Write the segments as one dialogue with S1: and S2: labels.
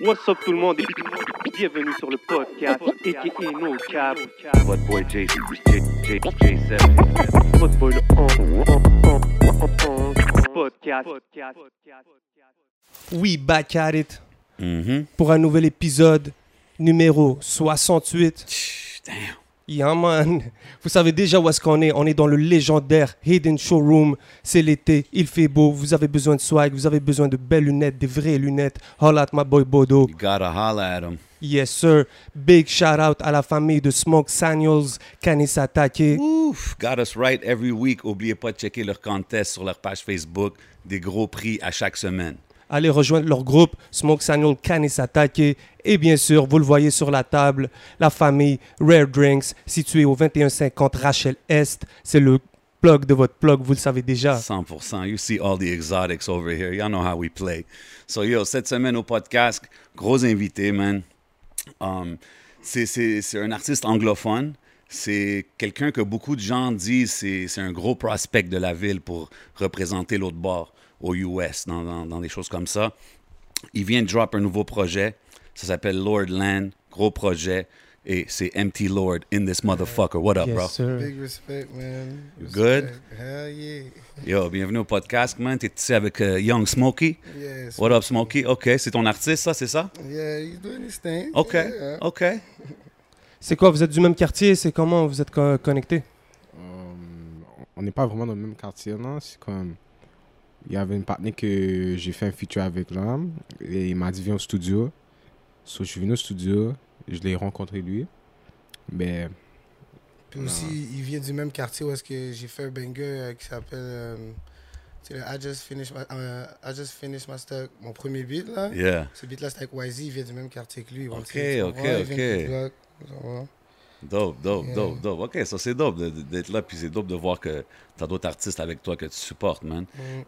S1: What's up tout le monde et bienvenue sur le podcast aka No Cap.
S2: What boy J J J J seven.
S1: Votre boy le on- on- on- on- on- podcast.
S3: We back at it
S2: Mm-hmm.
S3: pour un nouvel épisode numéro 68. Yeah man. Vous savez déjà où est-ce qu'on est. On est dans le légendaire Hidden Showroom. C'est l'été, il fait beau, vous avez besoin de swag, vous avez besoin de belles lunettes, de vraies lunettes. Holla at my boy Bodo.
S2: You gotta holla at him.
S3: Yes sir. Big shout out à la famille de Smoke Saniels, Kanisa Take.
S2: Ouf, got us right every week. Oubliez pas de checker leur contest sur leur page Facebook. Des gros prix à chaque semaine.
S3: Allez rejoindre leur groupe Smoke Saniel Canis Attaque. Et bien sûr, vous le voyez sur la table, la famille Rare Drinks, située au 2150 Rachel Est. C'est le plug de votre plug, vous le savez déjà.
S2: 100%. You see all the exotics over here. Y'all know how we play. So, yo, cette semaine au podcast, gros invité, man. Um, c'est- c'est c'est un artiste anglophone. C'est quelqu'un que beaucoup de gens disent c'est c'est un gros prospect de la ville pour représenter l'autre bord aux US, dans, dans, dans des choses comme ça. Il vient de drop un nouveau projet. Ça s'appelle Lord Land. Gros projet. Et c'est MT Lord in this motherfucker. What up, bro?
S3: Yes, sir.
S4: Big respect, man.
S2: You good?
S4: Respect. Hell yeah.
S2: Yo, bienvenue au podcast, man. T'es ici avec euh, Young Smokey.
S4: Yes.
S2: What up, Smokey? OK, c'est ton artiste, ça, c'est ça?
S4: Yeah, he's doing his thing.
S2: OK,
S4: Yeah.
S2: OK.
S3: C'est quoi, vous êtes du même quartier C'est comment vous êtes co- connectés
S5: Euh, on n'est pas vraiment dans le même quartier, non? C'est comme. Il y avait une partenaire que j'ai fait un feature avec là. Et il m'a dit, viens au studio. So, je suis venu au studio. Je l'ai rencontré lui. Mais.
S4: Puis aussi, il vient du même quartier où est-ce que j'ai fait un banger euh, qui s'appelle. euh, tu sais, le I just finished my, euh, I just finished my stock, mon premier beat là.
S2: Yeah,
S4: Ce beat là, c'était avec YZ, il vient du même quartier que lui.
S2: Ok,
S4: Tu
S2: ok,
S4: comprends? Il vient
S2: ok.
S4: du bloc, tu comprends?
S2: dope, dope,
S4: Yeah.
S2: dope, dope. OK, ça, c'est dope de- de- d'être là, puis c'est dope de voir que t'as d'autres artistes avec toi que tu supportes, man.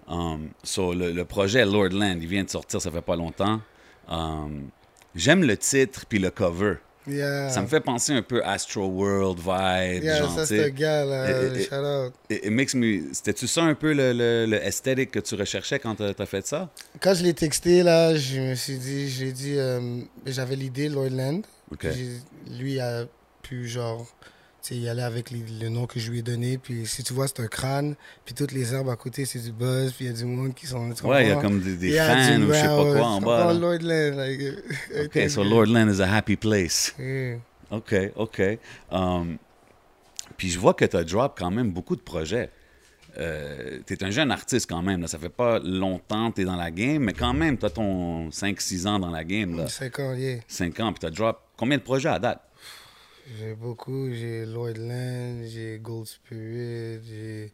S4: Mm.
S2: Um, so, le, le projet Lord Land, il vient de sortir, ça fait pas longtemps. Um, J'aime le titre, puis le cover.
S4: Yeah.
S2: Ça me fait penser un peu Astro World vibe,
S4: Yeah,
S2: genre,
S4: ça,
S2: tu
S4: c'est le
S2: sais.
S4: gars là.
S2: Eh, eh, eh.
S4: Shout out.
S2: It- it makes me... C'était-tu ça un peu le, le, le aesthetic que tu recherchais quand t'as t'as fait ça?
S4: Quand je l'ai texté là, je me suis dit, j'ai dit, euh, j'avais l'idée, Lloyd Land.
S2: OK.
S4: Puis j'ai- Lui a pu, genre, tu sais, y aller avec les- le nom que je lui ai donné. Puis si tu vois, c'est un crâne. Puis toutes les herbes à côté, c'est du buzz. Puis il y a du monde qui sont. tu
S2: Ouais, il y a
S4: comprends?
S2: comme des, des
S4: Il y a
S2: fans
S4: du-
S2: ou je sais pas
S4: ouais,
S2: quoi
S4: ouais,
S2: en
S4: tu
S2: bas.
S4: comprends,
S2: là.
S4: Lloyd Land, like, euh,
S2: Okay, so
S4: euh,
S2: Lordland is a happy place.
S4: euh,
S2: OK, OK. Um, puis je vois que tu as drop quand même beaucoup de projets. Euh, tu es un jeune artiste quand même. Là. Ça fait pas longtemps que tu es dans la game, mais quand même, tu as ton 5-6 ans dans la game. Là.
S4: Cinq ans, yeah.
S2: 5 ans, puis tu as drop combien de projets à date?
S4: J'ai beaucoup. J'ai Lloyd Land, j'ai Gold Spirit, j'ai.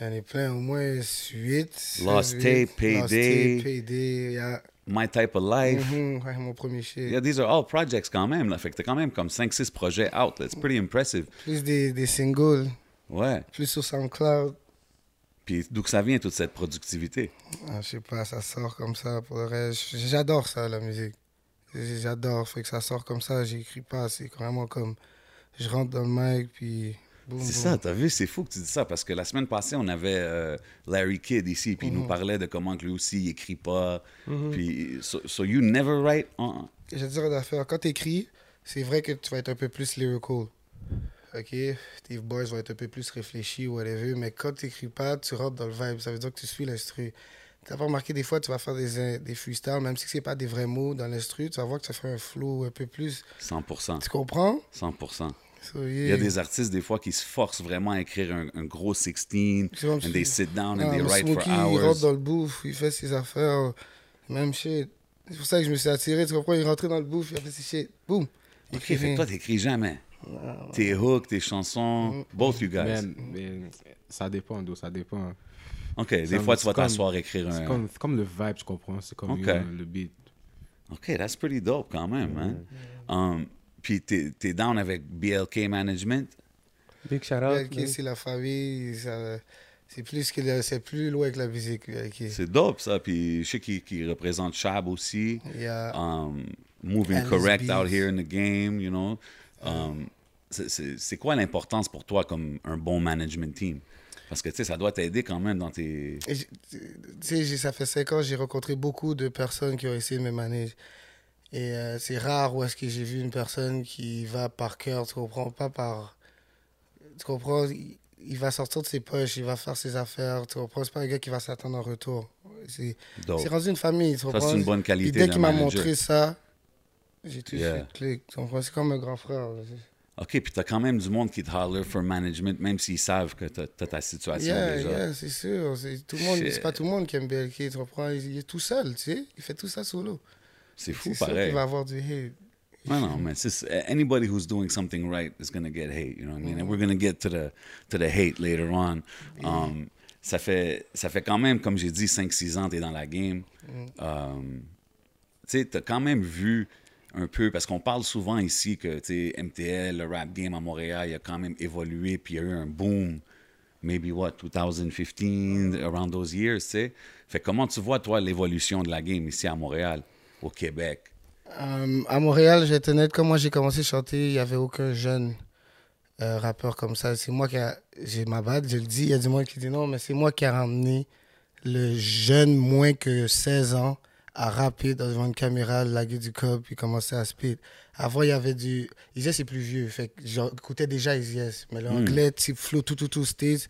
S4: Il y en a plein, au moins 8.
S2: Lost Tape, Payday.
S4: Lost Tape, Payday. Il y a.
S2: My Type of Life.
S4: Mhm, ouais, mon premier shit.
S2: Yeah, these are all projects quand même. Là. Fait que tu quand même comme 5-6 projets out. là. It's pretty impressive.
S4: Plus des, des singles,
S2: Ouais.
S4: plus sur SoundCloud.
S2: Puis d'où que ça vient toute cette productivité?
S4: Ah, je sais pas, ça sort comme ça. Pour le reste, J- j'adore ça, la musique. J- J'adore, fait que ça sort comme ça, j'écris pas. C'est vraiment comme. Je rentre dans le mic, puis. boum,
S2: C'est
S4: boum.
S2: ça, t'as vu, c'est fou que tu dis ça, parce que la semaine passée, on avait euh, Larry Kidd ici, puis il
S4: Mhm.
S2: nous parlait de comment que lui aussi, il écrit pas, puis... So, so you never write on...
S4: Je vais te dire une affaire. Quand t'écris, c'est vrai que tu vas être un peu plus lyrical. Ok? Tes boys vont être un peu plus réfléchis, whatever. Mais quand t'écris pas, tu rentres dans le vibe. Ça veut dire que tu suis l'instru. T'as pas remarqué, des fois, tu vas faire des, in- des freestyles, même si c'est pas des vrais mots dans l'instru, tu vas voir que ça fait un flow un peu plus.
S2: 100%,
S4: Tu comprends?
S2: 100%.
S4: So,
S2: Il y a
S4: yeah.
S2: des artistes, des fois, qui se forcent vraiment à écrire un, un gros 16,
S4: C'est comme
S2: and
S4: si-
S2: they sit down
S4: Ah,
S2: and they
S4: mais
S2: write for
S4: Smokey, il rentre
S2: hours.
S4: dans le bouffe, il fait ses affaires, euh, même shit. C'est pour ça que je me suis attiré, tu comprends? Il rentrait dans le bouffe, il a fait ses shit, boum. Il
S2: OK, fait que toi, t'écris jamais.
S4: Ah.
S2: Tes hooks, tes chansons,
S4: Mm.
S2: both you guys.
S5: mais- mais ça dépend, d'où ça dépend.
S2: OK, des
S5: Ça-
S2: fois, tu
S5: c'est
S2: vas
S5: comme-
S2: t'asseoir écrire
S5: C'est
S2: un...
S5: comme, c'est comme le vibe, tu comprends? C'est comme
S2: Ok.
S5: euh, le beat.
S2: OK, that's pretty dope quand même, man.
S4: Mm.
S2: Um, puis t'es t'es down avec BLK Management?
S3: Big shout
S4: Ouais,
S3: out.
S4: ok, c'est la famille, ça- c'est plus que le- c'est plus loin que la musique. ouais, ok.
S2: C'est dope, ça. Puis je sais qu'il qu'il représente Chab aussi.
S4: Il y a-
S2: Um, moving
S4: Alice
S2: correct
S4: Beats.
S2: out here in the game, you know. Um, c'est- C'est c'est quoi l'importance pour toi comme un bon management team? Parce que, tu sais, ça doit t'aider quand même dans tes...
S4: Et j'- Tu sais, j'ai- ça fait cinq ans, j'ai rencontré beaucoup de personnes qui ont essayé de me manager. Et euh, c'est rare où est-ce que j'ai vu une personne qui va par cœur, tu comprends, pas par... Tu comprends, il, il va sortir de ses poches, il va faire ses affaires, tu comprends, c'est pas un gars qui va s'attendre en retour. C'est
S2: Donc,
S4: c'est rendu une famille, tu
S2: Ça,
S4: comprends.
S2: c'est une bonne
S4: Puis
S2: qualité
S4: dès
S2: d'un
S4: qu'il m'a
S2: manager.
S4: montré ça, j'ai tout de
S2: Yeah.
S4: suite cliqué, tu comprends, c'est comme un grand frère.
S2: OK, puis t'as quand même du monde qui te holler for management, même s'ils savent que t'as t'as ta situation
S4: Yeah,
S2: déjà.
S4: yeah, c'est sûr. C'est tout le monde,
S2: Shit.
S4: c'est pas tout le monde qui aime BLK, tu comprends, il, il est tout seul, tu sais, il fait tout ça solo.
S2: C'est fou,
S4: C'est sûr
S2: pareil.
S4: qu'il va avoir du hate.
S2: Non, non, man. It's just, a- anybody who's doing something right is going to get hate. You know what I mean? And we're going to get to the, to the hate later on. Um, ça, fait, ça fait quand même, comme j'ai dit, 5-6 ans, t'es dans la game. Um, tu sais, t'as quand même vu un peu, parce qu'on parle souvent ici que, tu sais, MTL, le rap game à Montréal, il a quand même évolué, puis il y a eu un boom, maybe what, 2015, around those years, tu sais. Fait comment tu vois, toi, l'évolution de la game ici à Montréal, au Québec?
S4: Euh, à Montréal, je vais être honnête, quand moi j'ai commencé à chanter, il n'y avait aucun jeune euh, rappeur comme ça. C'est moi qui a- J'ai ma batte, je le dis, il y a du monde qui dit non, mais c'est moi qui a ramené le jeune moins que 16 ans à rapper devant une caméra, laguer du cop, puis commencer à speed. Avant, il y avait du... Isis est plus vieux, fait que j'écoutais déjà Isis.
S2: Hmm.
S4: Mais l'anglais, type flow, tout, tout, tout, stage,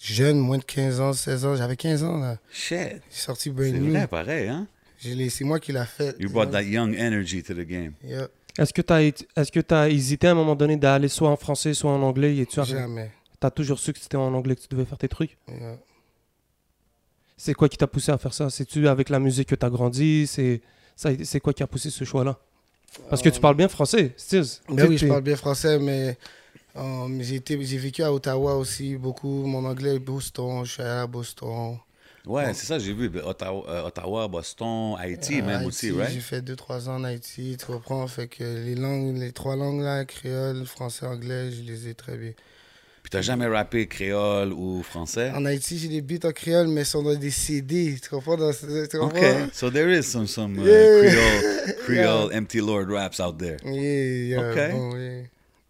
S4: jeune, moins de 15 ans, 16 ans, j'avais 15 ans, là.
S2: Shit!
S4: J'ai sorti Brain
S2: C'est
S4: New.
S2: vrai, pareil, hein?
S4: Je l'ai- C'est moi qui l'a fait.
S2: You brought that young energy to the game.
S4: Yeah.
S3: Est-ce que tu as, hésité à un moment donné d'aller soit en français, soit en anglais et tu as,
S4: Jamais.
S3: t'as toujours su que c'était en anglais que tu devais faire tes trucs
S4: Yeah.
S3: C'est quoi qui t'a poussé à faire ça C'est-tu avec la musique que t'as grandi C'est ça a été- c'est quoi qui a poussé ce choix-là Parce que tu parles bien français, Stills.
S4: Euh, Ben
S3: Tu-
S4: oui, je
S3: tu-
S4: parle bien français, mais euh, j'ai été- j'ai vécu à Ottawa aussi beaucoup. Mon anglais est Boston, je suis allé à Boston.
S2: Ouais, c'est ça, j'ai vu ben, Ottawa, euh, Ottawa, Boston, Haïti,
S4: Euh,
S2: même
S4: Haïti,
S2: aussi,
S4: J'ai
S2: right?
S4: fait 2-3 ans en Haïti, tu comprends? Fait que les langues, les trois langues là, créole, français, anglais, je les ai très bien.
S2: Puis t'as jamais rappé créole ou français?
S4: En Haïti, j'ai des beats en créole, mais ils sont dans des CD, tu comprends? Dans, tu comprends?
S2: Okay, so there is some some uh,
S4: Yeah.
S2: Creole, Creole, empty lord raps out there.
S4: Yeah, yeah,
S2: Ok.
S4: euh, bon, yeah.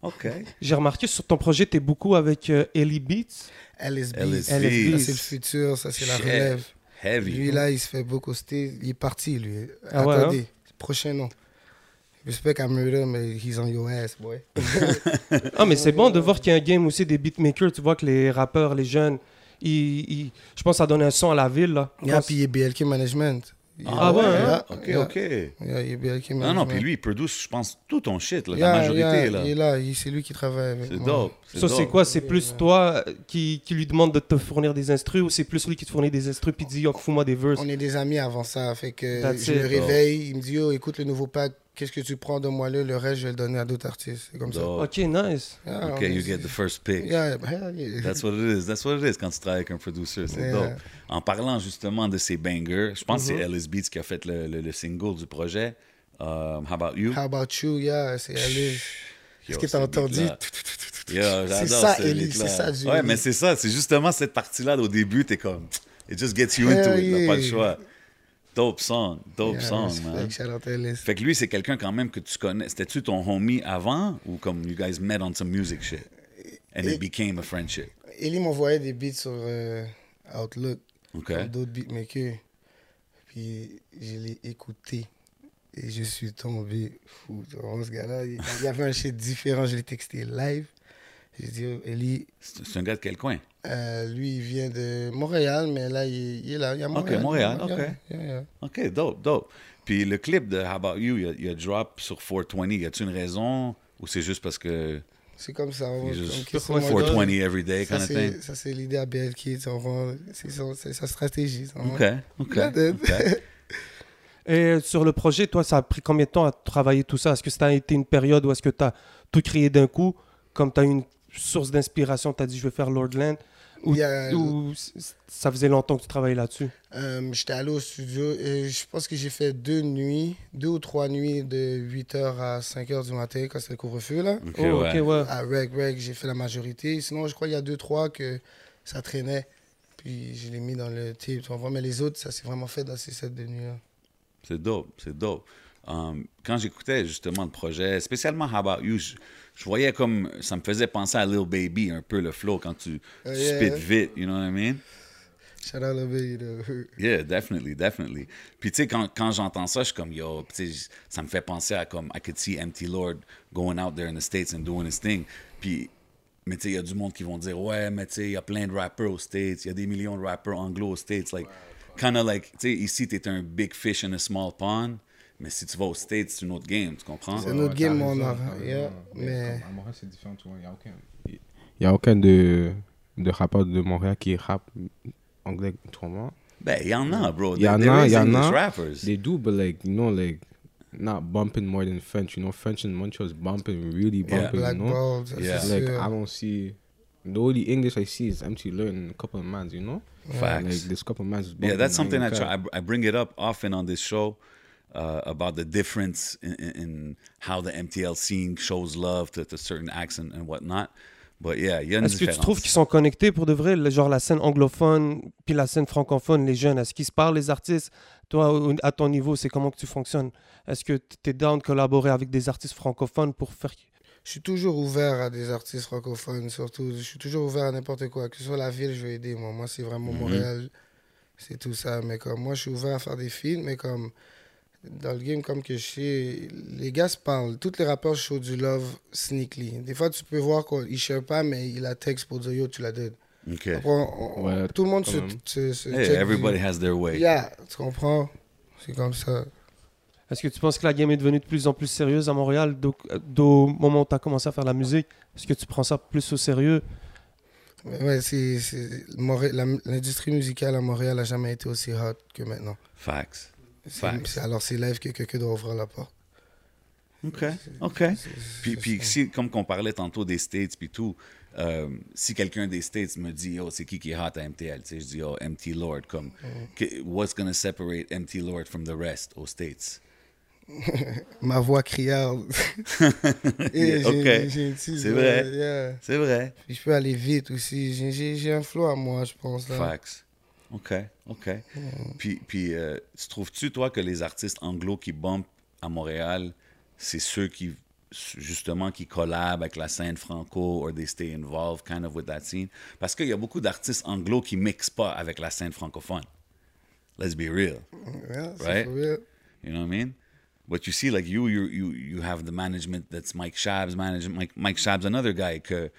S2: Okay,
S3: J'ai remarqué sur ton projet, t'es beaucoup avec euh, Ellie Beats.
S4: LSB,
S2: LSB.
S4: ça c'est le futur, ça c'est la
S2: Shit.
S4: relève.
S2: heavy.
S4: Lui, là, il se fait beaucoup citer. Il est parti, lui.
S3: Ah ouais,
S4: Attendez,
S2: hein.
S4: prochain nom. Respect à Murder, mais he's on your ass, boy.
S3: Ah, mais c'est bon de voir qu'il y a un game aussi des beatmakers. Tu vois que les rappeurs, les jeunes, ils, ils- je pense que ça donne un son à la ville. Là.
S4: Yeah, puis il est BLK Management. Il-
S3: Ah ouais, hein?
S2: Ok,
S4: yeah.
S2: ok.
S4: Yeah, il est BLK Management.
S2: Non, non, puis lui, il produce, je pense, tout ton shit, là,
S4: Yeah,
S2: la majorité,
S4: yeah,
S2: là.
S4: Il est là, il- c'est lui qui travaille avec
S2: C'est
S4: moi.
S2: dope.
S3: Ça, c'est
S2: dope.
S3: quoi C'est plus toi euh, qui, qui lui demande de te fournir des instrus ou c'est plus lui qui te fournit des instrus puis dit, oh, fous-moi des verses
S4: On est des amis avant ça, fait que
S3: That's
S4: je me
S3: it.
S4: réveille, il me dit, oh, écoute le nouveau pack, qu'est-ce que tu prends, donne-moi-le, le reste, je vais le donner à d'autres artistes. C'est comme ça.
S2: Dope.
S3: Ok, nice.
S4: Yeah,
S2: Ok,
S4: on est-
S2: you get the first pick.
S4: Yeah, hell yeah.
S2: That's what it is. That's what it is quand tu travailles avec un producer. C'est
S4: Yeah.
S2: dope. En parlant justement de ces bangers, je pense
S4: Mm-hmm.
S2: que c'est Ellis Beats qui a fait le, le- le single du projet. Um, How About You?
S4: How about you, yeah, c'est allé.
S2: Yo,
S4: Est-ce que
S2: ce
S4: t'as entendu?
S2: beat-là. Yo, j'adore
S4: C'est ça,
S2: ce
S4: Ellie,
S2: beat-là.
S4: c'est ça, du
S2: Ouais,
S4: Ellie.
S2: mais c'est ça. C'est justement cette partie-là au début, t'es comme. It just gets you into
S4: Hell
S2: it. T'as pas le
S4: yeah.
S2: choix. Dope song. Dope
S4: Yeah,
S2: song,
S4: respect,
S2: man.
S4: shout out Ellis.
S2: Fait que lui, c'est quelqu'un quand même que tu connais. C'était-tu ton homie avant ou comme you guys met on some music shit? And it became a friendship.
S4: Ellie m'envoyait des beats sur euh, Outlook,
S2: OK.
S4: comme d'autres beatmakers. Puis je l'ai écouté et je suis tombé fou. Tu vois, ce gars-là, il il y avait un shit différent. Je l'ai texté live. J'ai dit, oh, Ellie,
S2: C'est c'est un gars de quel coin?
S4: euh, lui, il vient de Montréal, mais là, il, est- il est là. Il est à Montréal.
S2: Montréal,
S4: Yeah,
S2: ok.
S4: yeah, yeah.
S2: OK, dope, dope. Puis le clip de How About You, il a, il a drop sur 420. Y a-t-il une raison ou c'est juste parce que
S4: C'est comme ça.
S2: il
S4: on-
S2: est juste
S4: comme- comme-
S2: 420 every day
S4: Ça,
S2: kind of thing?
S4: c'est- ça, c'est l'idée à BLK. tu comprends? C'est son- c'est sa stratégie. tu comprends?
S2: OK, OK.
S4: La tête.
S2: ok.
S3: Et sur le projet, toi, ça a pris combien de temps à travailler tout ça Est-ce que ça a été une période où est-ce que tu as tout créé d'un coup Comme tu as une source d'inspiration, tu as dit je vais faire Lordland Ou,
S4: Il y a-
S3: ou c- c- ça faisait longtemps que tu travaillais là-dessus
S4: Euh, J'étais allé au studio et je pense que j'ai fait deux nuits, deux ou trois nuits de 8h à 5h du matin quand c'est le couvre-feu là.
S2: OK,
S3: Oh,
S2: ouais.
S3: ok, ouais.
S4: À Reg Reg, j'ai fait la majorité. Sinon, je crois qu'il y a deux, trois que ça traînait. Puis je l'ai mis dans le type, tu comprends? Mais les autres, ça s'est vraiment fait dans ces sets de nuit là.
S2: C'est dope, c'est dope. Um, quand j'écoutais justement le projet, spécialement How About You, je, je voyais comme ça me faisait penser à Lil Baby un peu le flow quand tu,
S4: Ah,
S2: tu
S4: yeah.
S2: spit vite, you know what I mean?
S4: Shout out, Lil Baby, though.
S2: Yeah, definitely, definitely. Puis tu sais, quand, quand j'entends ça, je suis comme yo, tu sais, j- ça me fait penser à comme I could see Empty Lord going out there in the States and doing his thing. Puis, mais tu sais, il y a du monde qui vont dire ouais, mais tu sais, il y a plein de rappers aux States, il y a des millions de rappers anglo aux States. Like, kind of like, tu sais, ici, t'es un big fish in a small pond, mais si tu vas aux States, c'est une autre game, tu comprends?
S4: C'est notre game, mon
S5: raison,
S4: enfant,
S5: t'as
S4: yeah,
S5: raison.
S4: mais-
S5: comme À Montréal, c'est différent, tu vois. Il n'y a aucun, il y a aucun de, de rappeur de Montréal qui rappe anglais, tout moi.
S2: Ben, il y en a, bro.
S5: Il y en
S2: There
S5: a,
S2: is
S5: il y en
S2: English
S5: a.
S2: rappers.
S5: They do, but like, you know, like, not bumping more than French. You know, French in Montreal is bumping, really
S2: Yeah.
S5: bumping,
S4: Black
S5: you know.
S4: Ball, ça,
S2: Yeah.
S4: c'est
S5: Like,
S4: sûr.
S5: I don't see. The only English I see is empty learning a couple of mans, you know? Like,
S2: Facts.
S5: this couple of mans.
S2: Yeah, that's something I try. I, I bring it up often on this show uh, about the difference in, in, in how the MTL scene shows love to, to certain acts and, and whatnot. But yeah, il y a une
S3: Est-ce que tu trouves qu'ils sont
S2: différence.
S3: connectés pour de vrai, le- genre la scène anglophone puis la scène francophone, les jeunes Est-ce qu'ils se parlent, les artistes Toi, au- à ton niveau, c'est comment que tu fonctionnes Est-ce que tu es down de collaborer avec des artistes francophones pour faire.
S4: Je suis toujours ouvert à des artistes francophones, surtout. Je suis toujours ouvert à n'importe quoi. Que ce soit la ville, je vais aider. Moi, moi c'est
S2: Mhm.
S4: vraiment Montréal. C'est tout ça. Mais comme moi, je suis ouvert à faire des films. Mais comme dans le game, comme que je sais, les gars se parlent. Tous les rappeurs show du love sneakily. Des fois, tu peux voir qu'ils ne cherchent pas, mais il a texte pour dire yo, tu la donnes.
S2: Okay.
S4: Après, on- on-
S5: Ouais,
S4: tout le monde
S5: quand
S4: se,
S5: même.
S4: se- se
S2: Hey,
S4: check
S2: everybody has their
S4: du-
S2: way.
S4: Yeah, tu comprends? C'est comme ça.
S3: Est-ce que tu penses que la game est devenue de plus en plus sérieuse à Montréal d'au- d'au moment où tu as commencé à faire la musique Est-ce que tu prends ça plus au sérieux
S4: Mais ouais, c'est- c'est- Montréal- la- l'industrie musicale à Montréal n'a jamais été aussi hot que maintenant.
S2: Facts.
S4: C'est-
S2: Facts.
S4: c'est- Alors c'est live que quelqu'un doit ouvrir la porte.
S2: OK, OK. Puis, puis si, comme qu'on parlait tantôt des States, puis tout, euh, si quelqu'un des States me dit, oh, c'est qui qui est hot à MTL, tu sais, je dis, oh, MT Lord, comme, que- what's gonna separate MT Lord from the rest aux States?
S4: Ma voix criarde. Et
S2: Yeah,
S4: j'ai-
S2: ok.
S4: j'ai une petite
S2: C'est
S4: voix,
S2: vrai.
S4: yeah.
S2: C'est vrai.
S4: Puis je peux aller vite aussi. J'ai- J'ai j'ai un flow à moi, je pense. Là.
S2: Facts. OK, OK. Puis, puis euh, tu trouves-tu, toi, que les artistes anglo qui bumpent à Montréal, c'est ceux qui, justement, qui collabent avec la scène franco or they stay involved kind of with that scene? Parce qu'il y a beaucoup d'artistes anglo qui mixent pas avec la scène francophone. Let's be real.
S4: Yeah, c'est
S2: Right.
S4: for real.
S2: You know what I mean? But you see, like you, you, you, you have the management that's Mike Shabs, management. Mike, Mike Shabs, another guy que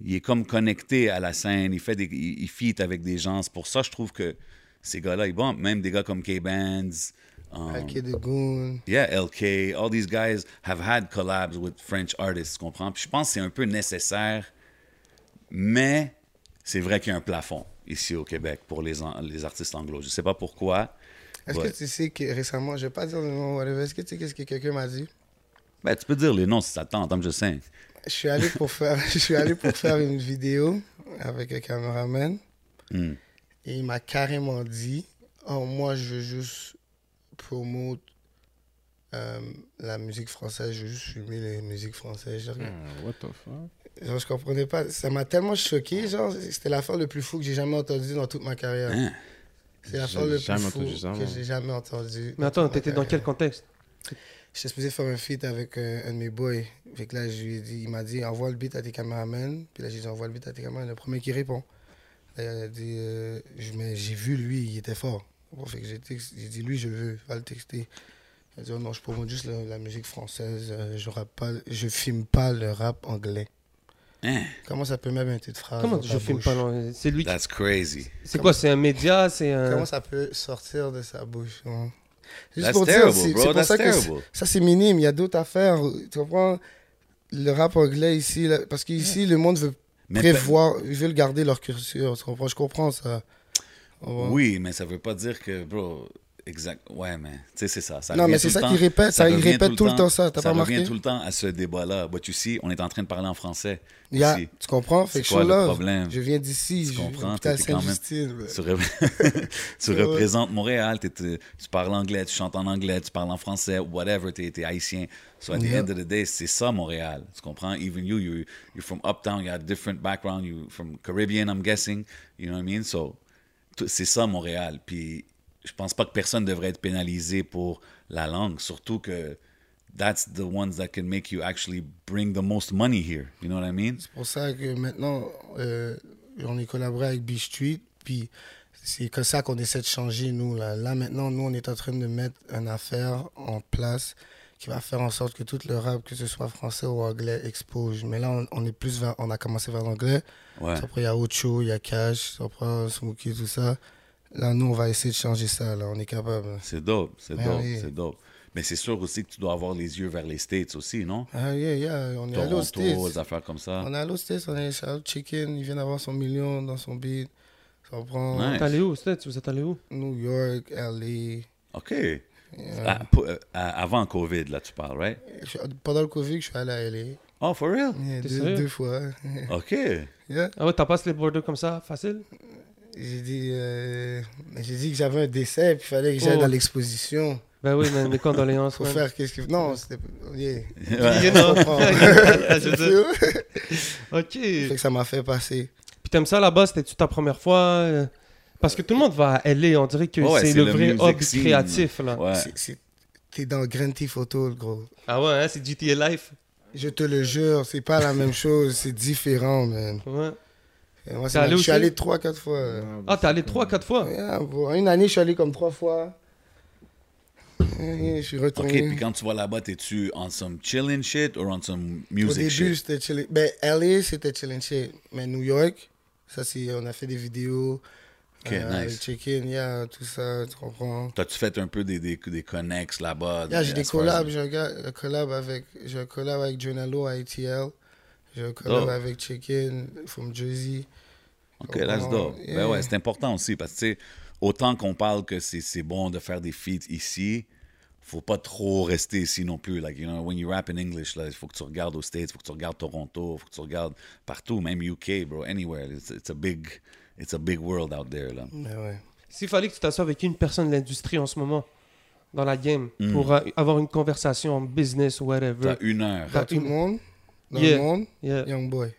S2: il est comme connecté à la scène. Il fait des, il, il feat avec des gens. C'est pour ça, je trouve que ces gars-là, ils bombent. Même des gars comme K-Bands, um,
S4: Hacké de Goon.
S2: yeah, LK, all these guys have had collabs with French artists. tu Comprends? Puis je pense que c'est un peu nécessaire, mais c'est vrai qu'il y a un plafond ici au Québec pour les, an- les artistes anglo. Je sais pas pourquoi.
S4: Est-ce
S2: Ouais.
S4: que tu sais que récemment, je vais pas dire le nom, whatever, est-ce que tu sais qu'est-ce que quelqu'un m'a dit?
S2: Ben, tu peux dire les noms si ça te tente, comme je sais.
S4: Je suis allé pour faire, je suis allé pour faire une vidéo avec un caméraman.
S2: Hmm.
S4: Et il m'a carrément dit Oh, moi, je veux juste promouvoir la musique française, je veux juste filmer les musiques françaises. Genre,
S5: What the fuck?
S4: genre, je comprenais pas. Ça m'a tellement choqué. Genre, c'était l'affaire le plus fou que j'ai jamais entendu dans toute ma carrière.
S2: Hein?
S4: C'est
S5: J'ai
S4: l'affaire le plus
S5: jamais
S4: fou
S5: entendu ça,
S4: que
S5: moi.
S4: j'ai jamais entendu.
S3: Mais attends, t'étais dans quel contexte
S4: J'étais supposé faire un feat avec euh, un de mes boys. Fait que là, je lui ai dit, il m'a dit, envoie le beat à tes caméramans. Puis là, j'ai dit, envoie le beat à tes caméramans. Le premier qui répond. Là, il a dit, euh, je- mais j'ai vu lui, il était fort. Bon, fait que j'ai text- j'ai dit, lui, je le veux, va le texter. Il a dit, oh non, je promote juste la, la musique française. euh, je, rappe pas, je filme pas le rap anglais.
S2: Hein?
S4: Comment ça peut même être une phrase
S3: Comment
S4: Ah, dans
S3: je
S4: ta
S3: filme
S4: bouche?
S3: pas non, C'est lui. qui-
S2: That's crazy.
S3: C'est quoi C'est un média C'est un.
S2: Euh.
S4: Comment ça peut sortir de sa bouche hein?
S2: That's
S4: dire,
S2: terrible,
S4: c'est-
S2: bro,
S4: c'est pour
S2: that's
S4: ça que c'est-
S2: terrible.
S4: ça c'est minime, il y a d'autres affaires. Tu comprends Le rap anglais ici, là, parce qu'ici le monde veut
S2: Mais
S4: prévoir, ils veulent garder leur curseur. Tu comprends Je comprends ça. Ouais.
S2: Oui, mais ça veut pas dire que, bro, exact. Ouais, mais, tu sais, c'est ça. ça
S4: Non,
S2: revient
S4: mais c'est
S2: tout
S4: ça
S2: le
S4: qu'ils
S2: temps.
S4: répètent, ça, ils
S2: revient
S4: répètent tout le temps ça, t'as
S2: ça
S4: pas
S2: revient
S4: remarqué?
S2: tout le temps à ce débat-là. But you see, on est en train de parler en français.
S4: Il y a-
S2: ici.
S4: tu comprends Fait
S2: C'est
S4: que
S2: quoi
S4: je suis
S2: le
S4: là,
S2: problème?
S4: Je viens d'ici,
S2: Tu
S4: je
S2: comprends,
S4: Putain,
S2: t'étais quand même-
S4: Saint-Justine. ouais.
S2: Tu, re- tu
S4: Ouais.
S2: représentes Montréal, t'es- t'es- tu parles anglais, tu chantes en anglais, tu parles en français, whatever, tu es, haïtien. So at the
S4: Yeah.
S2: end of the day, c'est ça Montréal. Tu comprends? Even you, you you're from uptown, you have a different background, you're from Caribbean, I'm guessing. You know what I mean? So t- c'est ça Montréal. Puis je pense pas que personne devrait être pénalisé pour la langue, surtout que that's the ones that can make you actually bring the most money here. You know what I mean?
S4: C'est pour ça que maintenant, euh, on est collaboré avec Beach Street, puis c'est comme ça qu'on essaie de changer, nous. Là. là, maintenant, nous, on est en train de mettre une affaire en place qui va faire en sorte que tout le rap, que ce soit français ou anglais, expose. Mais là, on, on est plus vers- on a commencé vers l'anglais.
S2: Ouais.
S4: Après, il y a Ocho, il y a Cash, après, Smokey, tout ça. Là, nous, on va essayer de changer ça, là. On est capable.
S2: C'est dope, c'est
S4: Ben
S2: dope,
S4: oui.
S2: c'est dope. Mais c'est sûr aussi que tu dois avoir les yeux vers les States aussi, non?
S4: Ah, yeah, yeah, on est allé aux
S2: Toronto, les
S4: States.
S2: affaires comme ça.
S4: On est allé aux States, on est allé Chicken, il vient d'avoir son million dans son beat. Ça prend
S2: Nice.
S3: T'es allé où, States Vous êtes allé où
S4: New York, LA.
S2: OK. Ah, pour- euh, à- avant COVID, là, tu parles, right?
S4: Je- Pendant le Covid, je suis allé à LA.
S2: Oh, for real?
S4: Yeah,
S3: T'es
S4: Deux,
S3: sérieux?
S4: deux fois.
S2: OK.
S4: Yeah.
S3: Ah ouais, t'as passé les borders comme ça, facile
S4: J'ai dit, euh, j'ai dit que j'avais un décès, puis il fallait que j'aille
S3: Oh.
S4: dans l'exposition.
S3: Ben oui, mais mes condoléances.
S4: Faut
S3: man.
S4: faire qu'est-ce que. Non, c'était. oh, Yeah.
S2: Ouais.
S4: Je comprends.
S3: Je veux dire,
S4: fait
S3: ok.
S4: que ça m'a fait passer.
S3: Puis t'aimes ça là-bas, c'était-tu ta première fois euh, Parce que tout le monde va à LA, on dirait que
S2: Ouais,
S3: c'est
S2: c'est
S3: le
S2: le
S3: vrai
S2: music
S3: hub
S2: scene.
S3: créatif là.
S2: Ouais.
S4: Ah, C'est- c'est- T'es dans Grand Theft Auto, le gros.
S3: Ah ouais, hein, c'est GTA Life.
S4: Je te le jure, c'est pas la même chose, c'est différent, man.
S3: Ouais.
S4: Et Moi,
S3: T'es
S4: c'est
S3: allé
S4: ma- je
S3: aussi?
S4: suis allé trois, quatre fois. là.
S3: Ah, t'es allé 3-4 fois
S4: Yeah, pour une année, je suis allé comme trois fois. Et Je suis
S2: OK,
S4: retourné.
S2: puis quand tu vas là-bas, t'es-tu on some chillin' shit or on some
S4: Au
S2: music
S4: début,
S2: shit?
S4: c'était chilling. Ben, LA, c'était chilling shit. Mais New York, ça, c'est. On a fait des vidéos. euh,
S2: Ok, nice.
S4: Chicken, yeah, tout ça, tu comprends.
S2: T'as-tu fait un peu des, des, des connexes là-bas?
S4: Yeah, j'ai
S2: as
S4: des
S2: far as-
S4: collabs. J'ai un, gars- un collab avec, j'ai un collab avec Jonalo à ATL. J'ai un collab
S2: Dope.
S4: avec Chicken from Jersey.
S2: OK, that's dope. Ben ouais, c'est important aussi parce que, tu sais, autant qu'on parle que c'est c'est bon de faire des feats ici, faut pas trop rester ici non plus. Like, you know, when you rap in English, là, il faut que tu regardes aux States, faut que tu regardes Toronto, faut que tu regardes partout, même UK, bro, anywhere. It's, it's a big... It's a big world out there, là.
S4: Mais ouais.
S3: S'il fallait que tu t'assoies avec une personne de l'industrie en ce moment, dans la game, pour euh, avoir une conversation en business ou whatever.
S2: T'as une heure.
S4: Dans tout le monde, dans
S3: Yeah.
S4: le monde,
S3: Yeah.
S4: Young Boy.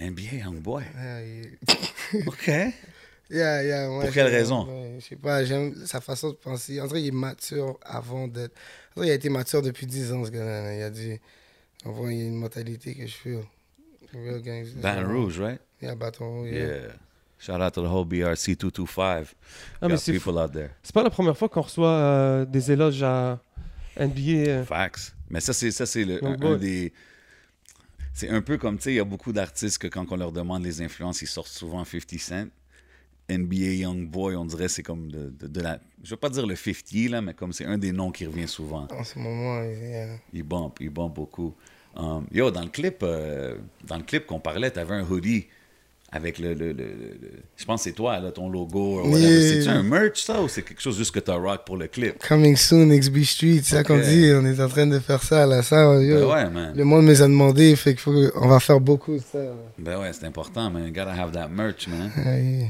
S2: NBA, young boy.
S4: Yeah, yeah.
S2: OK.
S4: Yeah, yeah, ouais,
S2: Pour quelle
S4: j'aime,
S2: raison?
S4: ouais, Je sais pas, j'aime sa façon de penser. En vrai, il est mature avant d'être. En vrai, il a été mature depuis 10 ans, ce gars-là. là. Il a dit. En vrai, il y a une mentalité que je feel. Real gangster.
S2: Baton Rouge, right?
S4: Yeah, Baton Rouge.
S2: Yeah.
S4: Yeah.
S2: Shout out to the whole BRC 225.
S3: Ah, mais
S2: Got
S3: c'est
S2: people out there.
S3: C'est pas la première fois qu'on reçoit euh, des éloges à NBA. euh.
S2: Facts. Mais ça, c'est ça, c'est le-
S3: Donc,
S2: un, un
S3: ouais.
S2: des. C'est un peu comme, tu sais, il y a beaucoup d'artistes que quand on leur demande les influences, ils sortent souvent 50 Cent. NBA Young Boy, on dirait c'est comme de, de- de la. Je veux pas dire le 50, là, mais comme c'est un des noms qui revient souvent.
S4: En ce moment, yeah.
S2: Il bump, il bump beaucoup. Um, yo, dans le clip, euh, dans le clip qu'on parlait, t'avais un hoodie avec le, le- le- le- le- je pense que c'est toi là, ton logo. or whatever.
S4: Yeah.
S2: C'est-tu un merch ça ou c'est quelque chose juste que t'as rock pour le clip?
S4: Coming soon, XB Street, c'est ça qu'on
S2: Ok.
S4: dit. On est en train de faire ça, là. Ça,
S2: Ben
S4: yo.
S2: ouais, man.
S4: Le monde nous a demandé, fait qu'il faut on va faire beaucoup de ça. là.
S2: Ben ouais, c'est important, man. Gotta have that merch, man.
S4: Ah, yeah.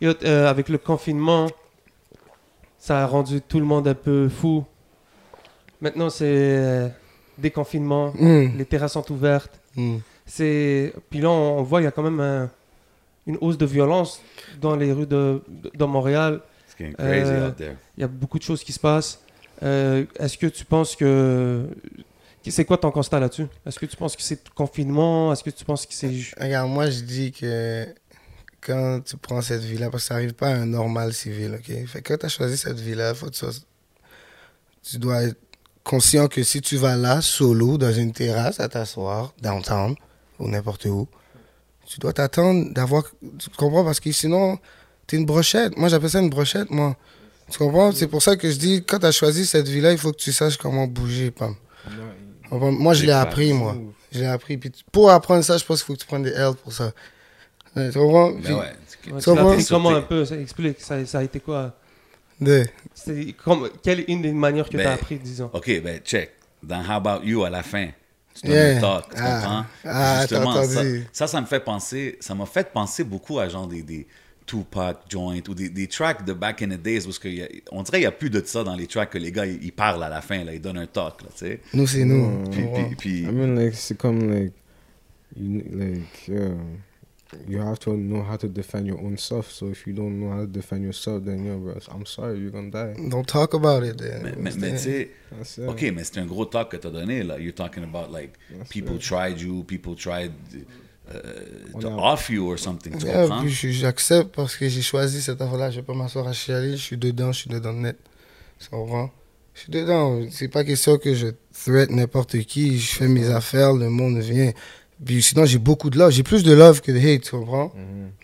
S3: Et, euh, avec le confinement, ça a rendu tout le monde un peu fou. Maintenant, c'est euh, déconfinement,
S4: Mm,
S3: les terrasses sont ouvertes.
S4: mm.
S3: C'est puis là, on on voit il y a quand même un- une hausse de violence dans les rues de, de- dans Montréal.
S2: It's getting crazy
S3: Euh,
S2: out there.
S3: Il y a beaucoup de choses qui se passent. Euh, Est-ce que tu penses que c'est quoi ton constat là-dessus Est-ce que tu penses que c'est le confinement Est-ce que tu penses que c'est ju-
S4: Regarde, moi, je dis que quand tu prends cette vie-là, parce que ça n'arrive pas à un normal civil, OK? Fait que quand tu as choisi cette vie-là, faut que tu, sois- tu dois être conscient que si tu vas là, solo, dans une terrasse, à t'asseoir, downtown, ou n'importe où, tu dois t'attendre d'avoir... Tu comprends? Parce que sinon, t'es une brochette. Moi, j'appelle ça une brochette, moi. Tu comprends? C'est pour ça que je dis, quand tu as choisi cette vie-là, il faut que tu saches comment bouger, Pam. Comprends? Moi, je l'ai appris, moi. Je l'ai appris. Puis tu- pour apprendre ça, je pense qu'il faut que tu prennes des L pour ça. Euh, Tu comprends? Puis-
S2: Ben ouais. c'est-
S3: Ouais,
S4: Tu
S3: tu l'as
S4: comprends?
S3: pris comment un peu ça Explique, ça, ça a été quoi
S4: de-
S3: C'est comme, Quelle est une des manières que
S2: Ben,
S3: tu as appris, disons
S2: OK, ben check. Dans How About You, à la fin, tu donnes
S4: Yeah.
S2: le talk, tu
S4: Ah.
S2: comprends?
S4: Ah, t'as
S2: ça,
S4: entendu.
S2: ça, ça me fait penser, ça m'a fait penser beaucoup à genre des, des Tupac Joint ou des, des tracks de Back in the Days parce que y a- on dirait qu'il n'y a plus de ça dans les tracks que les gars, ils ils parlent à la fin, là, ils donnent un talk, là, tu sais.
S4: Nous, c'est nous.
S2: Mmh.
S4: Ah,
S2: Puis, puis, puis-
S5: I mean, like, c'est comme, like, you, like, yeah. you have to know how to defend your own self. So if you don't know how to defend yourself, then you know, bro, I'm sorry, you're gonna die.
S4: Don't talk about it. Then.
S2: Mais, mais- mais tu sais,
S5: That's it.
S2: OK, mais c'est un gros talk que t'as donné, là. You're talking about, like, people tried you, people tried euh, to
S5: a-
S2: off you or something, tu
S4: Yeah,
S2: comprends?
S4: puis je- j'accepte parce que j'ai choisi cette affaire-là. Je vais pas m'asseoir à chialer. Je suis dedans, je suis dedans net. Tu comprends? Je suis dedans. C'est pas question que je threat n'importe qui. Je fais mes affaires, le monde vient. Puis sinon, j'ai beaucoup de love. J'ai plus de love que de hate, tu comprends?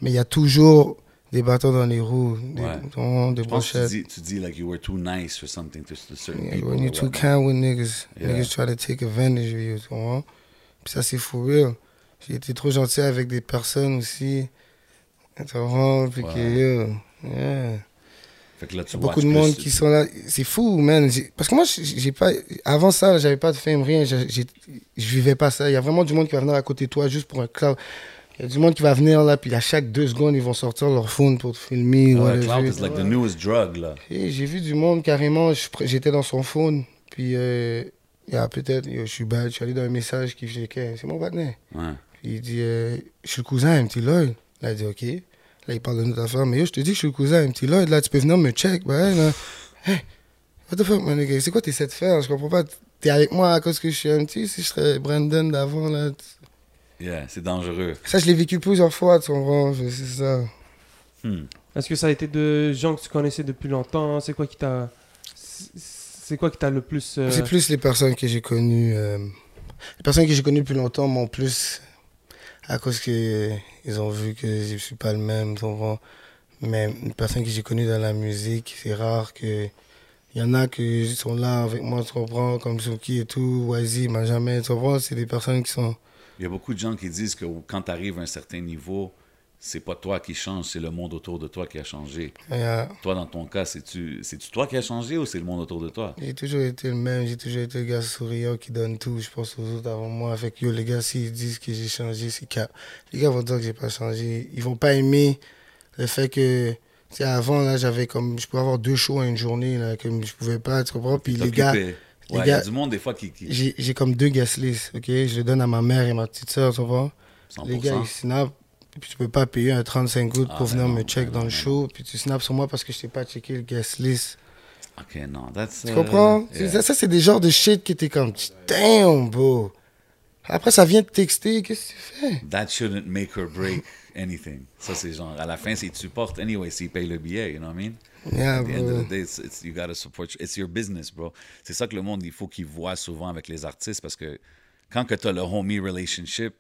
S4: Mais il y a toujours des bâtons dans les roues, des
S2: Mhm. Ouais.
S4: boutons, des
S2: Je pense que
S4: brochettes.
S2: tu dis, tu dis, like, you were too nice or something to, to certain
S4: Yeah,
S2: people.
S4: when
S2: or
S4: you're too
S2: whatnot.
S4: kind with niggas,
S2: Yeah.
S4: niggas try to take advantage of you, tu comprends? Puis ça, c'est for real. J'ai été trop gentil avec des personnes aussi, tu comprends? Puis que, yo, yeah.
S2: Fait que là, tu
S4: Beaucoup
S2: watches
S4: de monde
S2: plus-
S4: qui sont là. C'est fou, man. J'ai- Parce que moi, j'ai j'ai pas. Avant ça, j'avais pas de fame, rien. J'ai- j'ai- Je vivais pas ça. Il y a vraiment du monde qui va venir à côté de toi juste pour un cloud. Il y a du monde qui va venir là, puis à chaque deux secondes, ils vont sortir leur phone pour te filmer.
S2: Ah, Ouais,
S4: whatever.
S2: clout is like the newest drug, là.
S4: Et j'ai vu du monde carrément, je pr- j'étais dans son phone, puis euh, il y a peut-être, yo, je suis bad, je suis allé dans un message qui faisait que c'est mon partenaire.
S2: Ouais.
S4: Puis il dit, euh, je suis le cousin à petit Lloyd. Là, il dit, ok. Là, il parle de notre affaire, mais yo, je te dis que je suis le cousin à petit Lloyd, là, tu peux venir me check. Bah, ouais, là. Hey, what the fuck, man, nigga? c'est quoi tes de faire? Je comprends pas. T'es avec moi à cause que je suis un petit, si je serais Brandon d'avant, là. tu-
S2: Yeah, c'est dangereux.
S4: Ça, je l'ai vécu plusieurs fois, tu comprends? C'est c'est ça.
S2: Hmm.
S3: Est-ce que ça a été de gens que tu connaissais depuis longtemps C'est quoi qui t'a. C'est quoi qui t'a le plus. euh,
S4: C'est plus les personnes que j'ai connues. euh, les personnes que j'ai connues depuis longtemps m'ont plus. À cause que euh, ils ont vu que je suis pas le même, tu comprends? Mais une personne que j'ai connue dans la musique, c'est rare que. Il y en a qui sont là avec moi, tu comprends? Comme Suki et tout, Wazi, m'a jamais, tu comprends? C'est des personnes qui sont.
S2: Il y a beaucoup de gens qui disent que quand tu arrives à un certain niveau, c'est pas toi qui change, c'est le monde autour de toi qui a changé.
S4: euh,
S2: Toi, dans ton cas, c'est-tu c'est-tu toi qui as changé ou c'est le monde autour de toi?
S4: J'ai toujours été le même, j'ai toujours été le gars souriant qui donne tout, je pense aux autres avant moi. Fait que yo, les gars, s'ils disent que j'ai changé, c'est cap. Les gars vont dire que j'ai pas changé. Ils vont pas aimer le fait que, tu sais, avant, là, j'avais comme, je pouvais avoir deux shows à une journée, là, comme je pouvais pas, tu comprends? Puis les
S2: T'occupais.
S4: gars,
S2: Ouais, Il
S4: les
S2: y a
S4: gars-
S2: du monde des fois qui. qui-
S4: j'ai j'ai comme deux guest lists, ok? Je les donne à ma mère et ma petite soeur, tu comprends?
S2: 100%.
S4: Les gars, ils snap. Puis tu peux pas payer un 35 gouttes
S2: Ah,
S4: pour
S2: ben
S4: venir
S2: non,
S4: me
S2: ben
S4: check
S2: non,
S4: dans
S2: ben
S4: le show. Puis tu snaps sur moi parce que je t'ai pas checké le guest list.
S2: Ok, non, that's.
S4: Tu
S2: uh,
S4: comprends?
S2: yeah.
S4: Ça, ça, c'est des genres de shit qui étaient comme damn, bro. Après, ça vient te texter, qu'est-ce que tu fais?
S2: That shouldn't make or break anything. Ça, c'est genre, à la fin, c'est tu portes anyway, s'ils payent le billet, you know what I mean?
S4: Yeah,
S2: At the end of
S4: bro.
S2: the day, it's, it's- you gotta support. your- It's your business, bro. C'est ça que le monde, il faut qu'il voit souvent avec les artistes parce que quand que t'as le homie relationship,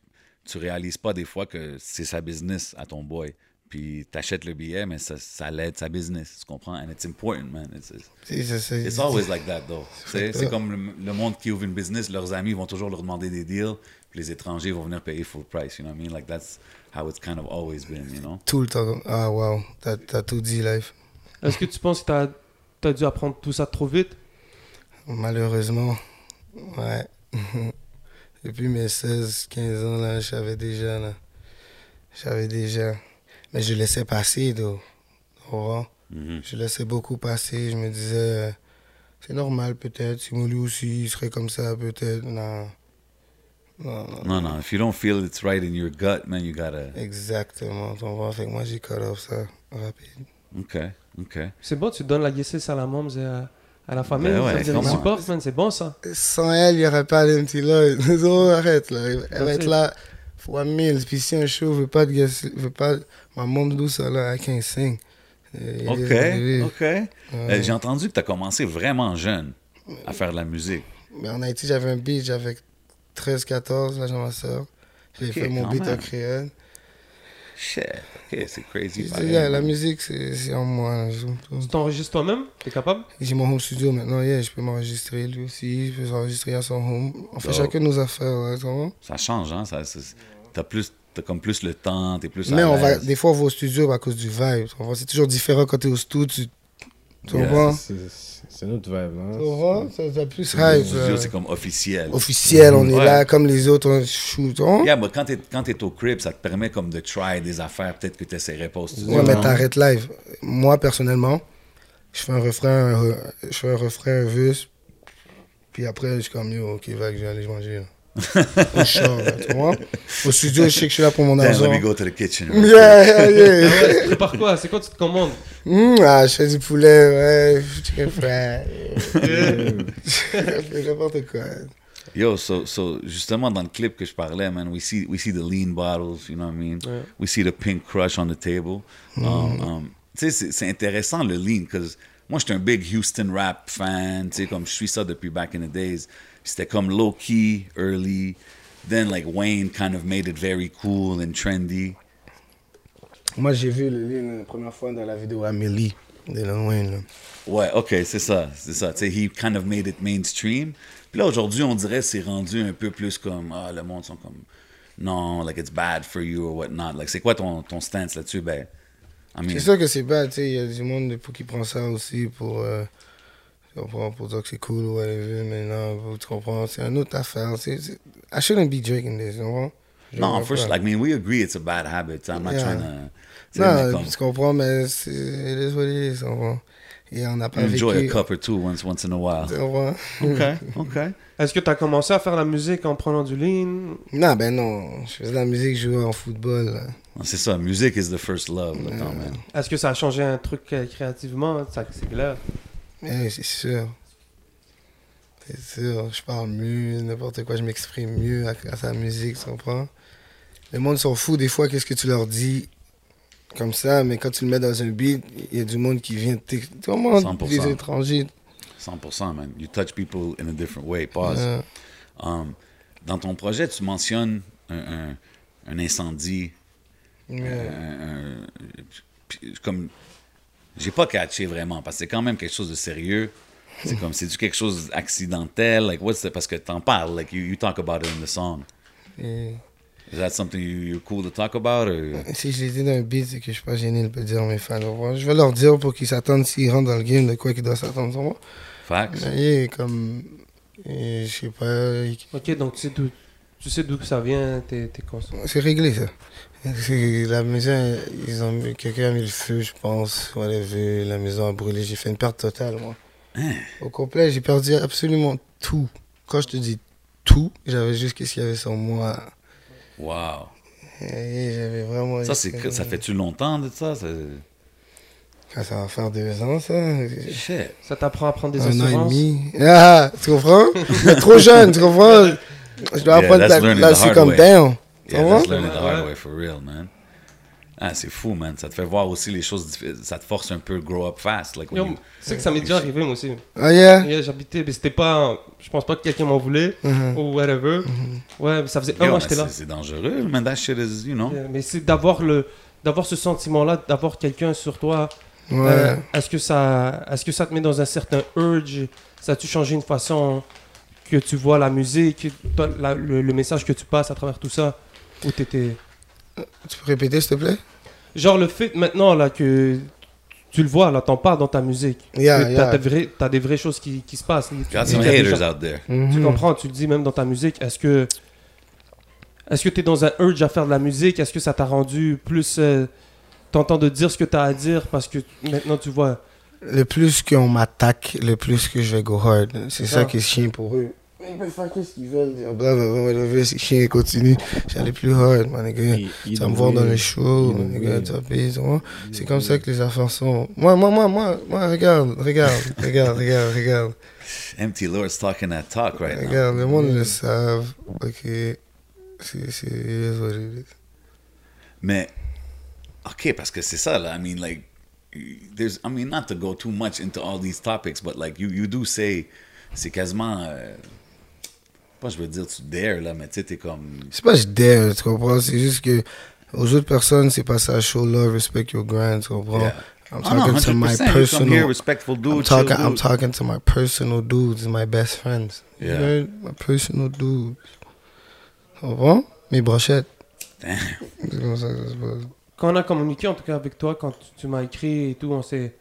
S2: tu réalises pas des fois que c'est sa business à ton boy. Puis t'achètes le billet, mais ça, ça l'aide sa business, tu comprends? And it's important, man. It's, it's,
S4: Tu sais, ça, ça-
S2: it's always like that, though. Tu sais, C'est comme le, le monde qui ouvre une business, leurs amis vont toujours leur demander des deals, puis les étrangers vont venir payer full price, you know what I mean? Like, that's how it's kind of always been, you know?
S4: Tout le temps. comme, Ah, wow, t'as t'as tout dit, life.
S3: Est-ce que tu penses que t'as as dû apprendre tout ça trop vite
S4: Malheureusement, ouais. Depuis mes 16, 15 ans, là, je savais déjà, là. Je savais déjà. Mais je laissais passer, donc. Tu comprends?
S2: Mhm.
S4: Je laissais beaucoup passer. Je me disais, euh, c'est normal, peut-être. Si moi, lui aussi, il serait comme ça, peut-être. Non. Non, non.
S2: Non, non, if you don't feel it's right in your gut, man, you gotta.
S4: Exactement, tu comprends? Fait que moi, j'ai cut off ça rapide.
S2: OK, OK.
S3: C'est bon, tu donnes la guessée à la môme et à, à la famille.
S2: Ben ouais,
S3: ça veut dire, ils
S2: comment?
S3: supportent, man, c'est bon ça.
S4: Sans elle, il n'y aurait pas l'MT Lloyd. Non, arrête, là. Elle va
S3: That's
S4: être
S3: it.
S4: là fois 1000. Puis si un show veut pas de guest, veut pas. Ma mom douce, là, elle can't sing. Euh,
S2: OK,
S4: euh,
S2: OK. Euh, J'ai entendu que tu as commencé vraiment jeune à faire de la musique.
S4: Mais en Haïti, j'avais un beat, j'avais 13, 14, là, j'ai ma soeur. J'ai
S2: Ok,
S4: fait mon
S2: quand
S4: beat en
S2: même.
S4: créole.
S2: Shit, OK, c'est crazy.
S4: J'ai dit,
S2: pareil,
S4: yeah, la
S2: man.
S4: musique, c'est c'est en moi. là, je-
S3: Tu t'enregistres toi-même T'es capable
S4: J'ai mon home studio maintenant, yeah, je peux m'enregistrer lui aussi, je peux s'enregistrer à son home. On fait
S2: Dope.
S4: chacun nos affaires, là, tu comprends?
S2: Ça change, hein? Ça, c'est- t'as plus, t'as comme plus le temps, t'es plus à
S4: Mais on va,
S2: l'aise.
S4: des fois, on va au studio à cause du vibe. tu comprends? C'est toujours différent quand t'es au studio. Tu, tu
S2: Yeah,
S4: comprends?
S5: C'est- C'est c'est notre vibe,
S4: Tu
S5: là.
S4: comprends? Ça, ça plus
S2: Le
S4: hype.
S2: studio,
S4: euh,
S2: c'est comme officiel.
S4: Officiel, on est
S2: Ouais.
S4: là comme les autres, on shoot. on-
S2: Yeah, mais quand t'es, quand t'es au crib, ça te permet comme de try des affaires peut-être que t'essaierais pas au studio.
S4: Ouais, mais
S2: non?
S4: t'arrêtes live. Moi, personnellement, je fais un refrain, un re- je fais un refrain, un verse. Puis après, je suis comme, yo, ok, va que je vais aller manger. là. au show, là, tu vois. Au studio, je sais que je suis là pour mon
S2: Damn, let
S4: argent.
S2: me go to the kitchen.
S4: Yeah, yeah, yeah.
S3: Tu prépares quoi C'est quoi tu te commandes
S4: Mm, ah, je fais du poulet, ouais, chicken fry. Je fais n'importe quoi.
S2: Yo, so, so, justement, dans le clip que je parlais, man, we see, we see the lean bottles, you know what I mean?
S3: Ouais.
S2: We see the pink crush on the table.
S4: Mm-hmm.
S2: Um, um, tu sais, c'est- c'est intéressant le lean, parce moi, j'étais un big Houston rap fan, tu sais, comme je suis ça depuis back in the days. C'était comme low-key, early. Then, like, Wayne kind of made it very cool and trendy.
S4: Moi, j'ai vu le lean la première fois dans la vidéo Amélie de Lil Wayne. là.
S2: Ouais, ok, c'est ça, c'est ça. Tu sais, he kind of made it mainstream. Puis là, aujourd'hui, on dirait que c'est rendu un peu plus comme, ah, le monde sont comme, non, like, it's bad for you or whatnot. Like, c'est quoi ton, ton stance là-dessus? Ben, I mean,
S4: C'est sûr que c'est bad, tu sais. Il y a du monde pour qui prend ça aussi pour. euh, tu comprends, pour dire que c'est cool ou whatever, mais non, vous- tu comprends, c'est une autre affaire. c'est c'est- I shouldn't be drinking this, tu comprends? Je
S2: non,
S4: comprends
S2: for sure.
S4: pas.
S2: Like, I mean, we agree it's a bad habit. I'm not
S4: Yeah.
S2: trying to. tu sais, mais
S4: Non,
S2: comme,
S4: tu comprends, mais c'est it is what it is, tu comprends? Et on n'a pas
S2: enjoy
S4: vécu.
S2: a cup or two once, once in a while.
S4: tu comprends?
S2: Ok, ok.
S3: Est-ce que tu as commencé à faire la musique en prenant du lean
S4: Non, ben non, je faisais de la musique, je jouais en football. là.
S2: Non, C'est ça, music is the first love, là, quand même.
S3: Est-ce que ça a changé un truc euh, créativement Ça, C'est clair.
S4: Eh, c'est sûr. C'est sûr, je parle mieux, n'importe quoi, je m'exprime mieux à- grâce à la musique, tu comprends? Le monde s'en fout des fois, qu'est-ce que tu leur dis comme ça, mais quand tu le mets dans un beat, il y a du monde qui vient t'ex- Tu comprends?
S2: 100%.
S4: Des étrangers.
S2: 100%, man. You touch people in a different way. Pause.
S4: euh,
S2: Um, dans ton projet, tu mentionnes un, un- un incendie.
S4: ouais.
S2: un- un- puis, Euh, comme. J'ai pas catché vraiment, parce que c'est quand même quelque chose de sérieux. C'est comme, c'est-tu quelque chose d'accidentel? Like, what's the- parce que t'en parles, like, you, you talk about it in the song.
S4: Et
S2: Is that something you, you're cool to talk about? or-
S4: si je les dis dans un beat, c'est que je suis pas gêné de le dire à mes fans. tu comprends? Je vais leur dire pour qu'ils s'attendent s'ils rentrent dans le game de quoi qu'ils doivent s'attendre. tu comprends?
S2: Facts?
S4: Mais, comme. et je sais pas,
S3: Ok, donc tu sais d'où tu sais d'où ça vient, tes, tes consommations.
S4: C'est réglé ça. C'est- La maison, ils ont mis- quelqu'un a mis le feu, je pense. On l'a vu, la maison a brûlé. J'ai fait une perte totale, moi.
S2: Hein?
S4: Au complet, j'ai perdu absolument tout. Quand je te dis tout, j'avais juste qu'est-ce qu'il y avait sur moi.
S2: Wow.
S4: Et J'avais vraiment.
S2: Ça, c'est, ça fait-tu longtemps de ça? Ça-
S4: Ah, ça va faire deux ans, ça.
S2: Shit.
S3: Ça t'apprend à prendre des
S4: Un an et
S3: assurances
S4: demi. Ah, tu comprends Mais trop jeune, tu comprends Je
S2: Yeah,
S4: dois apprendre
S2: that's
S4: là-
S2: learning the
S4: là-dessus
S2: hard
S4: comme
S2: way.
S4: down. Tu
S2: Yeah, that's
S4: comprends
S2: learning the hard way for real, man. Ah, c'est fou, man. Ça te fait voir aussi les choses, diffi- ça te force un peu grow up fast. Like, when
S3: Yo,
S2: you-
S3: tu sais que ça m'est déjà arrivé, moi aussi.
S4: Ah, yeah
S3: Yeah, J'habitais, mais c'était pas. Je pense pas que quelqu'un m'en voulait
S4: Mhm.
S3: ou whatever. oh, Ouais, mais ça faisait un
S2: Yo,
S3: mois
S2: mais
S3: que j'étais là.
S2: c'est- C'est dangereux, man. That shit is, you know.
S3: Yeah, Mais c'est d'avoir le d'avoir ce sentiment là d'avoir quelqu'un sur toi
S4: Ouais.
S3: euh, est-ce que ça est-ce que ça te met dans un certain urge ça a-tu changé une façon que tu vois la musique toi, la- le, le message que tu passes à travers tout ça où t'étais
S4: Tu peux répéter, s'il te plaît
S3: genre le fait maintenant là que tu le vois là t'en parles dans ta musique
S4: Yeah,
S3: Que
S4: yeah.
S3: t'as des vrais- t'as des vraies choses qui, qui se passent Tu
S2: Got
S3: dis
S2: some
S3: qu'il y a des
S2: haters
S3: gens-
S2: out there.
S3: tu
S4: Mhm.
S3: comprends tu le dis même dans ta musique est-ce que est-ce que tu es dans un urge à faire de la musique Est-ce que ça t'a rendu plus. euh, T'entends de dire ce que t'as à dire parce que maintenant tu vois.
S4: Le plus qu'on m'attaque, le plus que je vais go hard. C'est ça
S3: ça.
S4: qui est chiant pour eux. Ils peuvent faire qu'est-ce qu'ils veulent. dire Blablabla, whatever, c'est chiant, continue. J'allais plus hard, mon gars.
S5: Il- il
S4: Tu vas me
S5: devrait-
S4: voir dans les shows,
S5: il
S4: mon gars,
S5: devrait-
S4: tu vas payer, tu vois. C'est comme ça que les affaires sont. Moi, moi, moi, moi, moi, regarde, regarde, regarde, regarde, regarde.
S2: Empty Lord's talking that talk
S5: Ben
S2: right now.
S4: Regarde, le monde le savent. Ok. C'est. C'est. it is what it is.
S2: Mais, OK, parce que c'est ça, là. I mean, like, there's, I mean, not to go too much into all these topics, but, like, you, you do say, c'est quasiment, euh, pas je veux dire tu dare, là, mais tu sais, t'es comme,
S4: C'est pas je dare, tu comprends? C'est juste que. Aux autres personnes, c'est pas ça. Show love, respect your grind, tu comprends?
S2: Yeah.
S4: I'm
S2: oh, no,
S4: talking to my
S2: 100%, you come here,
S4: personal
S2: respectful
S4: I'm
S2: dude, chill
S4: talking. I'm
S2: dude.
S4: talking to my personal dudes, my best friends. You
S2: Yeah.
S4: heard? my personal dudes. Au revoir. Mes brochettes.
S2: Damn.
S4: C'est comme ça que ça se passe.
S3: Quand on a communiqué en tout cas avec toi, quand tu, tu m'as écrit et tout, on s'est.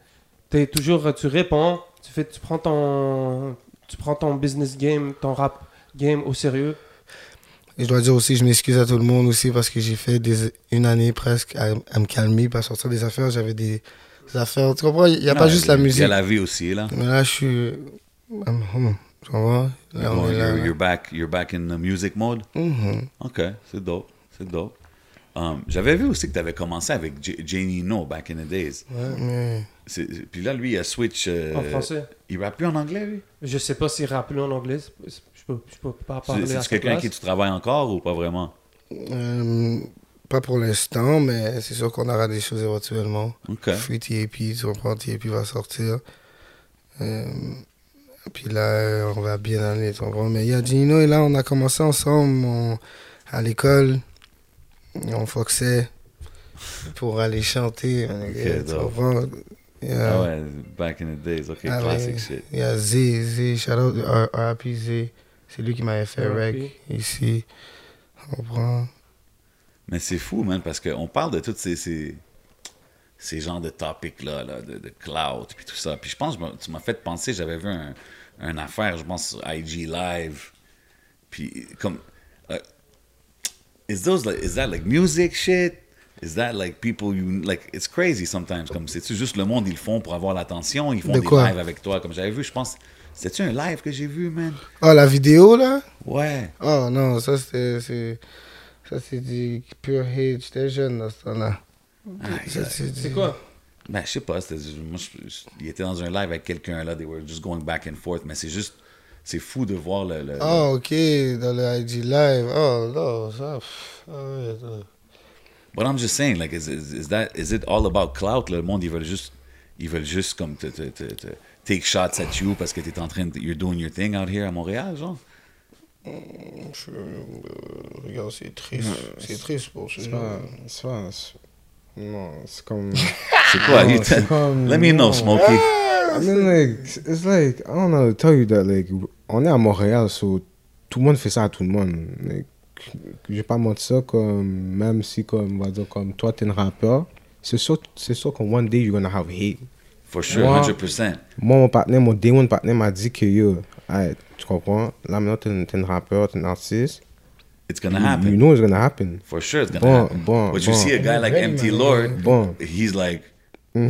S3: T'es toujours. Tu réponds, tu, fais, tu, prends ton, tu prends ton business game, ton rap game au sérieux.
S4: Et je dois dire aussi, je m'excuse à tout le monde aussi parce que j'ai fait des, une année presque à, à me calmer, pas sortir des affaires. J'avais des, des affaires. Tu comprends? Il n'y a
S2: Non,
S4: pas juste la
S2: Il y
S4: musique.
S2: a la vie aussi, là.
S4: Mais là, je suis. I'm home. Tu vois? Là, on
S2: Bon,
S4: est là.
S2: you're,
S4: là.
S2: you're back, you're back in the music mode.
S4: Mhm.
S2: Ok, c'est dope, c'est dope. Um, J'avais vu aussi que tu avais commencé avec J- Janie No back in the days.
S4: Ouais, mais
S2: C'est- Puis là, lui, il a switch. euh,
S3: En français.
S2: Il rappe plus en anglais, lui.
S3: Je sais pas s'il rappe en anglais. c'est- Je peux, je peux pas parler à
S2: C'est- C'est
S3: sa
S2: quelqu'un
S3: place.
S2: avec qui tu travailles encore ou pas vraiment?
S4: euh, pas pour l'instant, mais c'est sûr qu'on aura des choses éventuellement.
S2: Ok.
S4: Free TAP, tu comprends, TAP va sortir. Euh, puis là, euh, on va bien aller, tu comprends. Mais il y a Gino et là, on a commencé ensemble on- à l'école. On foxait pour aller chanter.
S2: Ok,
S4: tu
S2: dope.
S4: comprends. Il y a-
S2: Ah ouais, back in the days. Ok,
S4: Euh. Ah
S2: classic
S4: ouais.
S2: shit.
S4: Il y a Z, Z, shout out euh, R- RIP Z. C'est lui qui m'avait fait
S3: R.I.P..
S4: rec ici. On prend.
S2: Mais c'est fou, man, parce qu'on parle de tous ces, ces, ces genres de topics-là, là, de, de cloud, puis tout ça. Puis je pense, que tu m'as fait penser, j'avais vu un, un affaire, je pense, sur IG Live. Puis comme. euh, is, those, like- is that like music shit? Is that like people you. Like, it's crazy sometimes. Comme, c'est-tu juste le monde, ils le font pour avoir l'attention? Ils font
S4: De
S2: des
S4: quoi?
S2: lives avec toi. Comme j'avais vu, je pense. C'était-tu un live que j'ai vu, man?
S4: Oh, la vidéo là
S2: Ouais.
S4: Oh non, ça c'était. c'est- Ça c'est du pure hate. J'étais jeune dans ce temps-là.
S2: Aïe,
S4: Ça, du-
S3: C'est quoi
S2: Ben, je sais pas. c'était- Moi, je- je- il était dans un live avec quelqu'un, là. They were just going back and forth. Mais c'est juste. C'est fou de voir le. le-
S4: Ah, ok, dans le IG Live. Oh non, ça. pff, ah ouais, ça.
S2: But I'm just saying, like, is, is, is that. Is it all about clout? là? Le monde, ils veulent juste. Ils veulent juste, comme, te, te, te, te- take shots at you parce que t'es en train de. You're doing your thing out here à Montréal, genre.
S4: Je- euh, Regarde, c'est triste. C'est triste pour ce
S5: C'est
S4: genre.
S5: pas. C'est pas. c'est- Non, c'est comme.
S2: C'est quoi?
S5: Non,
S2: you
S5: Ah, c'est
S2: tell-
S5: comme-
S2: Let me know,
S5: non.
S2: Smokey.
S5: I mean, like, it's like, I don't know, tell you that, like, on est à Montréal, so tout le monde fait ça à tout le monde. Like, je vais pas mentir ça, comme, même si, comme, on va dire, comme, toi, t'es un rappeur, c'est sûr, c'est sûr qu'un one day, you're gonna have hate.
S2: For sure,
S5: Moi-
S2: 100%.
S5: Moi, mon partenaire, mon day one partenaire m'a dit que, yo, hey, tu comprends, là, maintenant, t'es un- t'es un rappeur, t'es un artiste,
S2: It's gonna
S5: you, you
S2: happen.
S5: know it's gonna happen.
S2: For sure, it's gonna
S5: Bon,
S2: happen.
S5: bon,
S2: but you
S5: bon.
S2: see a guy like MT Lord.
S5: Bon, Mm-hmm.
S2: he's like,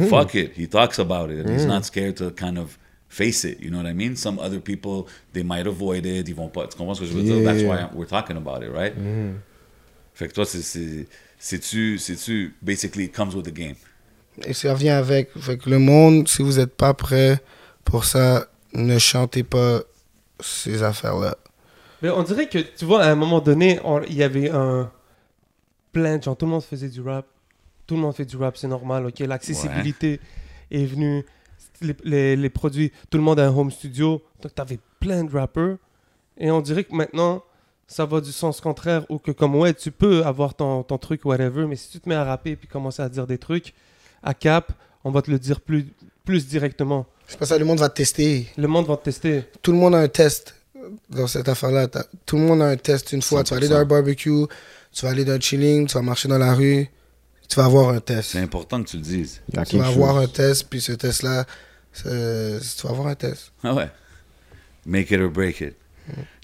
S2: fuck it. He talks about it. and He's not scared to kind of face it. You know what I mean? Some other people, they might avoid it. Ils vont pas, tu comprends ce que je veux dire?
S5: Yeah,
S2: That's
S5: yeah. Mm-hmm.
S2: why we're talking about it, right? Fait que toi, c'est- c'est- c'est-tu, c'est-tu, basically, it comes with the game.
S4: Et ça vient avec. Fait que le monde, si vous n'êtes pas prêt pour ça, ne chantez pas ces affaires-là.
S3: Mais on dirait que, tu vois, à un moment donné, on- il y avait un. Plein de gens, tout le monde faisait du rap. Tout le monde fait du rap, c'est normal, ok? L'accessibilité est venue. Les, les- les produits, tout le monde a un home studio. Donc, t'avais plein de rappeurs. Et on dirait que maintenant, ça va du sens contraire ou que, comme, ouais, tu peux avoir ton, ton truc, whatever, mais si tu te mets à rapper puis commencer à dire des trucs, à cap, on va te le dire plus, plus directement.
S4: C'est pas ça, le monde va tester.
S3: Le monde va te tester.
S4: tout le monde a un test dans cette affaire-là. T'as- Tout le monde a un test une fois. Tu vas aller dans un
S2: 100%.
S4: barbecue, tu vas aller dans un chilling, tu vas marcher dans la rue, tu vas avoir un test.
S2: C'est important que tu le dises.
S5: il y a
S4: Tu vas
S5: quelque
S4: avoir un
S5: chose.
S4: test, puis ce test-là, c'est- tu vas avoir un test.
S2: Ah ouais. Make it or break it.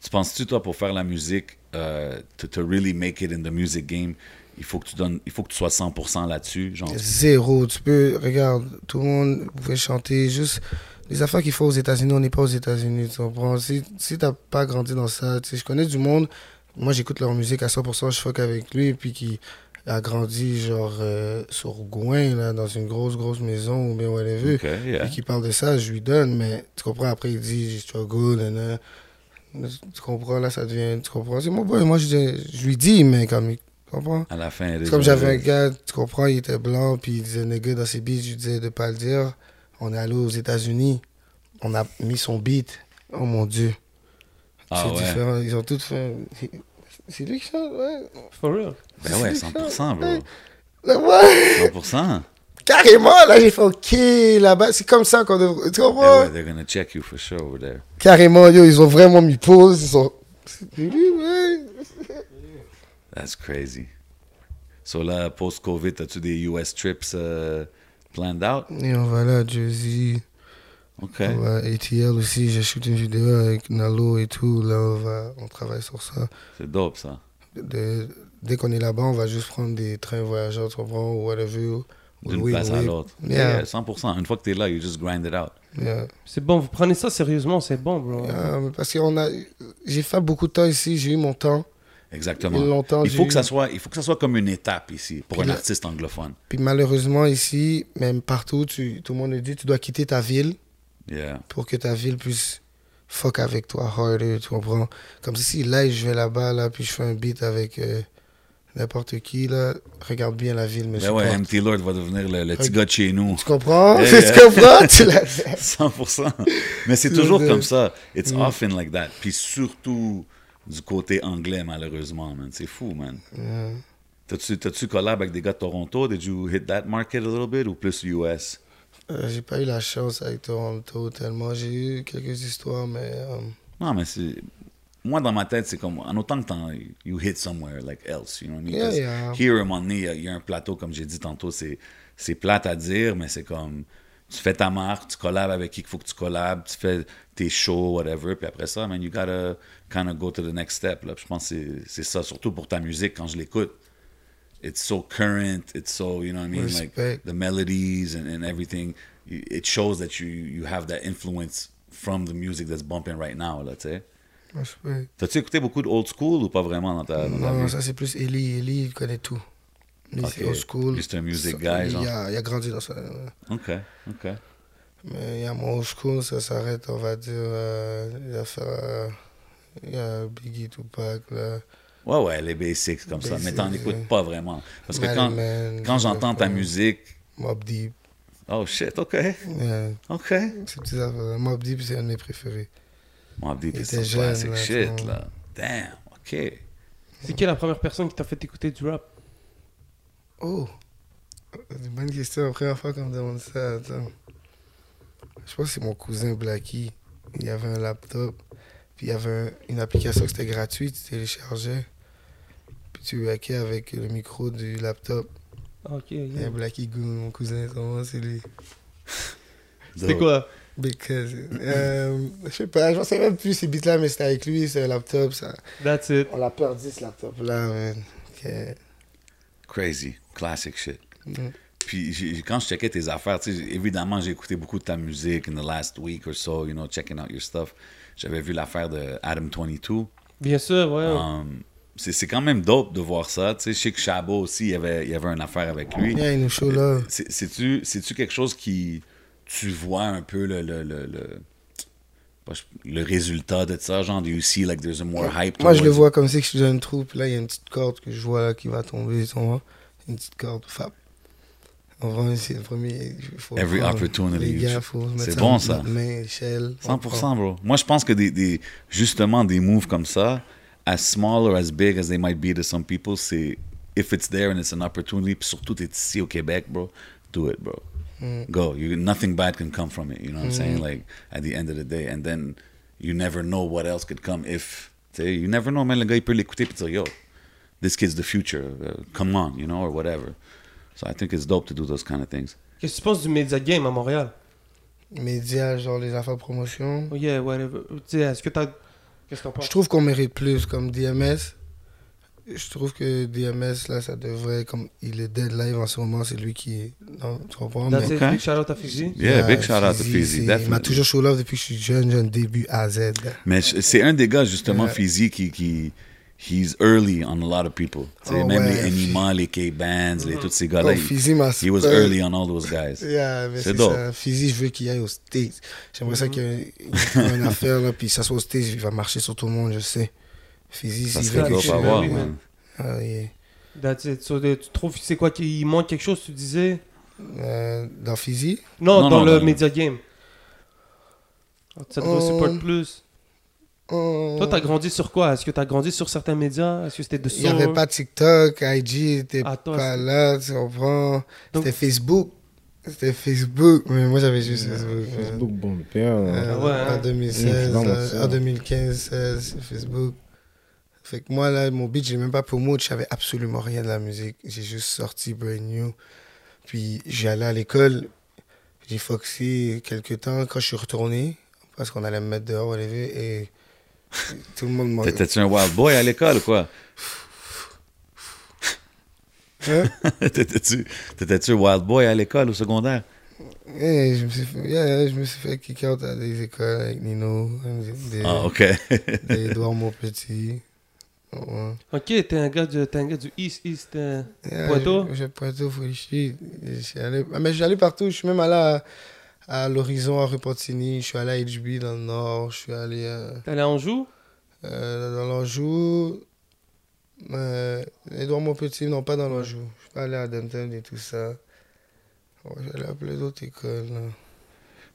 S2: Tu penses-tu, toi, pour faire la musique, euh, to, to really make it in the music game, il faut que tu donnes, il faut que tu sois 100% là-dessus, genre.
S4: Zéro. Tu peux, regarde, tout le monde pouvait chanter juste les affaires qu'il faut aux États-Unis. On n'est pas aux États-Unis, tu comprends? Si, si t'as pas grandi dans ça, tu sais, je connais du monde. Moi, j'écoute leur musique à 100%, je fuck avec lui, puis qui a grandi, genre, euh, sur Gouin, là, dans une grosse, grosse maison, ou bien whatever.
S2: Ok, yeah.
S4: Puis qui parle de ça, je lui donne, mais tu comprends, après, il dit, je struggle, nanana. Tu comprends, là, ça devient. Tu comprends? C'est mon boy, moi, je, je lui dis, mais comme, il comprend.
S2: À la fin, it is
S4: C'est comme
S2: what
S4: j'avais un
S2: it is.
S4: gars, tu comprends, il était blanc, puis il disait nigga dans ses beats, je lui disais de pas le dire. On est allé aux États-Unis, on a mis son beat. Oh mon dieu,
S2: Ah
S4: c'est
S2: ouais.
S4: différent. Ils ont tous fait. c'est- C'est lui qui chante, ouais.
S3: For real.
S2: Ben ouais, 100%, bro.
S4: Là, ouais.
S2: 100%.
S4: Carrément, là, j'ai fait OK, là-bas, c'est comme ça qu'on devrait. Tu
S2: Yeah,
S4: comprends?
S2: well, they're gonna check you for sure over there.
S4: Carrément, yo, ils ont vraiment mis pause. Ils sont. C'est lui, ouais.
S2: That's crazy. So là, post-COVID, as-tu des US trips euh, planned out?
S4: Et on va là, à Jersey.
S2: OK.
S4: On va à ATL aussi, j'ai shooté une vidéo avec Nalo et tout. Là, on, va, on travaille sur ça.
S2: C'est dope, ça.
S4: de- dès qu'on est là-bas, on va juste prendre des trains voyageurs, tu comprends, ou whatever.
S2: d'une
S4: Oui,
S2: place à
S4: oui.
S2: l'autre.
S4: Yeah.
S2: Yeah, 100%. Une fois que tu es là, you just grind it out.
S4: Yeah.
S3: C'est bon, vous prenez ça sérieusement, c'est bon, bro.
S4: Euh, parce que on a, j'ai fait beaucoup de temps ici, j'ai eu mon temps.
S2: Exactement.
S4: Et longtemps,
S2: il,
S4: j'ai
S2: faut que ça
S4: eu-
S2: soit, il faut que ça soit comme une étape ici pour
S4: Puis
S2: un
S4: là-
S2: artiste anglophone.
S4: Puis malheureusement ici, même partout, tu, tout le monde nous dit tu dois quitter ta ville
S2: Yeah.
S4: pour que ta ville puisse fuck avec toi harder, tu comprends? Comme si là, je vais là-bas, là, puis je fais un beat avec euh, n'importe qui, là, regarde bien la ville, mais
S2: Ben ouais, MT Lord va devenir le, le petit
S4: Ok.
S2: gars de chez nous.
S4: Tu comprends?
S2: Yeah, yeah.
S4: tu comprends? tu l'as-
S2: 100%. Mais c'est
S4: Tu
S2: toujours
S4: veux
S2: comme
S4: dire.
S2: ça. It's often like that. Puis surtout du côté anglais, malheureusement, man. C'est fou, man. T'as-tu, t'as-tu collab avec des gars de Toronto? Did you hit that market a little bit ou plus US?
S4: Euh, j'ai pas eu la chance avec Toronto tellement. J'ai eu quelques histoires, mais. euh,
S2: Non, mais c'est... Moi, dans ma tête, c'est comme... En autant que t'en- you hit somewhere like else, you know what I mean?
S4: Yeah,
S2: 'Cause
S4: yeah.
S2: Here, à un moment donné, il y a- il y, a un plateau, comme j'ai dit tantôt, c'est, c'est plate à dire, mais c'est comme... Tu fais ta marque, tu collabes avec qui qu'il faut que tu collabes, tu fais tes shows, whatever, puis après ça, man, you gotta kind of go to the next step. Là. Puis Je pense que c'est, c'est ça, surtout pour ta musique, quand je l'écoute. It's so current, it's so, you know what I mean? Like,
S4: Respect.
S2: the melodies and, and everything, you- it shows that you, you have that influence from the music that's bumping right now, là, tu sais.
S4: moi, je peux-
S2: T'as-tu écouté beaucoup de old school ou pas vraiment dans ta, dans ta
S4: Non,
S2: vie?
S4: ça c'est plus Eli. Eli, il connaît tout. Lui,
S2: Ok.
S4: c'est old school.
S2: Lui, c'est un music hein.
S4: Ça,
S2: guy,
S4: lui,
S2: genre.
S4: Il a, il a grandi dans ça. ouais.
S2: Ok, ok.
S4: Mais il y a mon old school, ça s'arrête, on va dire, euh, les affaires. euh, il y a Biggie Tupac, là.
S2: Ouais, ouais, les basics comme ça, mais t'en
S4: Basics,
S2: écoutes
S4: ouais.
S2: pas vraiment. Parce que quand,
S4: Marilyn,
S2: quand j'entends ta
S4: Tupac,
S2: musique,
S4: Mobb Deep.
S2: oh shit, ok,
S4: Yeah.
S2: ok.
S4: Ces petites affaires. Mobb Deep, c'est un de mes préférés.
S2: Mon dit,
S4: Il
S2: c'est some
S4: était jeune,
S2: classic
S4: là,
S2: shit,
S4: tu vois.
S2: là. Damn, ok.
S3: C'est qui la première personne qui t'a fait écouter du rap
S4: Oh! C'est une bonne question, la première fois qu'on me demande ça. Attends. Je pense que c'est mon cousin Blacky. Il avait un laptop, puis il y avait un- une application qui était gratuite, tu téléchargeais, puis tu hackais avec le micro du laptop.
S3: Ah, Ok,
S4: Il y
S3: yeah.
S4: a Blacky Goon, mon cousin, son nom, c'est lui.
S3: C'était quoi
S4: Because. Euh, je sais pas, je ne sais même plus ces beats-là, mais c'était avec lui, c'est un laptop. Ça.
S3: That's it.
S4: On l'a perdu, ce laptop-là, man. Que-
S2: Crazy, classic shit.
S4: Mm.
S2: Puis j'ai- j'ai- quand je checkais tes affaires, tu sais, évidemment, j'ai écouté beaucoup de ta musique in the last week or so, you know, checking out your stuff. J'avais vu l'affaire de Adam 22.
S3: Bien sûr, ouais.
S4: Ah.
S2: Um, c'est c'est quand même dope de voir ça. Tu sais, je sais que Chabot aussi, il y avait, il y avait une affaire avec lui.
S4: Yeah, il nous show là.
S2: C'est- C'est-tu c'est-tu quelque chose qui. Tu vois un peu le. le, le, le pas- le résultat de ça, genre, do you see like there's a more hype?
S4: Moi, je le
S2: towards-
S4: vois comme si je suis dans une troupe. Là, il y a une petite corde que je vois là qui va tomber. tu vois. Une petite corde, fab. En vrai, c'est le premier. faut
S2: Every
S4: prendre.
S2: opportunity.
S4: Les gars, faut mettre
S2: C'est
S4: ça
S2: bon,
S4: en
S2: ça.
S4: petite Main, échelle, on
S2: 100%, bro. Moi, je pense que des, des- justement des moves comme ça, as small or as big as they might be to some people, c'est if it's there and it's an opportunity, puis surtout t'es ici au Québec, bro, do it, bro. Go. You, nothing bad can come from it. You know what I'm saying? Like at the end of the day, and then you never know what else could come if. tu sais, You never know, man. Le gars, il peut l'écouter puis dire, yo, this kid's the future. uh, come on, you know, or whatever. So I think it's dope to do those kind of things.
S3: Qu'est-ce que tu penses du Media Game à Montréal
S4: prend. Médias, genre les affaires promotion.
S3: Oh yeah, whatever. Tu sais, est-ce que t'as. Qu'est-ce que t'en penses
S4: Je trouve qu'on mérite plus comme DMS. Je trouve que DMS, là, ça devrait. Comme il est dead live en ce moment, c'est lui qui est. Non, tu comprends?
S3: That's
S4: mais-
S3: it.
S2: Ok.
S3: Big shout out à Fiji.
S2: Yeah,
S4: Ah,
S2: big shout out to
S4: Fizzy,
S2: Fizzy,
S4: c'est- Il m'a
S2: definitely.
S4: toujours show love depuis que je suis jeune, jeune, début à Z.
S2: Mais je- c'est un des gars, justement,
S4: Ouais.
S2: physique qui, qui. He's early on a lot of people. Tu sais,
S4: Oh,
S2: même
S4: ouais.
S2: les Anima, les K-Bands, les tous ces
S4: Oh,
S2: gars-là. he-
S4: Fizzy m'a.
S2: he was
S4: spell.
S2: early on all those guys.
S4: Yeah, mais
S2: C'est
S4: c'est
S2: dope. Mm-hmm.
S4: ça. Physique, je veux qu'il aille aux States. J'aimerais ça qu'il y ait une affaire, là, puis ça soit aux States, il va marcher sur tout le monde, je sais. Physique,
S2: Ça
S4: il
S2: serait
S4: veut
S2: dope
S4: quelque
S3: chez
S2: à
S3: lui,
S4: chose.
S2: voir,
S3: oui,
S2: man.
S3: man.
S4: Ah, yeah.
S3: That's it. So, de- tu trouves, c'est quoi qu'il manque quelque chose, tu disais
S4: Euh, dans Physique,
S3: Non,
S2: Non,
S3: dans
S2: non,
S3: le
S2: dans-
S3: Media Game. Ça te doit
S4: Euh,
S3: support plus.
S4: on-
S3: Toi, t'as grandi sur quoi Est-ce que t'as grandi sur certains médias Est-ce que c'était de
S4: il n'y avait
S3: source
S4: pas TikTok, IG, était
S3: Ah, toi,
S4: pas
S3: c'est-
S4: là, tu comprends.
S3: Donc-
S4: C'était Facebook. C'était Facebook, mais moi j'avais juste Facebook. euh,
S5: Facebook, bon père.
S4: Euh,
S3: Ah ouais, hein.
S4: en 2016,
S5: Non,
S4: euh,
S5: c'est ça.
S4: en 2015, 16, sur euh, Facebook. Fait que moi, là, mon beat, j'ai même pas promote, je savais absolument rien de la musique. J'ai juste sorti Brand New. Puis j'allais à l'école, j'ai foxé quelques temps quand je suis retourné, parce qu'on allait me mettre dehors, whatever, et tout le monde m'a.
S2: T'étais-tu un wild boy à l'école ou quoi?
S4: Hein?
S2: T'étais-tu t'étais-tu Wild Boy à l'école, au secondaire?
S4: Eh, je me suis fait, yeah, je me suis fait kick out à des écoles avec Nino, des,
S2: Ah, OK.
S4: des Edouard Montpetit. Ouais.
S3: Ok, t'es un gars du, t'es un gars du East, East. euh,
S4: Yeah,
S3: Poitou?
S4: je- je- Poitou, Fouchy. Je suis allé- ah, mais je suis allé partout. Je suis même allé à, à l'Horizon, à Repentigny. Je suis allé à HB dans le Nord. Je suis allé euh,
S3: T'es allé à Anjou
S4: euh, dans l'Anjou. Euh, Edouard Montpetit, non, pas dans l'Anjou. Je suis pas allé à Denton et tout ça. Ouais, je suis allé à plein d'autres écoles. là.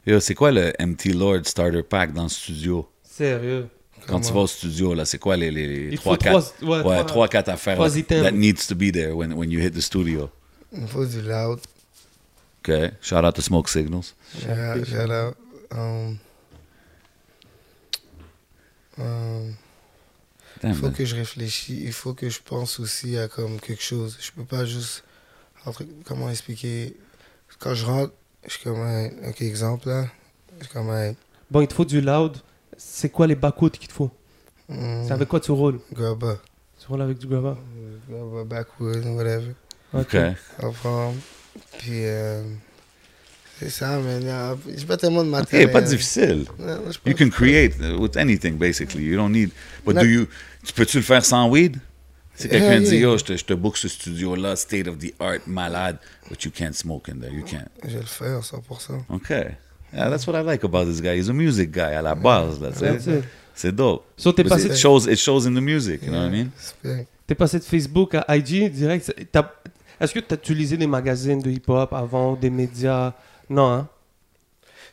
S2: Yo, c'est quoi le MT Lord Starter Pack dans le studio?
S3: Sérieux.
S2: Quand tu vas au studio, là, c'est quoi les, les,
S3: Il te
S2: 3,
S3: faut
S2: 4,
S3: trois- ouais, trois-
S2: affaires
S3: trois
S2: là,
S3: items.
S2: that needs to be there when, when you hit the studio?
S4: Il me faut du loud.
S2: OK. Shout out to Smoke Signals.
S4: Yeah, shout out. Um, um,
S2: Damn,
S4: il faut
S2: man.
S4: que je réfléchisse, il faut que je pense aussi à comme quelque chose. Je peux pas juste. un truc- Comment expliquer Quand je rentre, je suis comme un. Ok, exemple là. Je suis comme un.
S3: Bon, il te faut du loud. C'est quoi les backwoods qu'il te faut
S4: mm,
S3: C'est avec quoi tu roules
S4: Gaba.
S3: Tu roules avec du grava.
S4: Gaba, backwood, whatever.
S2: OK.
S4: Enfin. Puis. euh, c'est ça, mais il y a- j'ai pas tellement de matériel.
S2: OK, pas difficile.
S4: Non, je
S2: You
S4: pense-
S2: can create uh, with anything, basically. You don't need... But
S4: Non.
S2: do you... Tu peux-tu le faire sans weed? Si quelqu'un
S4: Yeah,
S2: dit,
S4: yeah.
S2: yo, je te, je te book ce studio-là, state of the art, malade, but you can't smoke in there. You can't.
S4: Je vais le faire 100%.
S2: OK. Yeah, that's what I like about this guy. He's a music guy à la base, là, tu sais.
S3: That's it.
S2: C'est dope.
S3: So, t'es
S2: Because
S3: passé,
S2: it shows, it shows in the music, you know what I mean?
S4: Respect.
S3: t'es passé de Facebook à IG direct. c'est- t'as- Est-ce que t'as utilisé des magazines de hip-hop avant, des médias Non, hein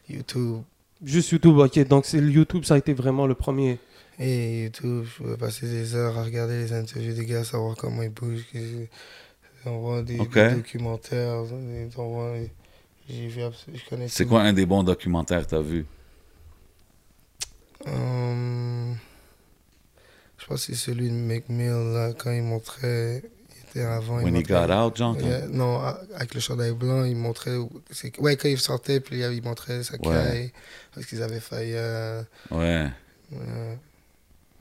S4: YouTube.
S3: Juste YouTube, ok. Donc, c'est le YouTube, ça a été vraiment le premier.
S4: Et YouTube, je pouvais passer des heures à regarder les interviews des gars, savoir comment ils bougent. qu'est-ce que- On voit des,
S2: Ok.
S4: des documentaires. on- on voit- J'ai vu, abs- je connais
S2: C'est
S4: tout.
S2: quoi un des bons documentaires que t'as vu?
S4: Hum, je pense que c'est celui de McMill, là, quand il montrait. Il était avant. il
S2: When he
S4: montrait-
S2: got out, genre? comme-
S4: Ouais, non, a- avec le chandail blanc, il montrait. où- c'est- Ouais, quand il sortait, puis il montrait sa
S2: Ouais.
S4: caille. Parce qu'ils avaient failli. euh,
S2: Ouais.
S4: euh,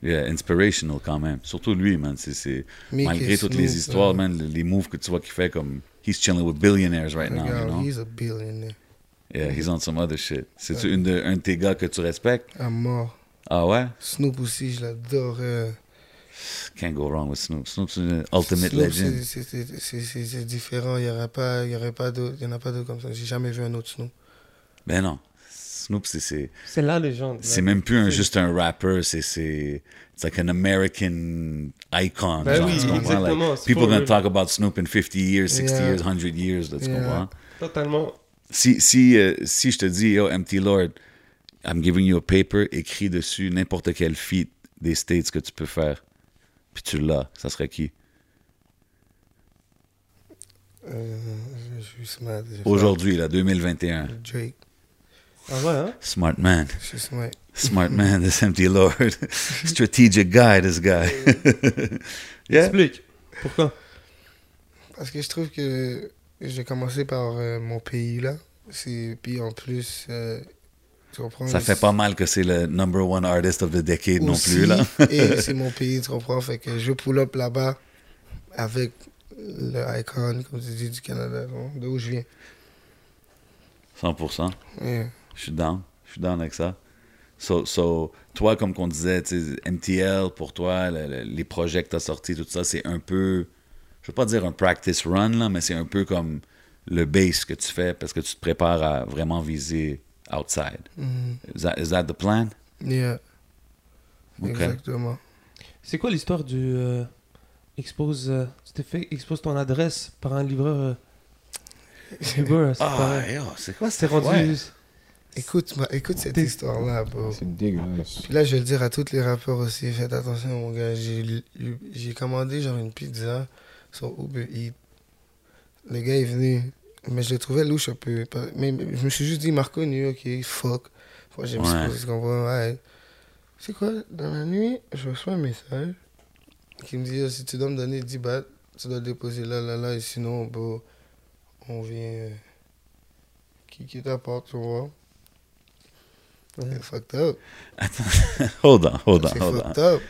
S2: Yeah, inspirational quand même. Surtout lui, man. C'est, c'est...
S4: Mickey
S2: Malgré toutes
S4: Snoop,
S2: les histoires,
S4: euh,
S2: man, les- les moves que tu vois qu'il fait comme... He's chilling with billionaires right now, you
S4: regarde,
S2: know?
S4: he's a billionaire.
S2: Yeah, he's on some other shit. C'est-tu une de, un de tes gars que tu respectes?
S4: À mort.
S2: Ah ouais?
S4: Snoop aussi, je l'adorais.
S2: Can't go wrong with Snoop. Snoop, c'est une ultimate
S4: Snoop,
S2: legend.
S4: c'est- c'est- c'est- c'est- C'est c'est différent, il n'y aurait pas, il y aurait pas d'autres, il y en a pas d'autres comme ça. J'ai jamais vu un autre Snoop.
S2: Ben non. Snoop, c'est... c'est...
S3: C'est la légende. là.
S2: C'est même plus un, juste un rapper, c'est c'est it's like an American icon.
S3: Ben
S2: genre,
S3: oui,
S2: tu comprends?
S3: exactement,
S2: Like,
S3: c'est
S2: people
S3: pas
S2: gonna
S3: le-
S2: talk about Snoop in 50 years, 60
S4: Yeah.
S2: years, 100 years, là, tu
S4: Yeah.
S2: comprends?
S3: Totalement.
S2: Si si euh, si je te dis yo MT Lord, I'm giving you a paper, écris dessus n'importe quel feat des states que tu peux faire, puis tu l'as, ça serait qui?
S4: Euh, je- je suis smart. je-
S2: Aujourd'hui là, 2021.
S4: Drake,
S3: Ah ouais, hein
S2: Smart man,
S4: je suis smart.
S2: smart man, this MT Lord, strategic guy, this guy. yeah.
S3: Explique. Pourquoi
S4: Parce que je trouve que je vais commencer par euh, mon pays là. C'est- Puis en plus, euh, tu comprends.
S2: Ça fait pas mal que c'est le number one artist of the decade non
S4: aussi,
S2: plus, là.
S4: et c'est mon pays, tu comprends. Fait que je pull up là-bas avec le icon, comme tu dis, du Canada, non, d'où je viens.
S2: 100%.
S4: Yeah.
S2: Je suis down. Je suis down avec ça. So, so, toi, comme qu'on disait, tu sais, MTL, pour toi, le- le- les projets que t'as sortis, tout ça, c'est un peu... Je veux pas dire un practice run, là, mais c'est un peu comme le base que tu fais parce que tu te prépares à vraiment viser outside.
S4: Mhm.
S2: Is that, is that the plan?
S4: Yeah.
S2: Ok.
S4: Exactement.
S3: C'est quoi l'histoire du. euh, expose. euh, tu t'es fait expose ton adresse par un livreur. euh, Uber, c'est
S2: Ah,
S3: pareil.
S2: yo, c'est quoi?
S3: C'est
S2: C'est
S3: rendu.
S4: Écoute, ma- écoute cette
S3: T'es-
S4: histoire-là, bro.
S5: C'est dégueulasse.
S4: Puis là, je vais le dire à tous les rappeurs aussi. Faites attention, mon gars. J'ai lu- j'ai commandé genre une pizza sur Uber Eats. Le gars est venu, mais je le trouvais louche un peu. Pas- Mais mais je me suis juste dit, Marco, nu, ok, fuck. Moi, j'ai me suis
S2: Ouais.
S4: posé, tu comprends, ouais. C'est quoi, dans la nuit, je reçois un message qui me dit, oh, si tu dois me donner 10 bahts, tu dois le déposer là, là, là, et sinon, bro, on vient. euh, Qui, qui t'apporte, tu vois?
S3: Ouais.
S4: C'est fucked up.
S2: Hold on, hold
S4: C'est
S2: on, hold on.
S4: fucked up.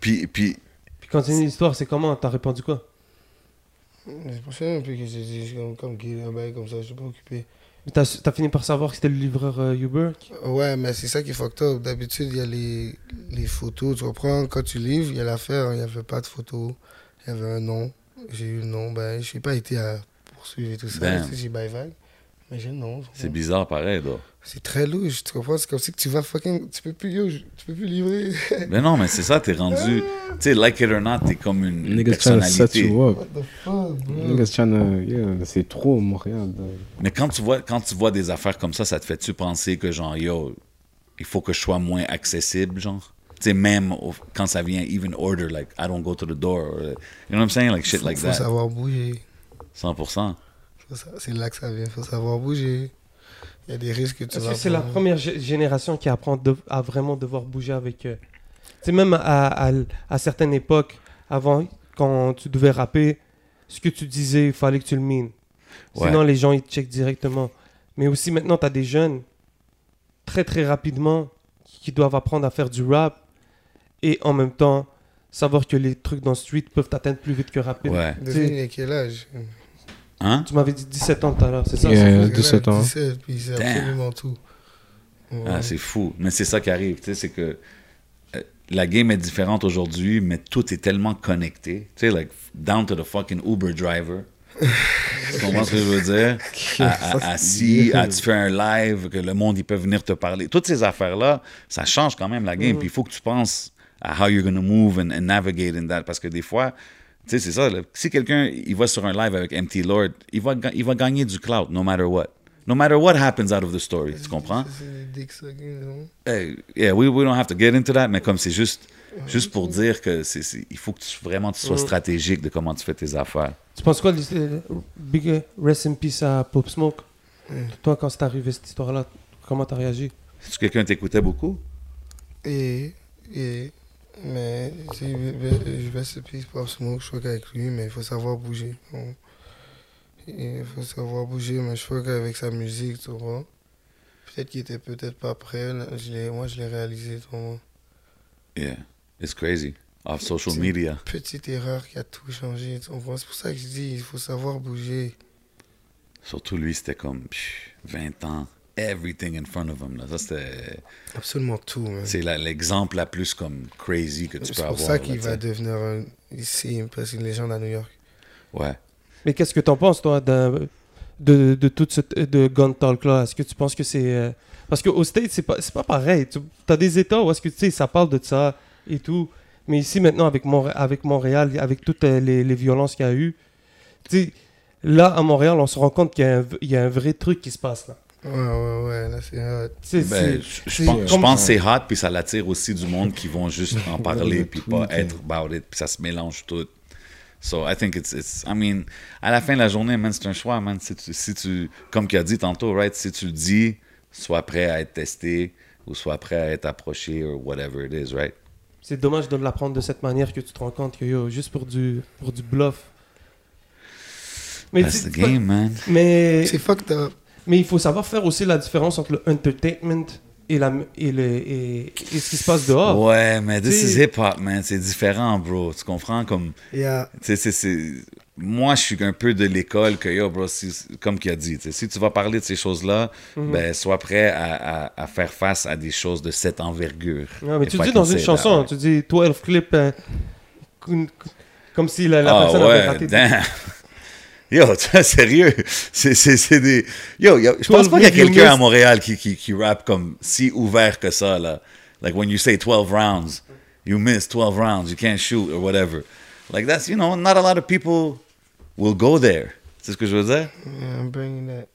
S2: Puis, puis
S3: Puis continue l'histoire, c'est comment T'as répondu quoi
S4: C'est pour ça même plus que j'ai dit, comme, comme qu'il y a un bail comme ça, je suis pas occupé.
S3: Mais T'as t'as fini par savoir que c'était le livreur euh, Uber qui-
S4: Ouais, mais c'est ça qui est fucked up. D'habitude, il y a les, les photos, tu comprends? Quand tu livres, il y a l'affaire, il n'y avait pas de photos, il y avait un nom. J'ai eu le nom, ben, je n'ai pas été à poursuivre et tout ça.
S2: Damn.
S4: Tu sais, J'ai bye vague, mais j'ai le nom. tu
S2: C'est
S4: comprends?
S2: bizarre pareil, là.
S4: C'est très louche, tu comprends? C'est comme si que tu vas fucking. Tu peux plus, yo, je- tu peux plus livrer.
S2: Mais non, mais c'est ça, t'es rendu. Tu sais, like it or not, t'es comme une
S5: Niggas trying to set
S2: personnalité.
S5: you up.
S4: What the fuck, bro?
S5: Mm. Niggas trying to. Yeah, c'est trop Montréal. dog.
S2: Mais quand tu, vois, quand tu vois des affaires comme ça, ça te fait-tu penser que, genre, yo, il faut que je sois moins accessible, genre? Tu sais, même au- quand ça vient, even order, like, I don't go to the door. or, you know what I'm saying? Like, shit like
S4: faut
S2: that.
S4: savoir bouger.
S2: 100%.
S4: Faut sa- C'est là que ça vient, faut savoir bouger. Il y a des risques que tu
S3: Est-ce
S4: vas
S3: que c'est la
S4: prendre.
S3: première gé- génération qui apprend de- à vraiment devoir bouger avec eux Tu sais, même à, à, à certaines époques, avant, quand tu devais rapper, ce que tu disais, il fallait que tu le mines.
S2: Ouais.
S3: Sinon, les gens, ils te checkent directement. Mais aussi, maintenant, tu as des jeunes, très, très rapidement, qui qui doivent apprendre à faire du rap et en même temps, savoir que les trucs dans le street peuvent t'atteindre plus vite que rapide.
S2: Ouais.
S4: Devine, il y a quel âge?
S2: Hein?
S3: Tu m'avais dit 17 ans tout à l'heure, c'est ça
S5: Yeah.
S3: c'est-
S5: Euh,
S4: Parce que là,
S5: 17 ans.
S4: 17, puis c'est
S2: Damn.
S4: absolument tout.
S2: Ah, c'est fou. Mais c'est ça qui arrive, tu sais, c'est que euh, la game est différente aujourd'hui, mais tout est tellement connecté. Tu sais, like, down to the fucking Uber driver. tu comprends ce que je veux dire? À, à- à si, à tu fais un live, que le monde, il peut venir te parler. Toutes ces affaires-là, ça change quand même la game. Puis il faut que tu penses à how you're going to move and, and navigate in that. Parce que des fois, tu sais, c'est ça. là. Si quelqu'un, il va sur un live avec MT Lord, il va, ga- il va gagner du clout, no matter what. No matter what happens out of the story, tu comprends?
S4: Ça, C'est des dicks sucking, non?
S2: Hey, yeah, we, we don't have to get into that, mais comme c'est juste, juste pour dire que c'est, c'est- il faut que tu, vraiment tu
S4: Mm.
S2: sois stratégique de comment tu fais tes affaires.
S3: Tu penses quoi de euh, Big euh, Rest in Peace à Pop Smoke Toi, quand c'est arrivé cette histoire-là, comment t'as réagi
S2: Est-ce que quelqu'un t'écoutait beaucoup?
S4: Et, et, mais tu sais, je vais se pisse pour smoke, je suis avec lui, mais il faut savoir bouger. bon. Il faut savoir bouger, mais je crois qu'avec sa musique, tu vois. Peut-être qu'il était peut-être pas prêt, là, je l'ai- moi je l'ai réalisé, tu vois.
S2: Yeah, it's crazy. Off social
S4: C'est-
S2: media.
S4: Petite erreur qui a tout changé, tu comprends. C'est pour ça que je dis, il faut savoir bouger.
S2: Surtout lui, c'était comme pff, 20 ans, everything in front of him. Là. Ça, c'était,
S4: Absolument tout, man.
S2: c'est la- l'exemple la plus comme crazy que tu peux
S4: Euh, C'est
S2: avoir.
S4: pour ça
S2: là,
S4: qu'il
S2: tu
S4: va
S2: sais.
S4: devenir un, ici, parce qu'il est légende à New York.
S2: Ouais.
S3: Mais qu'est-ce que t'en penses, toi, d'un- de, de toute cette de gun talk-là Est-ce que tu penses que c'est. euh, Parce qu'au States, c'est pas, c'est pas pareil. Tu as des États où est-ce que tu sais, ça parle de ça et tout. Mais ici, maintenant, avec, Monré- avec Montréal, avec toutes euh, les, les violences qu'il y a eu, tu sais, là, à Montréal, on se rend compte qu'il y, a un v- il y a un vrai truc qui se passe là.
S4: Ouais, ouais, ouais, là c'est hot.
S3: Tu sais,
S2: Ben,
S3: c'est-
S2: je- je,
S3: c'est
S2: pense, je
S3: comme-
S2: pense que c'est hot, puis ça l'attire aussi du monde qui vont juste en parler, puis pas
S5: tweet,
S2: être about it, puis ça se mélange tout. So I think it's, it's I mean, à la fin de la journée, man, c'est un choix, man. Si tu, si tu, comme tu as dit tantôt, right, si tu le dis, sois prêt à être testé ou sois prêt à être approché ou whatever it is, right?
S3: C'est dommage de l'apprendre de cette manière que tu te rends compte que yo, juste pour du, pour du bluff. Mais,
S2: That's
S3: tu-
S2: the game, man.
S3: mais,
S4: C'est fucked up.
S3: mais il faut savoir faire aussi la différence entre le entertainment et, la, et, le, et, et ce qui se passe dehors.
S2: Ouais, mais this
S3: Oh. tu-
S2: is hip hop, man. C'est différent, bro. Tu comprends? Comme,
S4: Yeah.
S2: Tu sais, c'est- c'est- Moi, je suis un peu de l'école que, yo, bro, si- comme qu'il a dit, tu sais, si tu vas parler de ces choses-là,
S3: Mhm.
S2: ben, sois prêt à, à- à faire face à des choses de cette envergure.
S3: Non, mais
S2: If
S3: tu
S2: I
S3: dis
S2: can
S3: dans une
S2: say
S3: chanson,
S2: that.
S3: tu dis 12 clips, euh, qu'une- comme si la, la
S2: ah
S3: personne avait raté.
S2: ouais, damn. Yo, tu vois, sérieux, c'est c'est- c'est des... Yo, y a- je
S3: Twelve
S2: pense pas qu'il y a
S3: review
S2: quelqu'un à
S3: list.
S2: Montréal qui, qui, qui rappe comme si ouvert que ça, là. Like, when you say 12 rounds, you miss 12 rounds, you can't shoot, or whatever. Like, that's, you know, not a lot of people will go there. C'est ce que je veux dire?
S4: Yeah, I'm bringing that.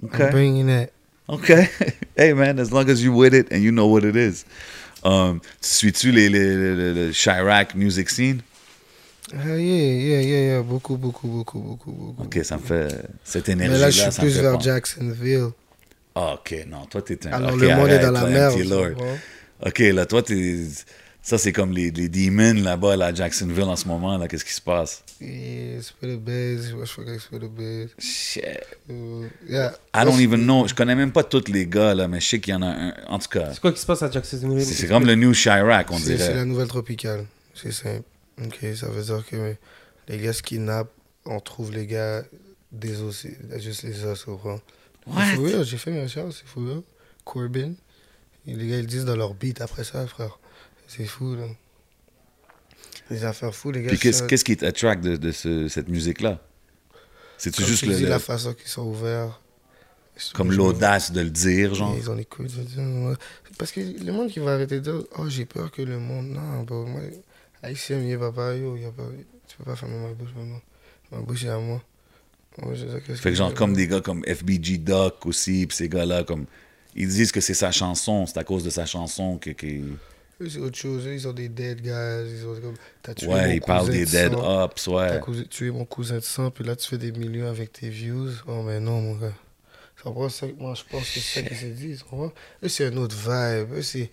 S4: I'm
S2: Okay.
S4: bringing that.
S2: Okay. hey man, as long as you with it and you know what it is. Um, tu suis-tu les, les, les, les- les Chirac music scene?
S4: Ah, yeah, yeah, yeah, yeah. Beaucoup, beaucoup, beaucoup, beaucoup, beaucoup.
S2: Ok, ça me fait cette
S4: Mais
S2: énergie
S4: là, je suis
S2: ça me
S4: plus
S2: fait
S4: vers
S2: penser.
S4: Jacksonville.
S2: Ah, ok, non, toi t'es un.
S4: Alors,
S2: ok,
S4: Ah, le monde est
S2: arrête,
S4: dans la
S2: là,
S4: merde.
S2: MT
S4: tu
S2: Lord.
S4: comprends?
S2: Ok, là, toi t'es. Ça c'est comme les, les demons là-bas là, à Jacksonville en ce moment là. Qu'est-ce qui se passe?
S4: Yeah, c'est pas le best. Je crois que c'est pas le best.
S2: Shit.
S4: Euh, Yeah.
S2: I don't even know. Je connais même pas tous les gars là, mais je sais qu'il y en a un. En tout cas,
S3: C'est quoi qui se passe à Jacksonville
S2: c'est c'est comme le new Chirac, on
S4: C'est c'est
S2: dirait.
S4: la nouvelle tropicale. C'est simple. Ok, ça veut dire que les gars se kidnappent, on trouve les gars des os, juste les os, tu comprends?
S2: What?
S4: C'est real, j'ai fait mes recherches, c'est fou, real. Corbin. Et les gars, ils le disent dans leur beat après ça, frère. C'est fou, là. Des affaires fous, les gars.
S2: Puis qu'est-ce
S4: ça-
S2: qu'est-ce qui t'attracte de, de ce- cette musique-là? C'est-tu
S4: comme
S2: juste
S4: tu
S2: le-
S4: dis,
S2: le-
S4: la façon qu'ils sont ouverts. Je-
S2: comme
S4: je-
S2: l'audace de le dire, genre?
S4: Ils ont les couilles de dire, ouais. Parce que le monde qui va arrêter de dire, oh, j'ai peur que le monde. Non, bah, moi, Haïtien, il papa, yo, y a pas... tu peux pas fermer ma bouche, maman. Ma bouche est à moi. Moi, je sais qu'est-ce
S2: Fait que genre
S4: je-
S2: comme des gars comme FBG Doc aussi, puis ces gars-là, comme ils disent que c'est sa chanson, c'est à cause de sa chanson que... que-
S4: Eux, c'est autre chose. Eux, ils ont des dead guys. Ils ont comme. T'as tué mon
S2: Ouais, ils parlent
S4: cousin
S2: des
S4: de
S2: dead
S4: sang.
S2: ups,
S4: T'as
S2: ouais.
S4: cou- tué mon cousin de sang, puis là, tu fais des millions avec tes views. Oh, mais non, mon gars. Ça prend ça. Moi, je pense que c'est ça qu'ils se disent. tu comprends? Eux, c'est un autre vibe. Eux, c'est.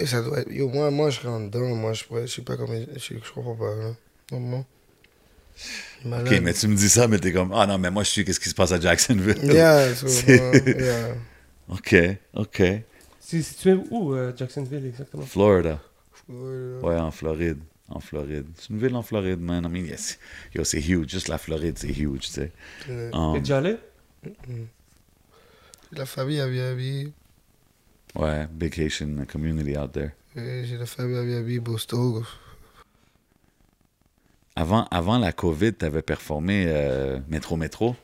S4: eux, ça doit être. Yo, moi, moi, je rentre dedans. Moi, je, je sais pas comment. Je, je comprends pas, là. Non, non.
S2: Ok, mais tu me dis ça, mais t'es comme, ah non, mais moi je suis, qu'est-ce qui se passe à Jacksonville?
S4: Yeah, tu
S2: C'est-
S4: comprends? Yeah.
S2: Ok, ok.
S3: Si, si tu es où, euh, Jacksonville, exactement
S2: Florida.
S4: Ouais,
S2: Ouais, en Floride. En Floride. C'est une ville en Floride, man. I mean, yes. Yo, c'est huge. Juste la Floride, c'est huge, tu sais.
S4: ouais.
S3: T'es
S2: Um,
S3: déjà allé
S4: La famille a bien habillé.
S2: ouais, big Haitian community out there.
S4: Euh, J'ai la famille a bien habillé. Boston.
S2: Avant, avant la COVID, t'avais performé euh, Metro Metro.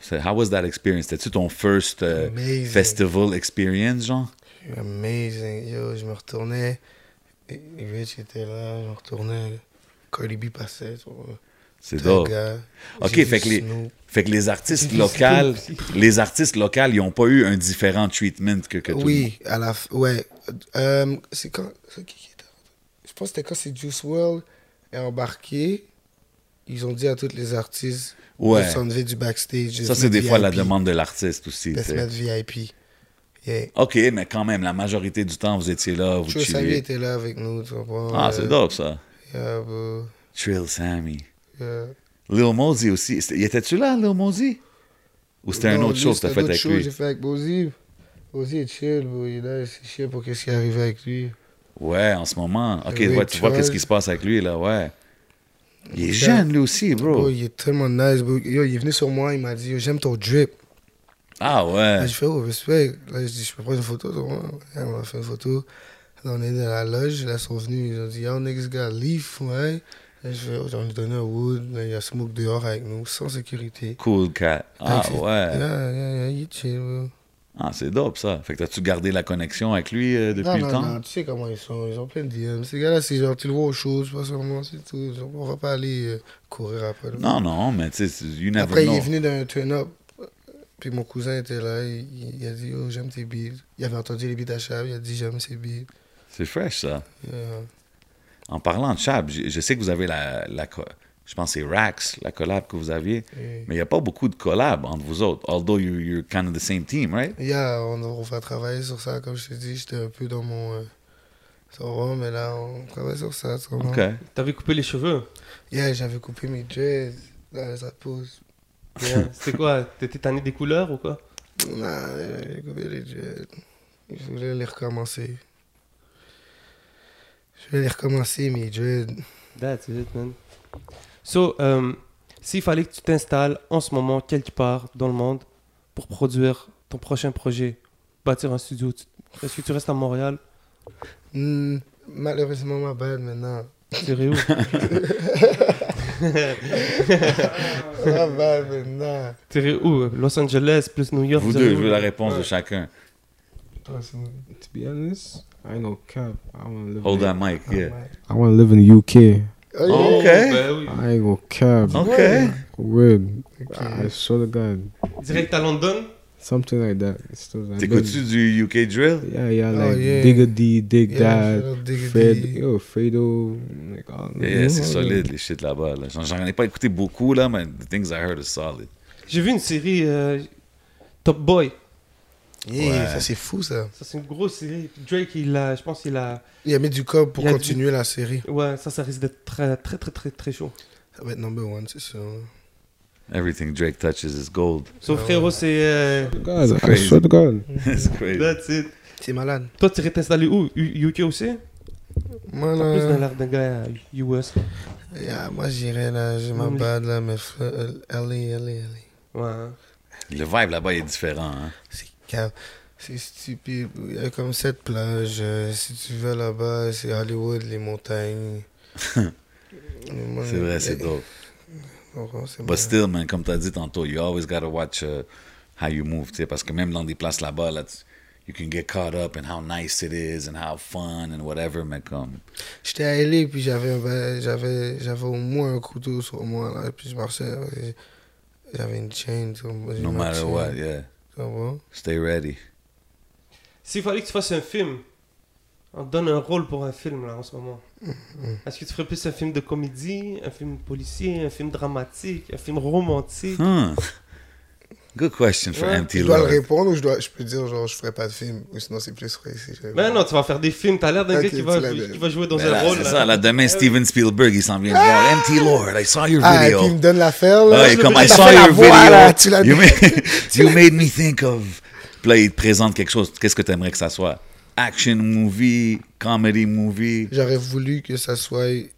S2: So, how was that experience? C'était-tu ton first euh,
S4: Amazing.
S2: festival experience, genre?
S4: Amazing, yo, je me retournais. et- et Rich était là, je me retournais. Cardi B passait. tu vois.
S2: C'est
S4: Très
S2: dope.
S4: gars.
S2: Ok,
S4: J'ai
S2: fait
S4: vu
S2: que les-
S4: Snoop.
S2: Fait que les artistes
S3: J'ai vu
S2: locaux,
S3: Snoop aussi.
S2: les artistes locaux, ils n'ont pas eu un différent treatment que, que tout le monde.
S4: Oui, à la fin. Ouais. Euh, c'est quand. c'est qui qui était- Je pense que c'était quand c'est Juice World est embarqué. Ils ont dit à tous les artistes
S2: Ouais.
S4: de s'enlever du backstage. de
S2: Ça,
S4: se
S2: c'est
S4: mettre
S2: des fois la
S4: VIP,
S2: demande de l'artiste aussi.
S4: De
S2: tu
S4: se
S2: sais.
S4: mettre VIP. Yeah.
S2: OK, mais quand même, la majorité du temps, vous étiez là, vous
S4: Chou Samy
S2: chilliez.
S4: était là avec nous, tu comprends?
S2: Ah, c'est
S4: euh,
S2: dope, ça.
S4: yeah, bro,
S2: Trill Sammy.
S4: yeah.
S2: Lil Mosey aussi. C'était- y Étais-tu là, Lil Mosey? Ou c'était un
S4: Non,
S2: autre
S4: lui,
S2: show que t'as
S4: c'était
S2: fait
S4: un autre
S2: avec
S4: show que
S2: lui?
S4: J'ai fait avec Bozy. Bozy est chill, bro. Il est là, c'est chill pour qu'est-ce qui est arrivé avec lui.
S2: Ouais, en ce moment. OK,
S4: Oui,
S2: ouais, tu vois
S4: Trill.
S2: qu'est-ce qui se passe avec lui, là, ouais. Il est
S4: Exact.
S2: jeune, lui aussi,
S4: Bro,
S2: bro.
S4: il est tellement nice, bro. Yo, il est venu sur moi, il m'a dit, yo, j'aime ton drip.
S2: Ah, ouais.
S4: Là, j'ai fait, oh, respect. Là, je dis, je peux prendre une photo, sur moi. Là, on a fait une photo. Là, on est dans la loge. Là, ils sont venus, ils ont dit, yo, niggas got leaf, ouais. Là, je fais, oh, j'en ai donné un wood. Là, il y a Smoke dehors avec nous, sans sécurité.
S2: Cool cat. Ah,
S4: Là, il fait,
S2: ouais.
S4: Yeah, yeah, yeah, il est chill, bro.
S2: Ah, c'est dope, ça. Fait que t'as-tu gardé la connexion avec lui euh, depuis
S4: non,
S2: le
S4: non,
S2: temps?
S4: non, tu sais comment ils sont, ils ont plein de DM. Ces gars-là, c'est genre, tu le vois aux choses, pas seulement, c'est tout. Genre, On va pas aller euh, courir après. là.
S2: Non, non, mais tu sais, c'est- you never
S4: après, il
S2: know.
S4: est venu d'un turn-up, puis mon cousin était là, il, il a dit, oh, j'aime tes beats. Il avait entendu les beats à Chab, il a dit, j'aime ses beats. Euh,
S2: C'est fresh, ça.
S4: Yeah.
S2: En parlant de Chab, je, je sais que vous avez la, la co- je pense que c'est Rax, la collab que vous aviez,
S4: Oui.
S2: mais il n'y a pas beaucoup de collab entre vous autres, although you, you're kind of the same team, right?
S4: Yeah, on, on va travailler sur ça, comme je te dis, j'étais un peu dans mon. Euh, ça va, mais là, on travaille sur ça. tu comprends?
S2: OK.
S3: T'avais coupé les cheveux
S4: Yeah, j'avais coupé mes dreads, là, ça pose.
S3: Yeah. C'était quoi T'étais tanné des couleurs ou quoi
S4: Nah, j'ai coupé les dreads. euh, Je voulais les recommencer. Je voulais les recommencer, mes dreads.
S3: That's it, man. So, euh, s'il fallait que tu t'installes en ce moment, quelque part dans le monde, pour produire ton prochain projet, bâtir un studio, tu- est-ce que tu restes à Montréal
S4: Hmm, malheureusement, ma bad maintenant.
S3: Tu irais où
S4: ma bad maintenant.
S3: Tu irais où Los Angeles plus New York
S2: Vous
S3: irez
S2: deux,
S3: où
S2: je veux la réponse de chacun.
S4: Toi, c'est mon-
S5: To be honest, I ain't no cap. I want to live.
S2: Hold that
S5: in,
S2: mic, yeah.
S4: Ouais.
S5: I want to live in the UK.
S4: Oh, yeah.
S2: Oh, OK.
S3: Ben oui.
S5: I ain't no cap.
S2: OK.
S5: Word.
S4: Ok.
S5: I swear to God,
S3: Direct à London
S5: something like that. It's still- I
S2: T'écoutes-tu du UK drill?
S5: love- Yeah, yeah,
S4: Oh,
S5: like
S4: yeah.
S5: Diggity, Dig
S4: Yeah, shout
S5: Dad,
S4: out Diggity.
S5: Fred, yo, Fredo, like oh, all
S2: Yeah, yeah, c'est solide, les shit là-bas. Là. J'en, j'en ai pas écouté beaucoup, là, mais the things I heard are solid.
S3: J'ai vu une série euh, Top Boy.
S4: Yeah,
S2: Ouais.
S4: Ça, c'est fou, ça.
S3: Ça, c'est une grosse série. Drake, il a, je pense qu'il a.
S4: Il a mis du corps pour
S3: Il a dit-
S4: continuer la série.
S3: Ouais, ça, ça risque d'être très, très, très, très, très chaud.
S4: Ça va être number one, c'est sûr.
S2: Everything Drake touches is gold.
S3: So,
S4: Ah ouais.
S3: frérot, c'est. euh,
S5: God, I
S2: crazy.
S5: swear to God.
S2: It's crazy.
S3: that's it.
S4: C'est malade.
S3: Toi, tu irais t'installer où U- UK aussi
S4: Moi,
S3: T'as plus dans
S4: là,
S3: l'air d'un gars euh, US.
S4: Yeah, moi, j'irais là, j'ai ma
S3: Mm.
S4: bad là, mais f- euh, LA, LA, LA.
S3: Ouais. hein.
S2: Le vibe là-bas est différent. Hein?
S4: C'est cave. C'est stupide. Il y a comme cette plage. euh, Si tu vas là-bas, c'est Hollywood, les montagnes. Mais moi,
S2: C'est vrai, c'est Bah,
S4: eh,
S2: dope.
S4: oh, c'est bon.
S2: But still, man, comme t'as dit tantôt, you always gotta watch uh, how you move, tu sais, parce que même dans des places là-bas, là, tu- you can get caught up in how nice it is and how fun and whatever, mais comme...
S4: J'étais à LA, puis j'avais, un ba- j'avais, j'avais au moins un couteau sur moi, là, puis je marchais. euh, J'avais une chaîne sur moi. j'ai
S2: No matter
S4: marché,
S2: what, yeah.
S4: tu comprends?
S2: Stay ready.
S3: S'il fallait que tu fasses un film, on te donne un rôle pour un film là en ce moment. Est-ce que tu ferais plus un film de comédie, un film policier, un film dramatique, un film romantique
S2: Huh. Good question for
S3: Ouais.
S2: MT
S4: Je dois le
S2: Lord.
S4: répondre ou je, dois, je peux dire, genre, je ferai pas de film, ou sinon c'est plus vrai. si je-
S3: Ben non, tu vas faire des films, t'as l'air d'un
S4: Ok,
S3: gars qui va,
S4: tu l'as-
S3: qui va jouer dans
S2: Mais
S3: un
S2: Ben là,
S3: rôle.
S2: C'est
S3: là.
S2: ça, là, demain, Steven Spielberg, il s'en vient de voir. MT Lord, I saw your
S4: Ah, et puis il
S2: video.
S4: me donne l'affaire, là.
S2: Ah, il est comme,
S4: T'as
S2: I saw
S4: fait la
S2: your
S4: voix, là, tu l'as
S2: video. You made, you made me think of. Puis là, il te présente quelque chose. Qu'est-ce que t'aimerais que ça soit? Action movie, comedy movie.
S4: J'aurais voulu que ça soit.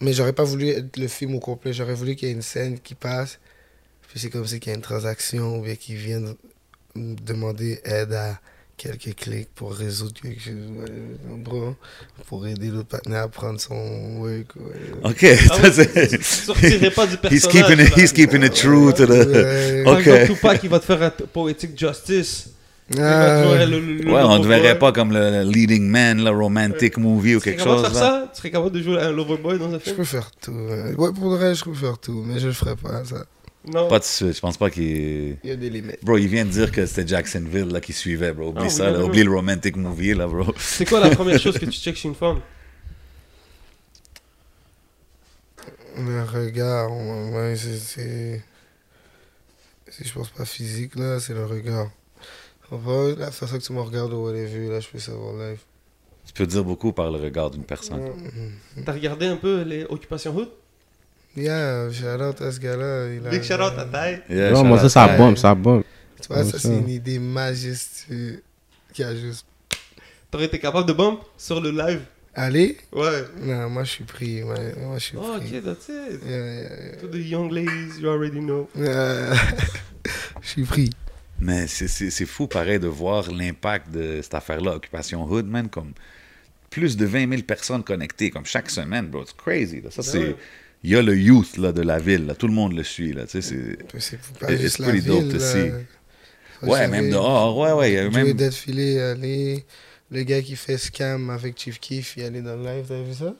S4: Mais j'aurais pas voulu être le film au complet. J'aurais voulu qu'il y ait une scène qui passe. Puis c'est comme si qu'il y a une transaction ou bien qu'ils viennent me demander aide à quelques clics pour résoudre quelque chose. ouais, en gros, Pour aider le partenaire à prendre son work. ouais.
S2: OK.
S3: Ah ouais,
S2: c'est-
S3: tu sortirais pas du
S2: he's,
S3: personnage.
S2: keeping it,
S3: là.
S2: he's keeping it true to the...
S4: Ouais.
S3: Par
S2: Ok.
S3: exemple, Tupac, il va te faire un t- poetic justice. Il va te jouer
S4: Ah,
S3: le- le- le-
S2: Ouais, on ne
S3: le-
S2: verrait pas comme le leading man, le romantic movie ou
S3: Tu serais
S2: quelque
S3: capable de
S2: chose.
S3: faire
S2: là.
S3: ça Tu serais capable de jouer un Loverboy dans un
S4: Je
S3: film
S4: peux faire tout. ouais. Ouais, pour le reste, je peux faire tout, mais je le ferai pas, ça.
S3: Non.
S2: Pas de suite. Je pense pas qu'il...
S4: Il y a des limites.
S2: Bro, il vient de dire que c'était Jacksonville là, qui suivait, bro. Oublie
S3: Ah, oui,
S2: ça,
S3: non,
S2: là.
S3: non,
S2: oublie le romantic movie, là, bro.
S3: C'est quoi la première chose que tu checkes chez une femme
S4: Le regard, ouais, ouais, c'est- c'est. Si je pense pas physique, là, c'est le regard. En vrai, la façon que tu me regardes ou les vues, là, je peux savoir live.
S2: Tu peux dire beaucoup par le regard d'une personne.
S3: T'as regardé un peu les occupations hood
S4: Yeah, shout out à ce gars-là. il a-
S3: Big shout out à Ty.
S2: Yeah,
S5: non,
S2: shout
S5: moi,
S2: out.
S5: ça, ça
S4: Ouais.
S5: bombe, ça bombe.
S4: Tu vois, ça,
S5: Ouais,
S4: c'est
S5: ça.
S4: une idée majestueuse qui a juste.
S3: T'aurais été capable de bump sur le live
S4: Allez?
S3: Ouais.
S4: Non, moi, je suis pris. Moi, moi, je suis
S3: Oh,
S4: pris.
S3: ok, that's it.
S4: Yeah, yeah, yeah.
S3: To the young ladies, you already know.
S4: Euh, Je suis pris.
S2: Mais c'est- c'est c'est fou, pareil, de voir l'impact de cette affaire-là, Occupation Hood, man, comme plus de 20 000 personnes connectées, comme chaque semaine, bro. C'est crazy, là. Ça,
S4: Ben
S2: c'est...
S3: ouais.
S2: Il y a le youth, là, de la ville, là. Tout le monde le suit, là, tu sais, c'est...
S4: C'est pas
S2: It's
S4: juste la
S2: pretty dope
S4: ville,
S2: to
S4: là.
S2: see.
S4: Faut
S2: Ouais,
S4: savoir-
S2: même dehors, ouais, ouais, il y a
S4: Joey
S2: même...
S4: Deadfilet, allez. Le gars qui fait scam avec Chief Keef, il est allé dans le live, t'as vu ça?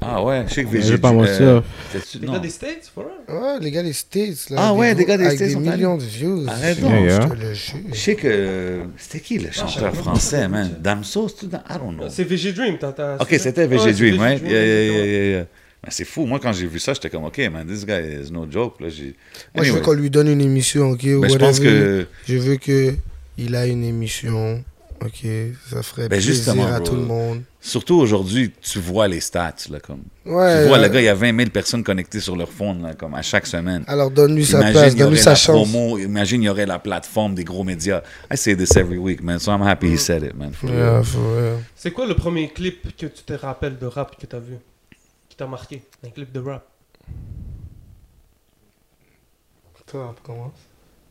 S2: Ah ouais, je sais que
S5: Je
S2: VG...
S5: vais pas mentir.
S2: c'est-tu-
S3: Les
S2: non.
S3: gars des States, for real.
S4: Ouais, les gars des States, là.
S2: Ah ouais, les gars des
S4: avec
S2: States
S4: des
S2: sont allés.
S4: millions de views.
S2: Arrête
S4: Je-
S5: donc. Yeah,
S4: Je te le jure.
S2: Je sais que... euh, C'était qui, le chanteur
S3: pas.
S2: français, man? Damso, c'est dans... I don't know.
S3: C'est VG Dream, t'as- t'as.
S2: OK, c'était VG
S3: Ouais, c'est
S2: Dream, right?
S3: Dream,
S2: Yeah, yeah,
S3: exactement.
S2: yeah, yeah, yeah. Mais c'est fou. Moi, quand j'ai vu ça, j'étais comme, OK, man, this guy is no joke. Là, j'ai...
S4: Moi, je veux
S2: Anyway.
S4: qu'on lui donne une émission, ok?
S2: Ben, je pense que...
S4: Je veux que il a une émission, ok? Ça ferait
S2: Ben,
S4: plaisir
S2: justement,
S4: à
S2: bro.
S4: tout le monde.
S2: Surtout aujourd'hui, tu vois les stats, là, comme...
S4: Ouais.
S2: tu vois, le
S4: euh,
S2: gars, il y a 20 000 personnes connectées sur leur phone, là, comme à chaque semaine.
S4: Alors, donne-lui sa
S2: Imagine,
S4: place,
S2: il y aurait
S4: donne-lui
S2: la
S4: sa chance.
S2: promo, imagine, il y aurait la plateforme des gros médias. I say this every week, man, so I'm happy he said it, man. for real.
S4: Yeah, for real.
S3: C'est quoi le premier clip que tu te rappelles de rap que t'as vu Qui t'a marqué Un clip de rap.
S4: Toi, on commence.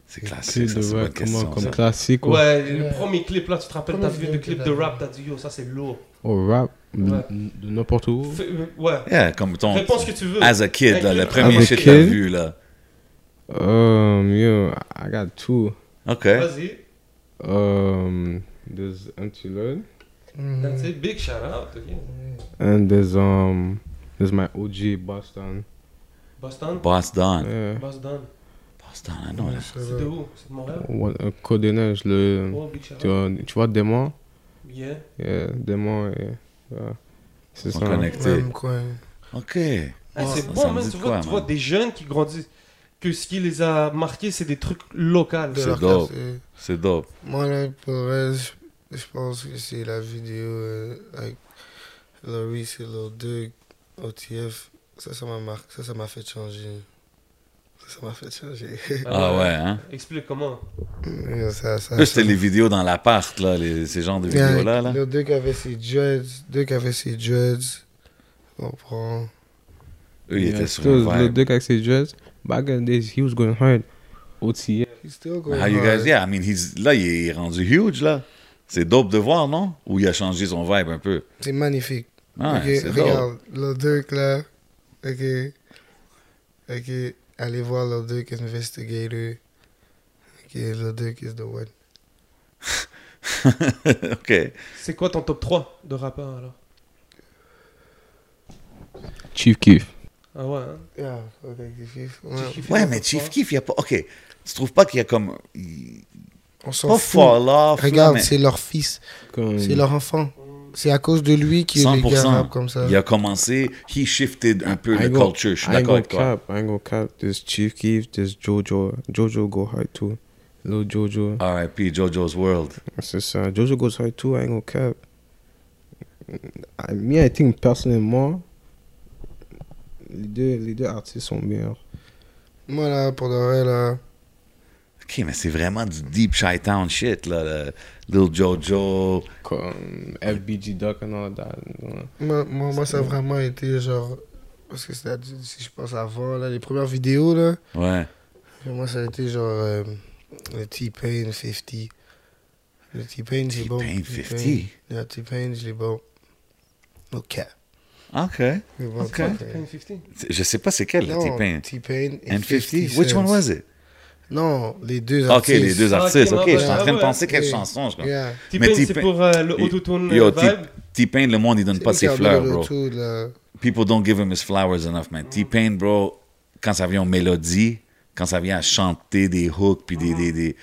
S2: C'est
S5: C'est
S2: classique, ça, c'est
S5: de
S2: une
S5: ouais,
S2: bonne
S5: comment,
S2: question,
S5: comme
S2: ça.
S5: classique
S3: Ouais,
S5: ouais.
S3: le premier clip là, tu te rappelles, t'as
S4: Premier
S3: vu le
S4: clip
S3: clip
S4: que
S3: de
S4: t'as
S3: rap, t'as dit yo, ça c'est lourd.
S5: au Oh, rap, de-
S3: Ouais.
S5: de n'importe où.
S3: Fais- euh, Ouais.
S2: Yeah, comme ton...
S3: Réponse que tu veux.
S2: As a kid, là, le premier
S5: As a
S2: shit que t'as
S5: kid.
S2: vu, là.
S5: Um, yo, I got two.
S2: OK.
S3: Vas-y.
S5: Um, there's Empty Lord
S4: Mm.
S3: That's it. Big shout out. ok.
S5: and there's um there's my OG Boston.
S3: Boston.
S2: Boss Don.
S5: Yeah.
S3: Boston.
S2: Boss Don, I know that.
S3: C'est de où C'est de Montréal
S5: What, uh, Code des Neiges, le
S3: Oh, big shout
S5: Mm. tu
S3: out.
S5: vois, tu vois Démon,
S3: Yeah.
S5: yeah, Démon, yeah, yeah. c'est
S2: On
S5: ça. hein.
S2: connecte.
S4: Même coin.
S2: OK.
S3: Ah,
S2: Ça-
S3: c'est
S2: ça
S3: bon,
S2: me
S3: mais
S2: dit
S3: tu
S2: de
S3: vois,
S2: quoi,
S3: tu vois
S2: man?
S3: des jeunes qui grandissent. Que ce qui les a marqués, c'est des trucs locaux.
S4: De leur
S2: dope.
S4: carte, euh,
S2: C'est dope.
S4: Moi, là, pour le reste, je- je pense que c'est la vidéo euh, avec Laurie et Lil Duke, OTF. Ça, ça m'a marqué. Ça, ça m'a fait changer. Ça, ça m'a fait changer.
S2: Ah ouais, hein?
S3: Explique comment.
S4: ça, ça,
S2: Là, c'était les vidéos dans l'appart, là, les- ces genres de vidéos-là. Là.
S4: Lil Duke avait ses dreads. Duke avait ses dreads. On prend.
S2: Eux, ils étaient sur
S5: Still,
S2: un
S5: Lil
S2: vibe.
S5: Dick avec ses dreads. Back in the days, he was going hard. OTA.
S4: He's still going
S2: How you guys,
S4: hard.
S2: yeah, I mean, he's, là, il est rendu huge, là. C'est dope de voir, non? Ou il a changé son vibe un peu.
S4: C'est magnifique.
S2: Ouais,
S4: Ok,
S2: Ah, c'est dope.
S4: regarde, le Duc là. Ok. Ok, allez voir le Duc Investigator. Ok, le Duc is the one.
S2: OK.
S3: C'est quoi ton top 3 de rappeurs alors
S5: Chief Keef.
S3: Ah ouais, hein
S4: Yeah, ok, kiff. Ouais,
S3: Chief Keef.
S2: Ouais, mais Chief Keef, il n'y a pas... OK. Tu trouves pas qu'il y a comme... il-
S4: on s'en
S2: Pas
S4: fout.
S2: fall off, là,
S4: Regarde,
S2: mais
S4: c'est leur fils,
S5: Comme...
S4: c'est leur enfant. C'est à cause de lui qu'il est les gars rap comme ça.
S2: Il a commencé... He shifted un peu
S5: I
S2: le
S5: ain't gonna-
S2: culture. Je suis
S5: I ain't
S2: d'accord avec
S5: gonna
S2: toi.
S5: cap. I ain't gonna cap. There's Chief Keef. There's Jojo. Jojo go hard too. Little Jojo.
S2: R.I.P. JoJo's World.
S5: C'est ça. Jojo goes hard too. I ain't gonna cap. I, me, I think personnellement, les deux, les deux artistes sont meilleurs.
S4: Moi là, pour de vrai là,
S2: OK, mais c'est vraiment du deep Chi-Town shit, là. le Lil JoJo...
S5: Comme FBG Duck and all that. you know.
S4: moi, moi, moi, ça a vraiment été genre. Parce que c'est si je pense avant, là, les premières vidéos là.
S2: Ouais.
S4: Pour moi, ça a été genre euh, le T-Pain 50. Le T-Pain, j'ai bon.
S2: T-Pain
S4: T-Pain.
S2: 50.
S4: Le T-Pain, je l'ai bon. Ok.
S2: OK.
S4: Je l'ai bon,
S2: Ok.
S4: T-Pain.
S2: C'est- Je sais pas c'est quel, là,
S4: Non,
S2: T-Pain.
S4: T-Pain et
S2: And 50?
S4: 50
S2: Which one
S4: Cent.
S2: was it?
S4: Non, les deux
S2: OK, les deux
S3: Ah, ok,
S2: artistes. OK,
S3: ouais,
S2: je suis en
S3: ouais,
S2: train de
S3: ouais.
S2: penser quelle
S4: Oui.
S2: chanson. je crois.
S4: Yeah.
S3: T-Pain,
S2: Mais
S3: c'est
S2: T-Pain-
S3: pour euh, le autotune
S2: Yo,
S3: euh,
S2: T-
S3: vibe.
S2: T-Pain, le monde, il donne pas
S4: C'est
S2: ses
S4: lui qui a
S2: fleurs,
S4: amené le Ah.
S2: bro.
S4: tout, là.
S2: People don't give him his flowers enough, man. T-Pain, bro, quand ça vient aux mélodies, quand ça vient à chanter des hooks, puis des... des, des...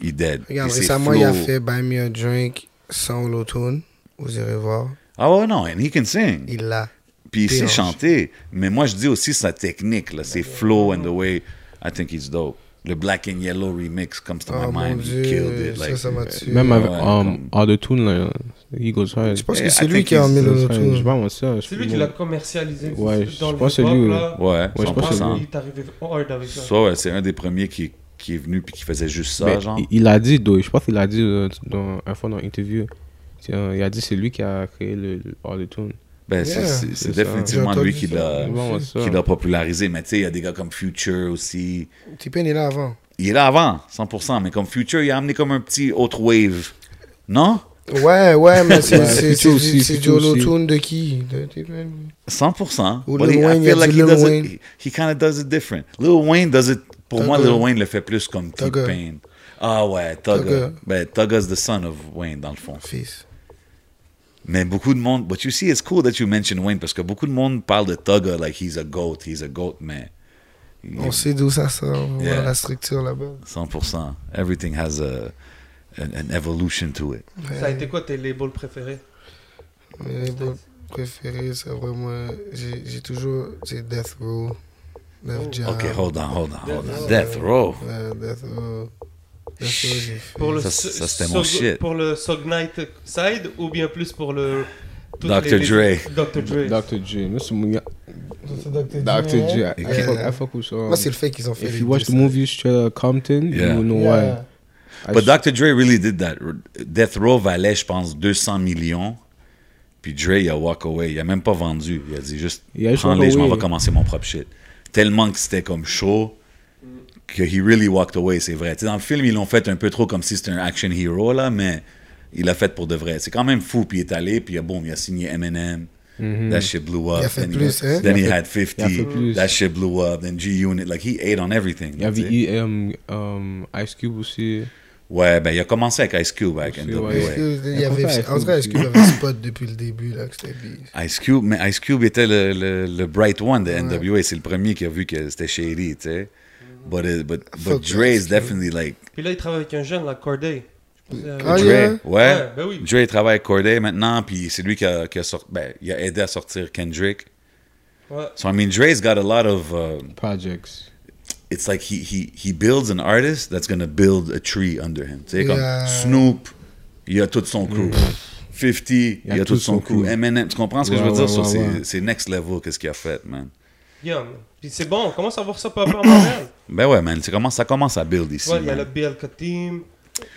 S2: Il dead.
S4: Ah. Regarde,
S2: Puis ses
S4: récemment, il a
S2: flows.
S4: fait Buy Me a Drink sans l'autone. Vous irez voir.
S2: Ah ouais, non, and he can sing.
S4: Il l'a.
S2: Puis il sait
S4: dérange.
S2: chanter. Mais moi, je dis aussi sa technique, là. Ses flow and the way... I think he's dope. Le Black and Yellow remix comes to
S4: Oh
S2: my
S4: mon
S2: mind. He killed
S4: dieu.
S2: it.
S4: Ça,
S2: Like, euh,
S4: ça m'a tué.
S5: Même avec
S2: ouais,
S5: um, Autotune, là, he goes hard.
S4: Je pense
S2: Eh,
S4: que c'est
S2: I
S4: lui
S2: think
S4: qui a
S2: he's-
S4: amené
S5: Je
S4: le
S5: sais
S4: tout.
S5: pas, moi, ça.
S3: C'est lui qui l'a commercialisé.
S5: Ouais,
S3: dans
S5: je
S3: le
S5: pense que c'est
S3: hip-hop,
S5: lui,
S3: là.
S2: ouais,
S5: Ouais, je pense que c'est
S2: 100%.
S5: lui.
S3: Il est arrivé hard avec ça.
S2: Ça, ouais, c'est un des premiers qui, qui est venu puis qui faisait juste ça,
S4: Ben,
S5: Mais
S2: genre.
S5: il- Il a dit, though, je pense qu'il a dit euh, dans un fois dans l'interview. Il a dit c'est lui qui a créé le, le autotune.
S2: Ben, c'est-
S4: Yeah,
S2: c'est c'est
S5: c'est ça.
S2: définitivement
S4: J'ai entendu
S2: lui qui
S4: ça.
S2: l'a
S5: Bon, moi, ça.
S2: qui l'a popularisé. Mais tu sais, il y a des gars comme Future aussi.
S4: T-Pain est là avant.
S2: Il est là avant, 100%, mais comme Future, il a amené comme un petit autre wave. Non?
S4: Ouais, ouais, mais c'est
S5: Ouais,
S4: c'est-
S5: Future
S4: c'est
S5: aussi,
S4: c'est du
S5: Future aussi.
S4: holotune de qui De T-Pain.
S2: 100%.
S4: Ou
S2: But
S4: Lil
S2: he- I
S4: Wayne, il a
S2: feel like
S4: dit
S2: he
S4: Lil
S2: does
S4: Wayne.
S2: it, he kind of does it different. Lil Wayne does it, pour moi,
S4: Thugger.
S2: Lil Wayne le fait plus comme
S4: Thugger.
S2: T-Pain. Ah ouais, Tugger.
S4: Thugger.
S2: Ben, Tugger's the son of Wayne, dans le fond.
S4: Fils.
S2: Mais beaucoup de monde, but you see, it's cool that you mention Wayne parce que beaucoup de monde parle de Tugger like he's a goat, he's a goat, mais
S4: On sait d'où ça sort, on voit
S2: Yeah.
S4: la structure là-bas.
S2: 100%. Everything has a, an, an evolution to it.
S3: Ça a été quoi tes labels préférés
S4: Mes labels préférés, c'est vraiment. J'ai j'ai toujours. C'est Death Row, Def Jam.
S2: Ok, hold on, hold on, hold on. Death Row.
S4: Ouais, Death Row. Death Row, j'ai fait.
S3: pour le
S2: Ça,
S3: so-
S2: ça, c'était mon
S3: Sog-
S2: shit.
S3: Pour le Sognite side ou bien plus pour le. toutes
S2: Dr. Dre.
S3: Dr. Dre.
S5: Dr. J. nous, c'est mon gars.
S4: Ça, c'est
S5: Dr. J.
S4: hein?
S5: I
S4: Yeah.
S5: fuck- I fuck with, um,
S4: Moi, c'est le fait qu'ils ont fait.
S5: If
S4: les
S5: you watch
S4: deux,
S5: the movie straight out of Compton,
S2: Yeah.
S5: you will know
S4: ça. Yeah.
S5: why.
S2: But Dr. Dre really did that. Death Row valait, je pense, 200 millions. Puis Dre, il a walk away. Il a même pas vendu. Il a dit juste,
S5: Il a juste
S2: prends-les,
S5: walk
S2: je m'en
S5: away.
S2: vais commencer mon propre shit. Tellement que c'était comme chaud que he really walked away, c'est vrai. Tu sais, dans le film, ils l'ont fait un peu trop comme si c'était un action hero, là, mais il l'a fait pour de vrai. C'est quand même fou. Puis il est allé, puis boum, il a signé Eminem. That shit blew up.
S4: Il a fait
S2: Then he-
S4: plus, hein?
S2: Then he
S5: Mm-hmm. Il a
S2: had 50.
S5: il a fait plus.
S2: That shit blew up. Then G-Unit. Like, he ate on everything.
S5: Il y avait
S2: tu sais.
S5: um, um, Ice Cube aussi.
S2: Ouais, ben, il a commencé avec Ice Cube, avec NWA.
S5: ouais.
S4: Est-ce que- il y
S5: Et
S4: avait-
S5: pourtant, elle
S4: En vrai,
S5: fait
S4: est-ce qu'il y avait Spot depuis le début, là, que c'était bien.
S2: Ice Cube, mais Ice Cube était le, le, le bright one de NWA. C'est le premier qui a vu que c'était shady, tu sais. But, it- but, but
S4: Fuck
S2: Dre is
S4: Ice Cube.
S2: definitely like...
S3: Puis là, il travaille avec un jeune, la Corday. Je pense que c'est-
S4: Ah,
S2: Dre,
S4: yeah?
S2: ouais.
S3: Ouais, ben oui.
S2: Dre travaille avec Corday maintenant, puis c'est lui qui a, qui a sorti... Ben, il a aidé à sortir Kendrick.
S3: Ouais.
S2: So, I mean, Dre's got a lot of... uh,
S5: Projects.
S2: it's like he, he, he builds an artist that's gonna build a tree under him. Tu sais, comme
S4: Yeah.
S2: Snoop, il a tout son crew. 50, il a, tout son, crew. Eminem, tu comprends ce que je
S5: Ouais,
S2: veux dire?
S5: ouais,
S2: So,
S5: ouais,
S2: c'est-
S5: ouais.
S2: C'est next level qu'est-ce qu'il a fait, man.
S3: Yeah, man. Puis c'est bon, on commence à voir ça peu à peu à Montréal.
S2: Ben ouais, man, c'est comment, ça commence à build
S3: Tu
S2: ici.
S3: vois, il y a
S2: man.
S3: le BLK team.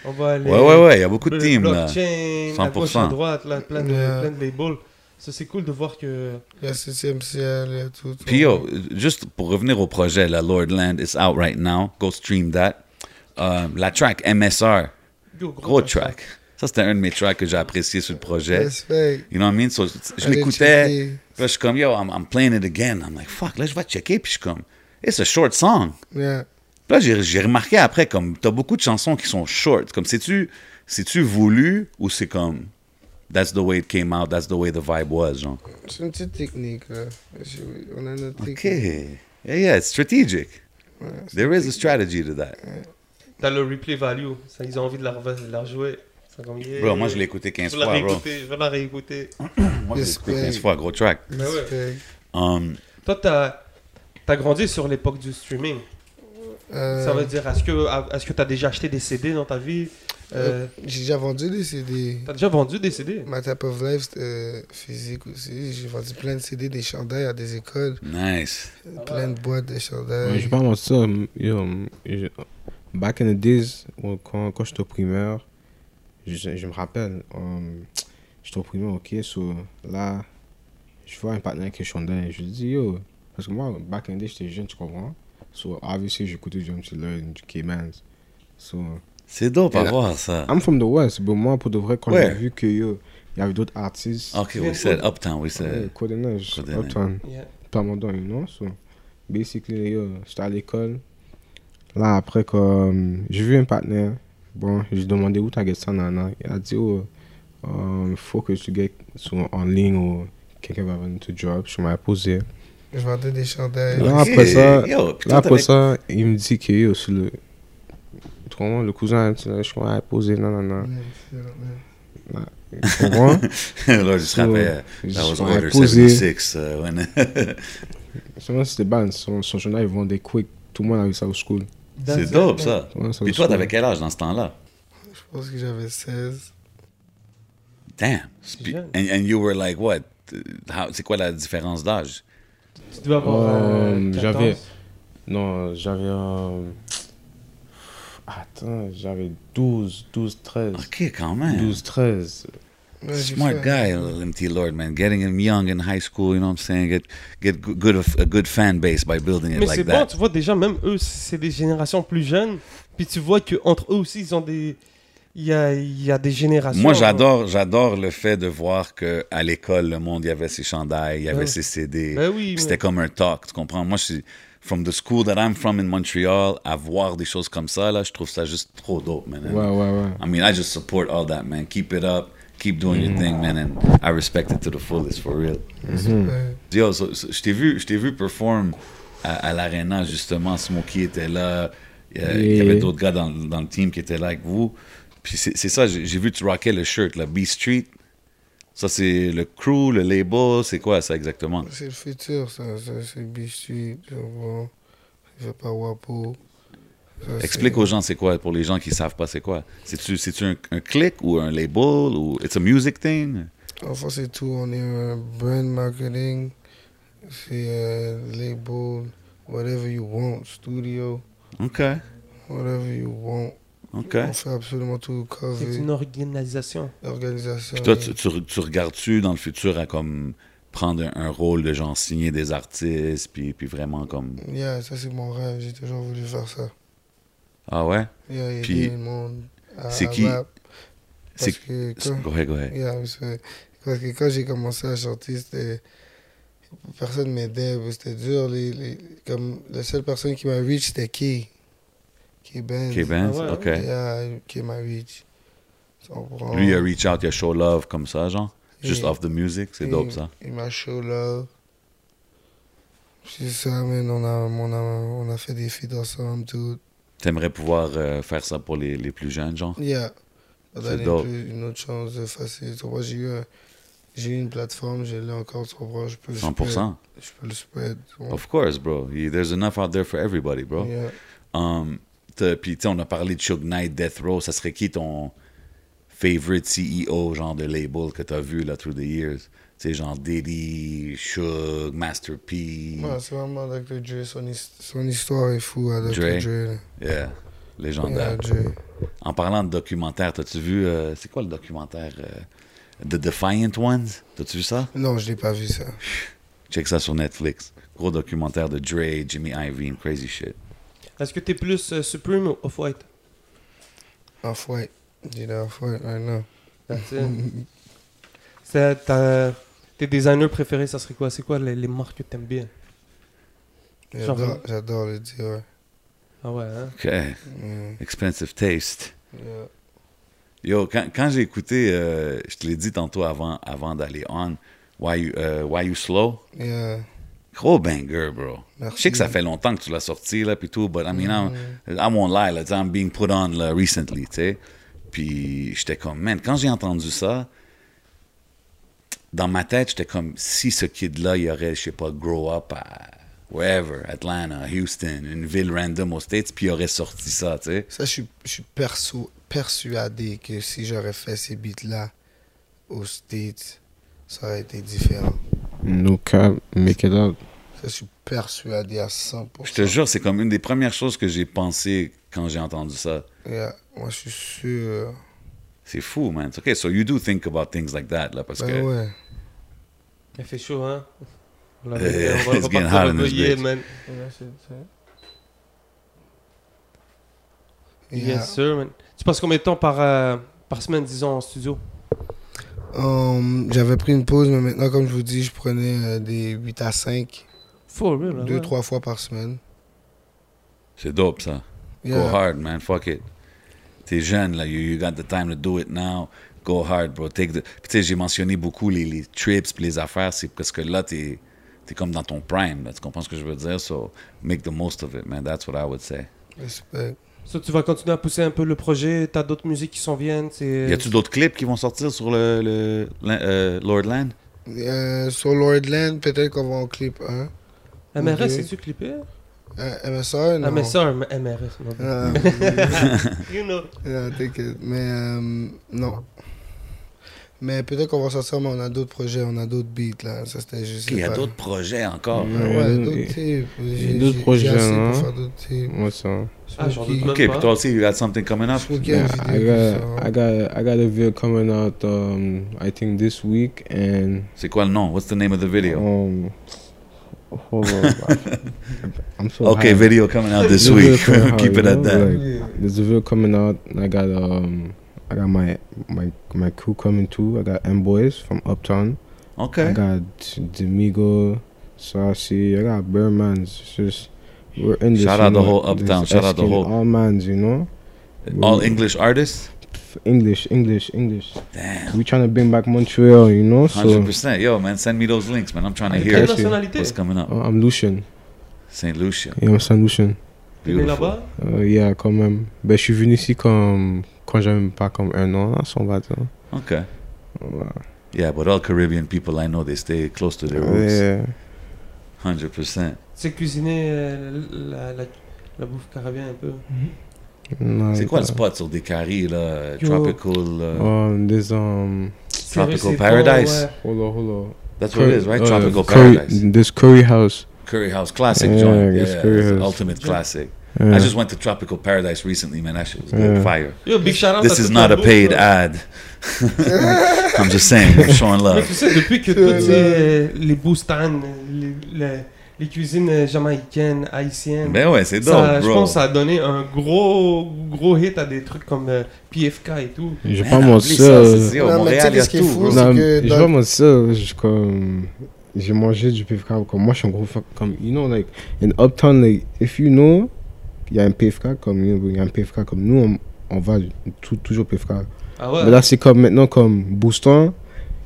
S3: On va aller.
S2: Ouais, ouais, ouais, il y a beaucoup de teams là.
S3: Blockchain, à gauche,
S2: 100%.
S3: à droite, là, plein de,
S4: Yeah.
S3: plein de labels. Ça, c'est cool de voir que.
S4: Le 7e ciel, il y a tout. tout.
S2: Puis yo, juste pour revenir au projet, la Lordland is out right now. Go stream that. Euh, la track MSR,
S3: Yo,
S2: gros
S3: track.
S2: track. Ça, c'était un de mes tracks que j'ai apprécié sur le projet.
S4: Respect.
S2: You know what I mean? So, je
S4: Allez
S2: l'écoutais.
S4: checker.
S2: puis là, Je suis comme, yo, I'm, I'm playing it again. I'm like, fuck, là, je vais checker. Puis je suis comme, it's a short song.
S4: Yeah.
S2: Puis Là, j'ai j'ai remarqué après, comme, t'as beaucoup de chansons qui sont short. Comme, c'est-tu c'est-tu voulu ou c'est comme, that's the way it came out, that's the way the vibe was, genre.
S4: C'est une petite technique, là. Je- On a notre
S2: OK.
S4: technique.
S2: Yeah, yeah, it's strategic.
S4: Ouais, c'est-
S2: There is a strategy to that.
S3: T'as le replay value. Ça, ils ont envie de la, re- de la rejouer. C'est comme, yeah.
S2: Bro, moi, je l'ai écouté 15
S3: Je vais la
S2: fois, bro.
S3: réécouter, je vais la réécouter.
S2: Moi, je l'ai écouté
S4: Yes,
S2: 15
S4: man.
S2: fois, gros track.
S3: Mais ouais.
S4: Respect.
S2: Um,
S3: Toi, t'as as grandi sur l'époque du streaming.
S4: Euh,
S3: Ça veut dire, est-ce que à- est-ce que t'as déjà acheté des CD dans ta vie Euh,
S4: J'ai déjà vendu des CD.
S3: T'as déjà vendu des CD
S4: Ma type of life, c'était euh, physique aussi. J'ai vendu plein de CD, des chandails à des écoles,
S2: nice.
S4: plein de boîtes de
S5: Ouais,
S4: chandails.
S5: je vais pas mentir, ça. m- yo, m- je- back in the days, when- quand, quand j'étais au primaire, je, je me rappelle, um, j'étais au primaire, ok, so là, je vois un partenaire qui est chandail, je lui dis, yo, parce que moi, back in the day, j'étais jeune, tu comprends? So, obviously, j'écoutais John Tiller du Caymans. So,
S2: C'est dope à
S5: Yeah.
S2: voir, ça.
S5: I'm from the West, mais moi, pour de vrai, quand
S2: Ouais.
S5: j'ai vu que, yo, il y avait d'autres artistes.
S2: OK, we said Uptown, we
S5: Ah, Ouais,
S2: said...
S5: Côte des Neiges,
S2: Côte des Neiges.
S5: Uptown.
S3: Yeah.
S5: pas mon don, you know. So, basically, yo, j'étais à l'école. Là, après, comme, j'ai vu un partenaire. Bon, j'ai demandé où t'as get ça, nana. Il a dit, oh, euh, faut que tu get sur- en ligne ou quelqu'un va venir te drop. Je m'ai posé.
S4: Je vendais des chandails.
S5: Là,
S2: Ok,
S5: après ça,
S2: yo, puis
S5: là,
S2: toi,
S5: après
S2: t'avais-
S5: ça, il me dit que, yo, c'est le. Tu comprends, le cousin, tu sais, je m'ai posé, non, non,
S4: Ouais,
S5: non.
S4: c'est vrai, ouais.
S5: Tu comprends?
S2: Là, je me
S5: So,
S2: rappelle,
S5: je
S2: that was
S5: m'en ai
S2: Order
S5: posé.
S2: 76. uh, when-
S5: Seulement, c'était ban. Son, son journal, ils vendaient quick. Tout le monde avait ça au school.
S2: C'est dope, ça.
S5: Ouais, ça
S2: Puis toi,
S5: au school.
S2: t'avais quel âge dans ce temps-là?
S4: Je pense que j'avais 16.
S2: Damn. Spe-
S3: jeune.
S2: and, and you were like, what? Uh, how- C'est quoi la différence d'âge?
S3: Tu devais avoir. euh,
S5: Euh,
S3: 14.
S5: j'avais- Non, j'avais. euh, Attends, j'avais 12, 12, 13.
S2: OK, quand même.
S5: 12, 13.
S4: Ouais, j'ai
S2: Smart guy,
S4: fait-
S2: little MT Lord, man. Getting him young in high school, you know what I'm saying? Get, get g- good of, a good fan base by building it
S3: Mais c'est
S2: like
S3: bon,
S2: that.
S3: tu vois, déjà, même eux, c'est des générations plus jeunes. Puis tu vois qu'entre eux aussi, ils ont des. Il y a, il y a des générations.
S2: Moi, j'adore, j'adore le fait de voir que à l'école, le monde, il y avait ses chandails, il y avait
S3: Ouais.
S2: ses CD.
S3: Ben oui,
S2: Puis
S3: mais-
S2: C'était comme un talk, tu comprends? Moi, je suis from the school that I'm from in Montreal, à voir des choses comme ça, là, je trouve ça juste trop dope, man.
S5: Ouais, ouais, ouais.
S2: I mean, I just support all that, man. Keep it up. Keep doing your thing, man. And I respect it to the fullest, for real. Mm.
S4: Ouais.
S2: Yo, so- so- je t'ai vu, je t'ai vu perform à, à l'arena justement. Smokey était là. Il y a- il y avait
S5: Yeah.
S2: d'autres gars dans, dans le team qui étaient là avec vous. Puis c'est c'est ça, j'ai j'ai vu que tu rockais le shirt, la B Street. Ça, c'est le crew, le label. C'est quoi ça exactement?
S4: C'est le futur, ça. ça c'est Bichu. Bon, je vais pas Wapo. Ça, c'est-
S2: Explique aux gens c'est quoi, pour les gens qui savent pas c'est quoi. C'est-tu c'est-tu un, un click ou un label ou it's a music thing?
S4: Enfin, c'est tout. On est un brand marketing. C'est euh, label. Whatever you want. Studio.
S2: OK,
S4: Whatever you want.
S2: OK.
S4: On fait absolument tout.
S3: C'est
S4: Cover.
S3: une organisation.
S4: Organisation.
S2: Puis toi, tu, tu, tu regardes-tu dans le futur à comme prendre un, un rôle de genre signer des artistes, puis, puis vraiment comme.
S4: Yeah, ça, c'est mon rêve. J'ai toujours voulu faire ça.
S2: Ah ouais?
S4: Yeah, aider
S2: Puis,
S4: le monde. à-
S2: c'est
S4: à
S2: qui-
S4: rap.
S2: c'est-
S4: Parce que quand-
S2: Go ahead, go ahead.
S4: Yeah, parce que- parce que quand j'ai commencé à chanter, c'était... Personne m'aidait, bro, c'était dur. Les, les- comme la seule personne qui m'a reach, c'était Key. Key Benz.
S2: Ok, Ben,
S3: Ah ouais,
S2: ok.
S4: Yeah, Key m'a reach. Tu comprends?
S2: Lui, il a reach out, il a show love comme ça, genre. Juste
S4: Yeah.
S2: off the music, c'est
S4: Il-
S2: dope ça.
S4: Il m'a show love. C'est ça, man, on a, on a, on a fait des feats ensemble, tout.
S2: T'aimerais pouvoir euh, faire ça pour les, les plus jeunes, genre.
S4: Yeah.
S2: C'est
S4: Ça donne
S2: dope.
S4: plus- une autre chance de facile. Tu comprends? J'ai eu, un- j'ai eu une plateforme, je l'ai encore, tu comprends? Je peux le
S2: 100%.
S4: spread. Je peux le spread. tu comprends?
S2: Of course, bro. You- There's enough out there for everybody, bro.
S4: Yeah.
S2: Um, t'as- puis, tu sais, on a parlé de Shug Knight, Death Row. Ça serait qui ton favorite CEO, genre de label que t'as vu, là, through the years? Tu sais, genre Diddy, Shug, Master P.
S4: Ouais, c'est vraiment Dr. Dre, son, his- son histoire est fou à Dr.
S2: Dre.
S4: Dre. là.
S2: Yeah. Légendaire.
S4: Yeah, Dre.
S2: En parlant de documentaire, t'as-tu vu. euh, c'est quoi le documentaire euh, The Defiant Ones. T'as-tu vu ça?
S4: Non, je l'ai pas vu ça.
S2: Check ça sur Netflix. Gros documentaire de Dre, Jimmy Iovine, crazy shit.
S3: Est-ce que t'es plus euh, Supreme ou Off-White
S4: Off white. Did off white right now.
S3: That's it. C'est- t'as- Tes designers préférés, ça serait quoi C'est quoi les, les marques que t'aimes bien
S4: J'adore,
S3: Genre-
S4: j'adore le Dior.
S3: Ah ouais, hein
S2: OK.
S4: Mm,
S2: Expensive taste.
S4: yeah.
S2: Yo, quand, quand j'ai écouté, euh, je te l'ai dit tantôt avant, avant d'aller on, why you, euh, why you Slow?
S4: Yeah.
S2: Gros banger, bro.
S4: Merci.
S2: Je sais que ça fait longtemps que tu l'as sorti, là, puis tout, but I mean, I'm, I won't lie, là, tu sais, I'm being put on, là, recently, tu sais. Puis j'étais comme, man, quand j'ai entendu ça, dans ma tête, j'étais comme, si ce kid-là, il aurait, je sais pas, grow up à wherever, Atlanta, Houston, une ville random aux States, puis il aurait sorti ça, tu sais.
S4: Ça, je suis, je suis perso- persuadé que si j'aurais fait ces beats-là aux States, ça aurait été différent.
S5: No cap, make it up.
S4: Ça, je suis persuadé à 100%.
S2: Je te jure, c'est comme une des premières choses que j'ai pensé quand j'ai entendu ça.
S4: Yeah, Moi, je suis sûr.
S2: C'est fou, man. It's OK, so you do think about things like that, là, parce que...
S4: Ben ouais.
S3: Il fait chaud, hein on l'a
S2: Eh,
S3: vu, on va
S2: it's
S3: repartir
S2: getting hot in this
S3: recueillir,
S2: bitch.
S3: man.
S4: Yeah.
S3: Yes, sir, man. Tu passes combien de temps par, euh, par semaine, disons, en studio
S4: Um, J'avais pris une pause, mais maintenant, comme je vous dis, je prenais euh, des 8 à 5,
S3: For real,
S4: deux, trois fois par semaine.
S2: C'est dope, ça. Go
S4: Yeah.
S2: hard, man. Fuck it. T'es jeune, là. You, you got the time to do it now. Go hard, bro. Take the... Puis, tu sais, j'ai mentionné beaucoup les, les trips puis les affaires. C'est parce que là, t'es es comme dans ton prime. Là. Tu comprends ce que je veux dire? So, make the most of it, man. That's what I would say.
S4: Respect.
S3: So, tu vas continuer à pousser un peu le projet, t'as d'autres musiques qui s'en viennent, c'est...
S2: Y a-tu d'autres clips qui vont sortir sur le, le, l'in- euh, Lordland?
S4: Euh, sur Lordland, peut-être qu'on va en clip un.
S3: MRS,
S4: Ok.
S3: c'est-tu clippé
S4: Euh, MSR, non.
S3: Ah, mais ça, un MRS. non.
S4: Euh,
S2: Ah.
S3: You know.
S4: non, t'inquiète. Mais euh, non. Mais peut-être qu'on va sortir, mais on a d'autres projets, on a d'autres beats là. Ça c'était juste.
S2: Il y a
S4: pas- Mm.
S2: d'autres projets encore.
S4: Ah, Ouais,
S5: Ouais,
S4: d'autres
S5: et-
S4: types.
S5: et
S4: J'ai-
S5: d'autres
S4: j'ai-
S5: projets,
S4: J'ai assez
S5: hein.
S4: pour faire d'autres types.
S5: What's up?
S3: Ah, j'en doute
S4: Ok.
S3: même
S2: OK, puis
S3: pas.
S2: toi aussi, you got something coming up?
S4: Je trouve qu'il y a
S5: Yeah,
S4: une vidéo.
S5: I
S4: qui sort.
S5: got, I got, I got a video coming out. Um, I think this week, and
S2: C'est quoi le nom? What's the name of the video?
S5: um, hold on, I'm so
S2: OK,
S5: high.
S2: video coming out this
S5: Video
S2: week.
S5: coming out,
S2: Keep it
S5: you
S2: at
S5: know,
S2: that.
S5: like, there's a video coming out. and I got um, I got my my my crew coming too. I got M Boys from Uptown.
S2: OK.
S5: I got Demigo, Saucy. I got Bear Mans. It's just we're in this.
S2: Shout
S5: you
S2: out the
S5: know,
S2: whole Uptown,
S5: this
S2: shout out the
S5: asking
S2: whole-
S5: all mans. You know,
S2: All English artists?
S5: English, English, English.
S2: Damn.
S5: We trying to bring back Montreal. You know, so
S2: 100%. Yo, man, send me those links, man. I'm trying to
S5: I
S3: Quelle
S2: hear
S5: got you.
S3: nationalité
S2: what's coming up.
S5: uh, I'm Lucian.
S2: St. Lucia.
S5: Yeah, I'm San Lucian.
S3: T'es né
S2: Beautiful.
S3: là-bas
S5: Euh, yeah, quand même. Ben, je suis venu ici comme quand j'avais même pas comme un an, si on va dire.
S2: Okay.
S5: Ouais.
S2: Yeah, but all Caribbean people I know, they stay close to their roots.
S5: Ouais.
S2: 100%.
S3: Tu sais cuisiner euh, la, la, la bouffe carabien un peu
S5: Non,
S2: C'est quoi le
S5: pas-
S2: spot sur des carrés, là?
S3: Yo.
S2: Tropical. uh,
S5: Um, there's um.
S3: Sérieux, c'est bon,
S2: Paradise.
S3: ouais.
S5: Hold on, hold on.
S2: That's what it is, right?
S5: oh,
S2: Tropical
S5: curry,
S2: Paradise.
S5: This curry house.
S2: Curry House Classic
S5: Yeah,
S2: joint. Yeah,
S5: it's
S2: it's
S5: Curry
S2: the
S5: House.
S2: ultimate classic.
S5: Yeah.
S2: I just went to Tropical Paradise recently, man. That shit was good
S5: Yeah.
S2: fire.
S3: Yo, big shout out à
S2: This is
S3: toute
S2: not
S3: la
S2: a
S3: bouffe,
S2: paid
S3: là.
S2: ad. I'm just saying, I'm showing
S3: Mais
S2: love.
S3: tu sais, depuis que toutes ces, les boostans, les, les, les cuisines euh, jamaïcaines, haïtiennes,
S2: Ben ouais, c'est
S3: ça,
S2: dope,
S3: je
S2: bro.
S3: pense que ça a donné un gros, gros hit à des trucs comme euh, PFK et tout.
S5: Je vais
S2: Man,
S5: pas
S2: oublie ça, c'est-
S5: mentir. euh,
S2: yo,
S4: Non, mais tu
S2: Montréal, il y
S4: sais
S2: a
S4: qu'est-ce qui est
S2: tout,
S4: fou,
S2: bro.
S4: c'est
S5: Non,
S4: que
S5: je
S4: dans-
S5: vais pas mentir. Je comme j'ai mangé du PFK. Comme moi, je suis un gros fan. Comme you know, like in Uptown, like if you know, il y a un PFK comme you know, il y a un PFK comme nous, on, on va tout- toujours PFK.
S3: Ah ouais
S5: Mais là, c'est comme maintenant, comme Bouston.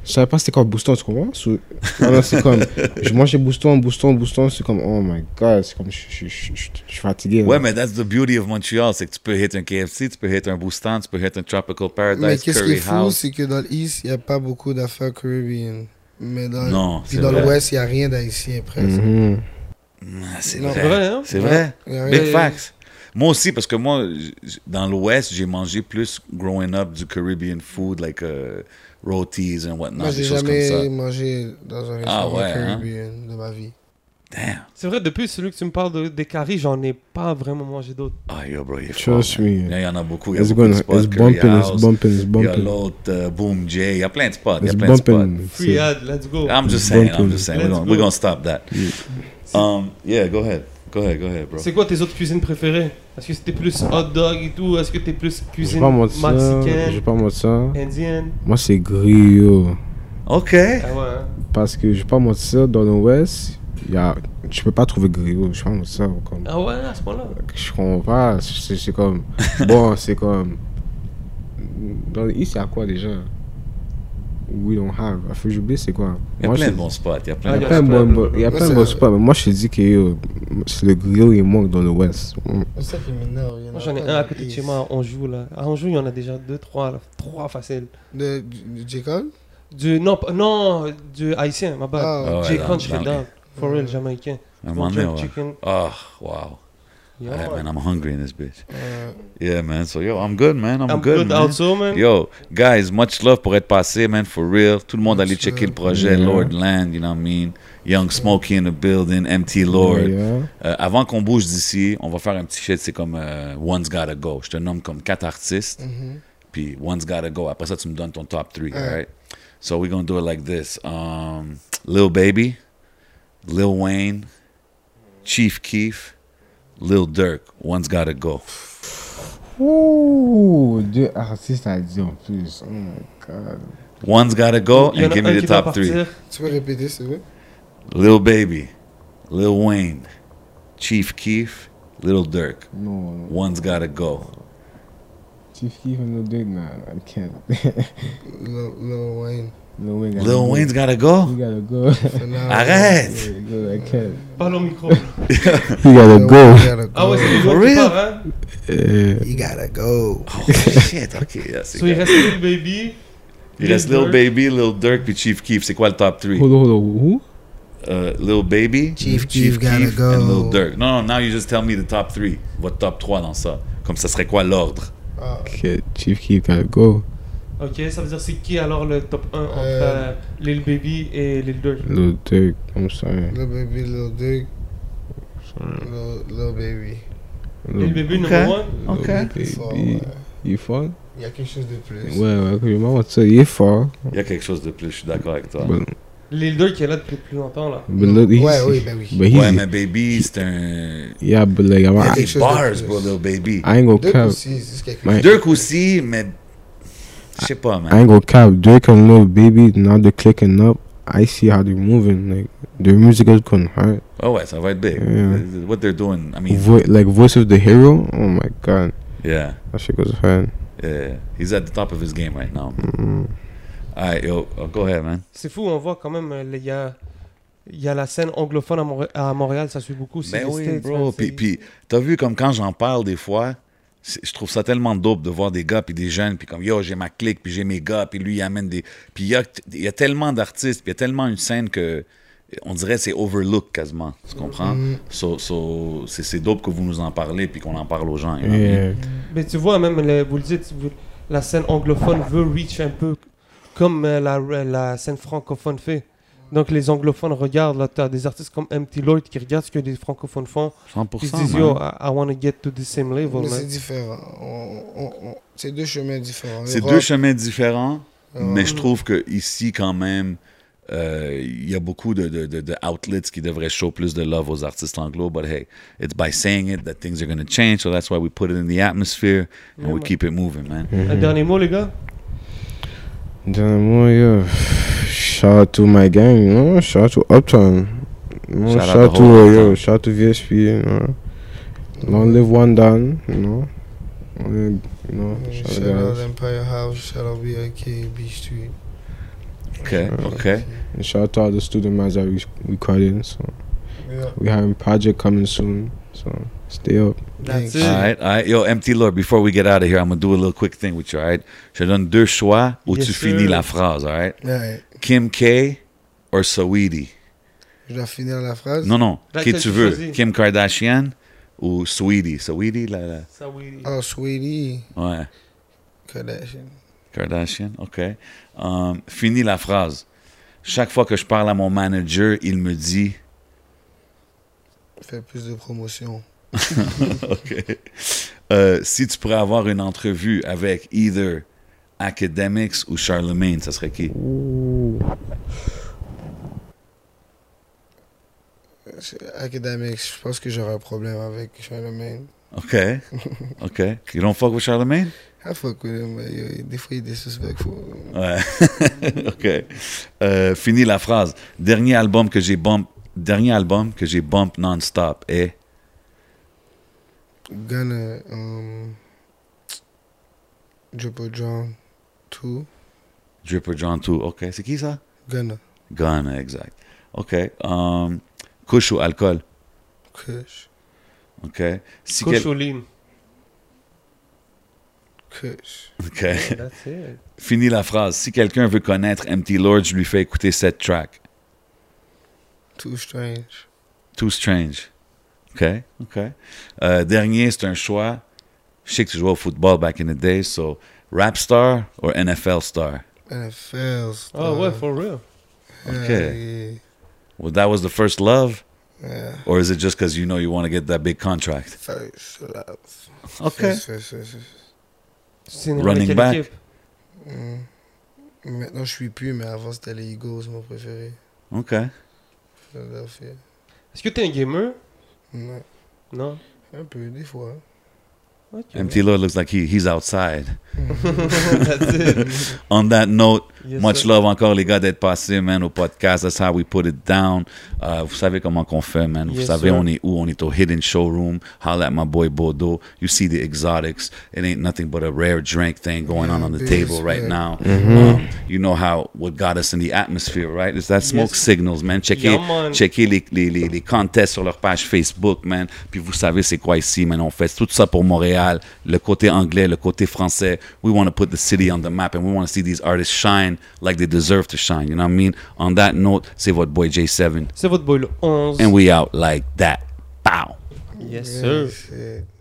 S5: Je savais pas c'était quoi Bouston, tu comprends So, là, là, c'est comme, je mangeais Bouston, Bouston, Bouston, c'est comme, oh my god, c'est comme, je je- je- je- je suis fatigué. là.
S2: Ouais, mais that's the beauty of Montreal, c'est que tu peux hit un KFC, tu peux hit un Boostan, tu peux hit un Tropical
S4: Mais
S2: Paradise,
S4: qu'est-ce qui est
S2: Curry
S4: fou,
S2: House.
S4: c'est que dans l'East, il n'y a pas beaucoup d'affaires caribéennes. Mais dans,
S2: Non,
S4: puis
S2: c'est
S4: dans
S2: vrai.
S4: l'Ouest, il n'y a rien d'haïtien presque.
S5: Mhm.
S2: Ah, c'est
S4: Non,
S3: C'est vrai,
S2: vrai.
S3: hein
S2: C'est vrai.
S4: Il y a
S2: Big
S4: rien.
S3: Mais-
S2: facts. Moi aussi, parce que moi, j- j- dans l'Ouest, j'ai mangé plus growing up du Caribbean food, like euh, rotis and whatnot,
S4: Moi, j'ai
S2: des choses comme ça.
S4: jamais mangé dans un
S2: Ah
S4: restaurant
S2: ouais, hein?
S4: caribéen de ma vie.
S2: Damn.
S3: C'est vrai, depuis celui que tu me parles de- des caries, j'en ai pas vraiment mangé d'autres.
S2: Ah, yo, bro, il est fort,
S5: Trust
S2: man.
S5: me.
S2: Là, il y en a beaucoup. Il y a
S5: It's,
S2: beaucoup de
S5: gonna,
S2: spots.
S5: it's
S2: Curry
S5: bumping, it's
S2: House.
S5: bumping,
S2: Il
S5: it's
S2: y a
S5: bumping.
S2: l'autre euh, Boom J. Il y a plein de spots. Il y a
S5: It's
S2: plein de spots.
S5: bumping.
S3: Free
S5: C'est-
S3: ad, let's go.
S2: I'm just saying. I'm
S5: bumping.
S2: just saying. We're
S3: Let's
S2: gonna, we're
S3: go.
S2: gonna stop that. Um, yeah, go ahead. Go ahead, go ahead, bro.
S3: C'est quoi tes autres cuisines préférées Est-ce que c'était plus hot dog et tout Est-ce que t'es plus
S5: Je vais
S3: cuisine
S5: pas mentir ça. Je vais
S3: mexicaine,
S5: pas mentir ça.
S3: indienne
S5: Moi, c'est griot.
S2: OK.
S3: Ah ouais. hein.
S5: Parce que je vais pas mentir ça, dans l'Ouest, il y a... tu peux pas trouver griot. Je vais pas mentir ça. Comme...
S3: Ah ouais, à ce point-là.
S5: Je comprends pas. C'est c'est comme. bon, c'est comme. Dans l'East, il y a quoi déjà We don't have. Ah, faut que j'oublie, c'est quoi
S2: Il y a
S5: Moi,
S2: plein
S5: je-
S2: de bons spots. Il y a plein
S5: Il
S3: Ah,
S5: y
S2: de
S5: a
S2: bons
S5: plein de
S3: spots.
S5: bons spots. Il y a
S4: Ouais,
S5: plein de
S4: c'est-
S5: bons spots, mais moi je te dis que yo, c'est le griot il manque dans le West. Mm.
S4: C'est ça qui m'énerve. il y en
S3: Moi
S4: a
S3: j'en ai
S4: pas
S3: un à
S4: dans
S3: côté de
S4: les-
S3: chez moi à Anjou là. À Anjou, il y en a déjà deux, trois, là. trois faciles.
S4: De, du, du J-Cole
S3: Du non, pas- non, du haïtien, ma bad.
S4: Ah,
S2: Ah ouais,
S3: J'ai
S2: dans-
S3: quand je fais
S2: dans-
S3: down. For real, jamaïcain.
S2: Un moment
S3: Don't
S2: donné,
S3: jump
S2: ouais.
S3: chicken.
S2: Oh, wow.
S3: Yeah,
S2: Yeah,
S3: man.
S2: man, I'm hungry in this bitch.
S5: Ah.
S4: euh,
S2: Yeah, man. So, yo, I'm good, man. I'm,
S3: I'm good
S2: good, man.
S3: also, man.
S2: Yo, guys, much love pour être passé, man, for real. Tout le monde allait
S4: Much
S2: checker le
S4: love.
S2: projet
S5: Yeah.
S2: Lord Land, you know what I mean? Young Smokey in the building, MT Lord.
S5: Yeah.
S2: Euh, avant qu'on bouge d'ici, on va faire un petit shit, c'est comme euh, One's Gotta Go. Je te nomme comme quatre artistes,
S3: Mm-hmm.
S2: puis One's Gotta Go. Après ça, tu me donnes ton top three, alright? So we're gonna do it like this. Um, Lil Baby, Lil Wayne, Chief Keef, Lil Durk, One's Gotta Go.
S5: Ouh, deux artistes à dire en plus. Oh my god.
S2: One's Gotta Go,
S3: Il y en
S2: and
S3: a
S2: give
S3: un
S2: me the
S3: qui va
S2: top three.
S3: partir.
S4: tu peux répéter, c'est vrai
S2: Lil Baby, Lil Wayne, Chief Keef, Lil Durk.
S5: Non, non.
S2: One's Gotta Go.
S5: Chief Keef and Lil Durk, nah, nah, I can't.
S4: Lil Lil Wayne.
S5: Lil Wayne. gotta
S2: Lil
S5: go.
S2: Wayne's Gotta Go?
S5: You gotta go.
S4: For now,
S2: Arrête!
S5: You gotta go, I can't.
S3: Parle au micro.
S5: You gotta
S4: Lil
S5: go.
S4: Wayne, you gotta go.
S3: Ah ouais, c'est le
S2: For
S3: gars qui
S2: real?
S3: part, hein.
S5: Euh,
S4: You gotta go.
S2: Oh, Shit, ok. yeah, c'est
S3: So, il
S2: correct.
S3: reste Lil Baby.
S2: Il reste Lil Baby, Lil Durk puis Chief Keef. C'est quoi le top 3?
S5: Hold on, hold on. Who?
S2: Lil Baby,
S4: Chief Keef, gotta
S2: Keef,
S4: go.
S2: and Lil Durk. Non, non, now you just tell me the top 3. Votre top 3 dans ça. Comme ça serait quoi l'ordre?
S4: Ah,
S5: Okay, Chief Keef gotta go.
S3: Ok, ça veut dire c'est qui alors le top 1 entre euh,
S4: Euh,
S3: Lil Baby et Lil Durk
S5: Lil Durk, I'm sorry.
S4: Lil Baby, Lil Duke. Lil, Lil Baby.
S3: Lil Baby numéro 1
S5: Lil
S4: Fort,
S5: Baby.
S4: ouais.
S5: Il est fort?
S4: Il y a quelque chose de plus.
S5: Ouais, ouais, que je m'en vais, ça, il est fort.
S2: Il y a quelque chose de plus, je suis d'accord avec toi.
S4: Bah,
S5: But,
S3: Lil Durk est là depuis plus longtemps là.
S5: but look, he's,
S4: Ouais, oui, ben oui.
S5: But he's,
S2: Ouais, mais Baby, c'est un.
S5: Yeah, but like, I'm,
S4: Yeah,
S5: I,
S4: they-
S2: Des
S4: chose de
S2: bars,
S4: plus. Ah,
S2: bro, Lil Baby.
S5: I ain't gonna
S4: Duke
S5: cap.
S4: aussi, c'est quelque
S5: Ouais.
S4: chose.
S2: Durk aussi, mais. Je sais pas,
S5: I
S2: man.
S4: Ah,
S5: ain't gonna cap. Drake and Lil Baby, now they're clicking up. I see how they're moving. Like, their music is going hard.
S2: Oh ouais, ça va être big.
S5: Yeah.
S2: What they're doing, I mean,
S5: Vo- like, Voice of the Hero, oh my god.
S2: yeah.
S5: That shit goes hard.
S2: yeah. He's at the top of his game right now.
S4: Mm.
S2: Alright, yo, oh, go ahead, man.
S3: C'est fou, on voit quand même euh, les- il y a il y a la scène anglophone à, Montré- à Montréal, ça suit beaucoup. c'est
S2: Ben
S3: les
S2: oui,
S3: States,
S2: bro.
S3: man,
S2: Puis,
S3: c'est-
S2: puis t'as vu comme quand j'en parle des fois, c'est- je trouve ça tellement dope de voir des gars puis des jeunes puis comme yo j'ai ma clique puis j'ai mes gars puis lui il amène des puis il y a, il y a tellement d'artistes puis il y a tellement une scène que on dirait c'est overlook quasiment, tu comprends?
S3: Mm-hmm.
S4: Mm.
S2: So- so, c'est c'est dope que vous nous en parlez puis qu'on en parle aux gens. you know what I mean?
S5: Yeah.
S3: Mais tu vois, même, le- vous le dites, vous- la scène anglophone veut reach un peu comme euh, la, la scène francophone fait. Donc les anglophones regardent, là, t'as des artistes comme M.T. Lloyd qui regardent ce que les francophones font. Ils se
S2: 100%.
S3: disent,
S2: man.
S3: yo, I, want to get to the same level,
S4: Mais
S3: man.
S4: c'est différent. On- on- on- c'est deux chemins différents.
S2: C'est
S4: Europe,
S2: deux chemins différents, mais
S4: Ouais.
S2: je trouve que ici quand même, euh, il y a beaucoup de, de, de, de outlets qui devraient show plus de love aux artistes anglo. But hey, it's by saying it that things are going to change, so that's why we put it in the atmosphere and we
S3: man.
S2: keep it moving, man.
S3: Un dernier mot, les gars
S5: Then more, yeah. Shout out to my gang, you know. Shout out to Uptown. You know?
S2: Shout out
S5: Shout,
S2: the
S5: out to
S2: whole
S5: uh, yo.
S2: Uptown.
S5: Shout out to VSP. You know. Long live one down. You know. Only, you know.
S4: euh,
S5: Shout,
S4: Shout
S5: out
S4: out Empire House, shout out BRK, B Street.
S2: Okay, okay.
S5: and shout out to all the student minds that we recording. So
S4: Yeah.
S5: we having project coming soon. So stay up.
S3: That's
S4: Thanks.
S3: it.
S2: All right, all right. Yo, MT Lord, before we get out of here, I'm going to do a little quick thing with you, all right? Je donne deux choix où
S3: Yes,
S2: tu
S3: sir.
S2: finis la phrase, all right?
S4: Ouais.
S2: Kim K or Saweetie?
S4: Je dois finir la phrase.
S2: Non, non. Qui
S3: Laquelle tu
S2: tu veux?
S3: choisis?
S2: Kim Kardashian ou Saweetie? Saweetie, la, la...
S3: Ça, oui.
S4: Oh, Sweetie.
S2: Ouais.
S4: Kardashian.
S2: Kardashian, OK. Um, fini la phrase. Chaque fois que je parle à mon manager, il me dit
S4: Fais plus de promotion.
S2: OK. Euh, si tu pourrais avoir une entrevue avec either Academics ou Charlemagne, ça serait qui?
S4: Academics, je pense que j'aurais un problème avec Charlemagne.
S2: OK. OK. You don't fuck with Charlemagne?
S4: I Ah, fuck with him, but yo, des euh, fois il est disrespectful.
S2: Ouais. OK. Euh, fini la phrase. Dernier album que j'ai bump, dernier album que j'ai bump non-stop est...
S4: Gonna, um, Triple John 2.
S2: Dripper John 2. OK. C'est qui ça?
S4: Gonna,
S2: Gun, exact. OK. Um, couche ou alcool?
S4: Kush,
S2: OK. Si
S3: Coach
S2: quel-
S3: Olim.
S4: Kush.
S2: OK. Fini la phrase. Si quelqu'un veut connaître MT Lord, je lui fais écouter cette track.
S4: Too strange.
S2: Too Strange. OK, OK. Euh, dernier, c'est un choix. Je sais que tu jouais au football back in the day, so rap star or NFL star?
S4: NFL.
S3: Oh ouais, for real.
S2: Okay. Well, that was the first love,
S4: Yeah.
S2: or is it just because you know you want to get that big contract?
S4: First love.
S2: OK.
S4: First, first, first, first.
S3: C'est une
S2: Running
S3: quelle
S2: back.
S3: équipe?
S4: Mm. Maintenant je suis plus, mais avant c'était les Eagles, mon préféré.
S2: OK.
S4: Philadelphia.
S3: Est-ce que t'es un gamer?
S4: Ouais.
S3: Non.
S4: Un peu, des fois.
S3: Ok.
S2: MT Lord looks like he, he's outside.
S3: That's it.
S2: On that note,
S3: Yes,
S2: Much
S3: sir.
S2: love encore, les gars, d'être passés, man, au podcast. That's how we put it down. Euh, vous savez comment qu'on fait, man. vous
S3: Yes,
S2: savez,
S3: sir.
S2: on est où? On est au Hidden Showroom. Holla at my boy Bordeaux. You see the exotics. It ain't nothing but a rare drink thing going on on the
S4: Yeah,
S2: table
S4: bitch,
S2: right
S4: man.
S2: now. Um, you know how, what got us in the atmosphere, right? Is that smoke
S3: Yes.
S2: signals, man. Checkez,
S3: Yeah, man.
S2: checkez les, les, les, les contests sur leur page Facebook, man. Puis vous savez c'est quoi ici, man. On fait tout ça pour Montréal, le côté anglais, le côté français. We want to put the city on the map and we want to see these artists shine like they deserve to shine. You know what I mean? On that note, c'est votre boy J7.
S3: C'est votre boy le 11.
S2: And we out like that. Pow.
S3: Yes,
S4: Yeah,
S3: sir.
S4: shit.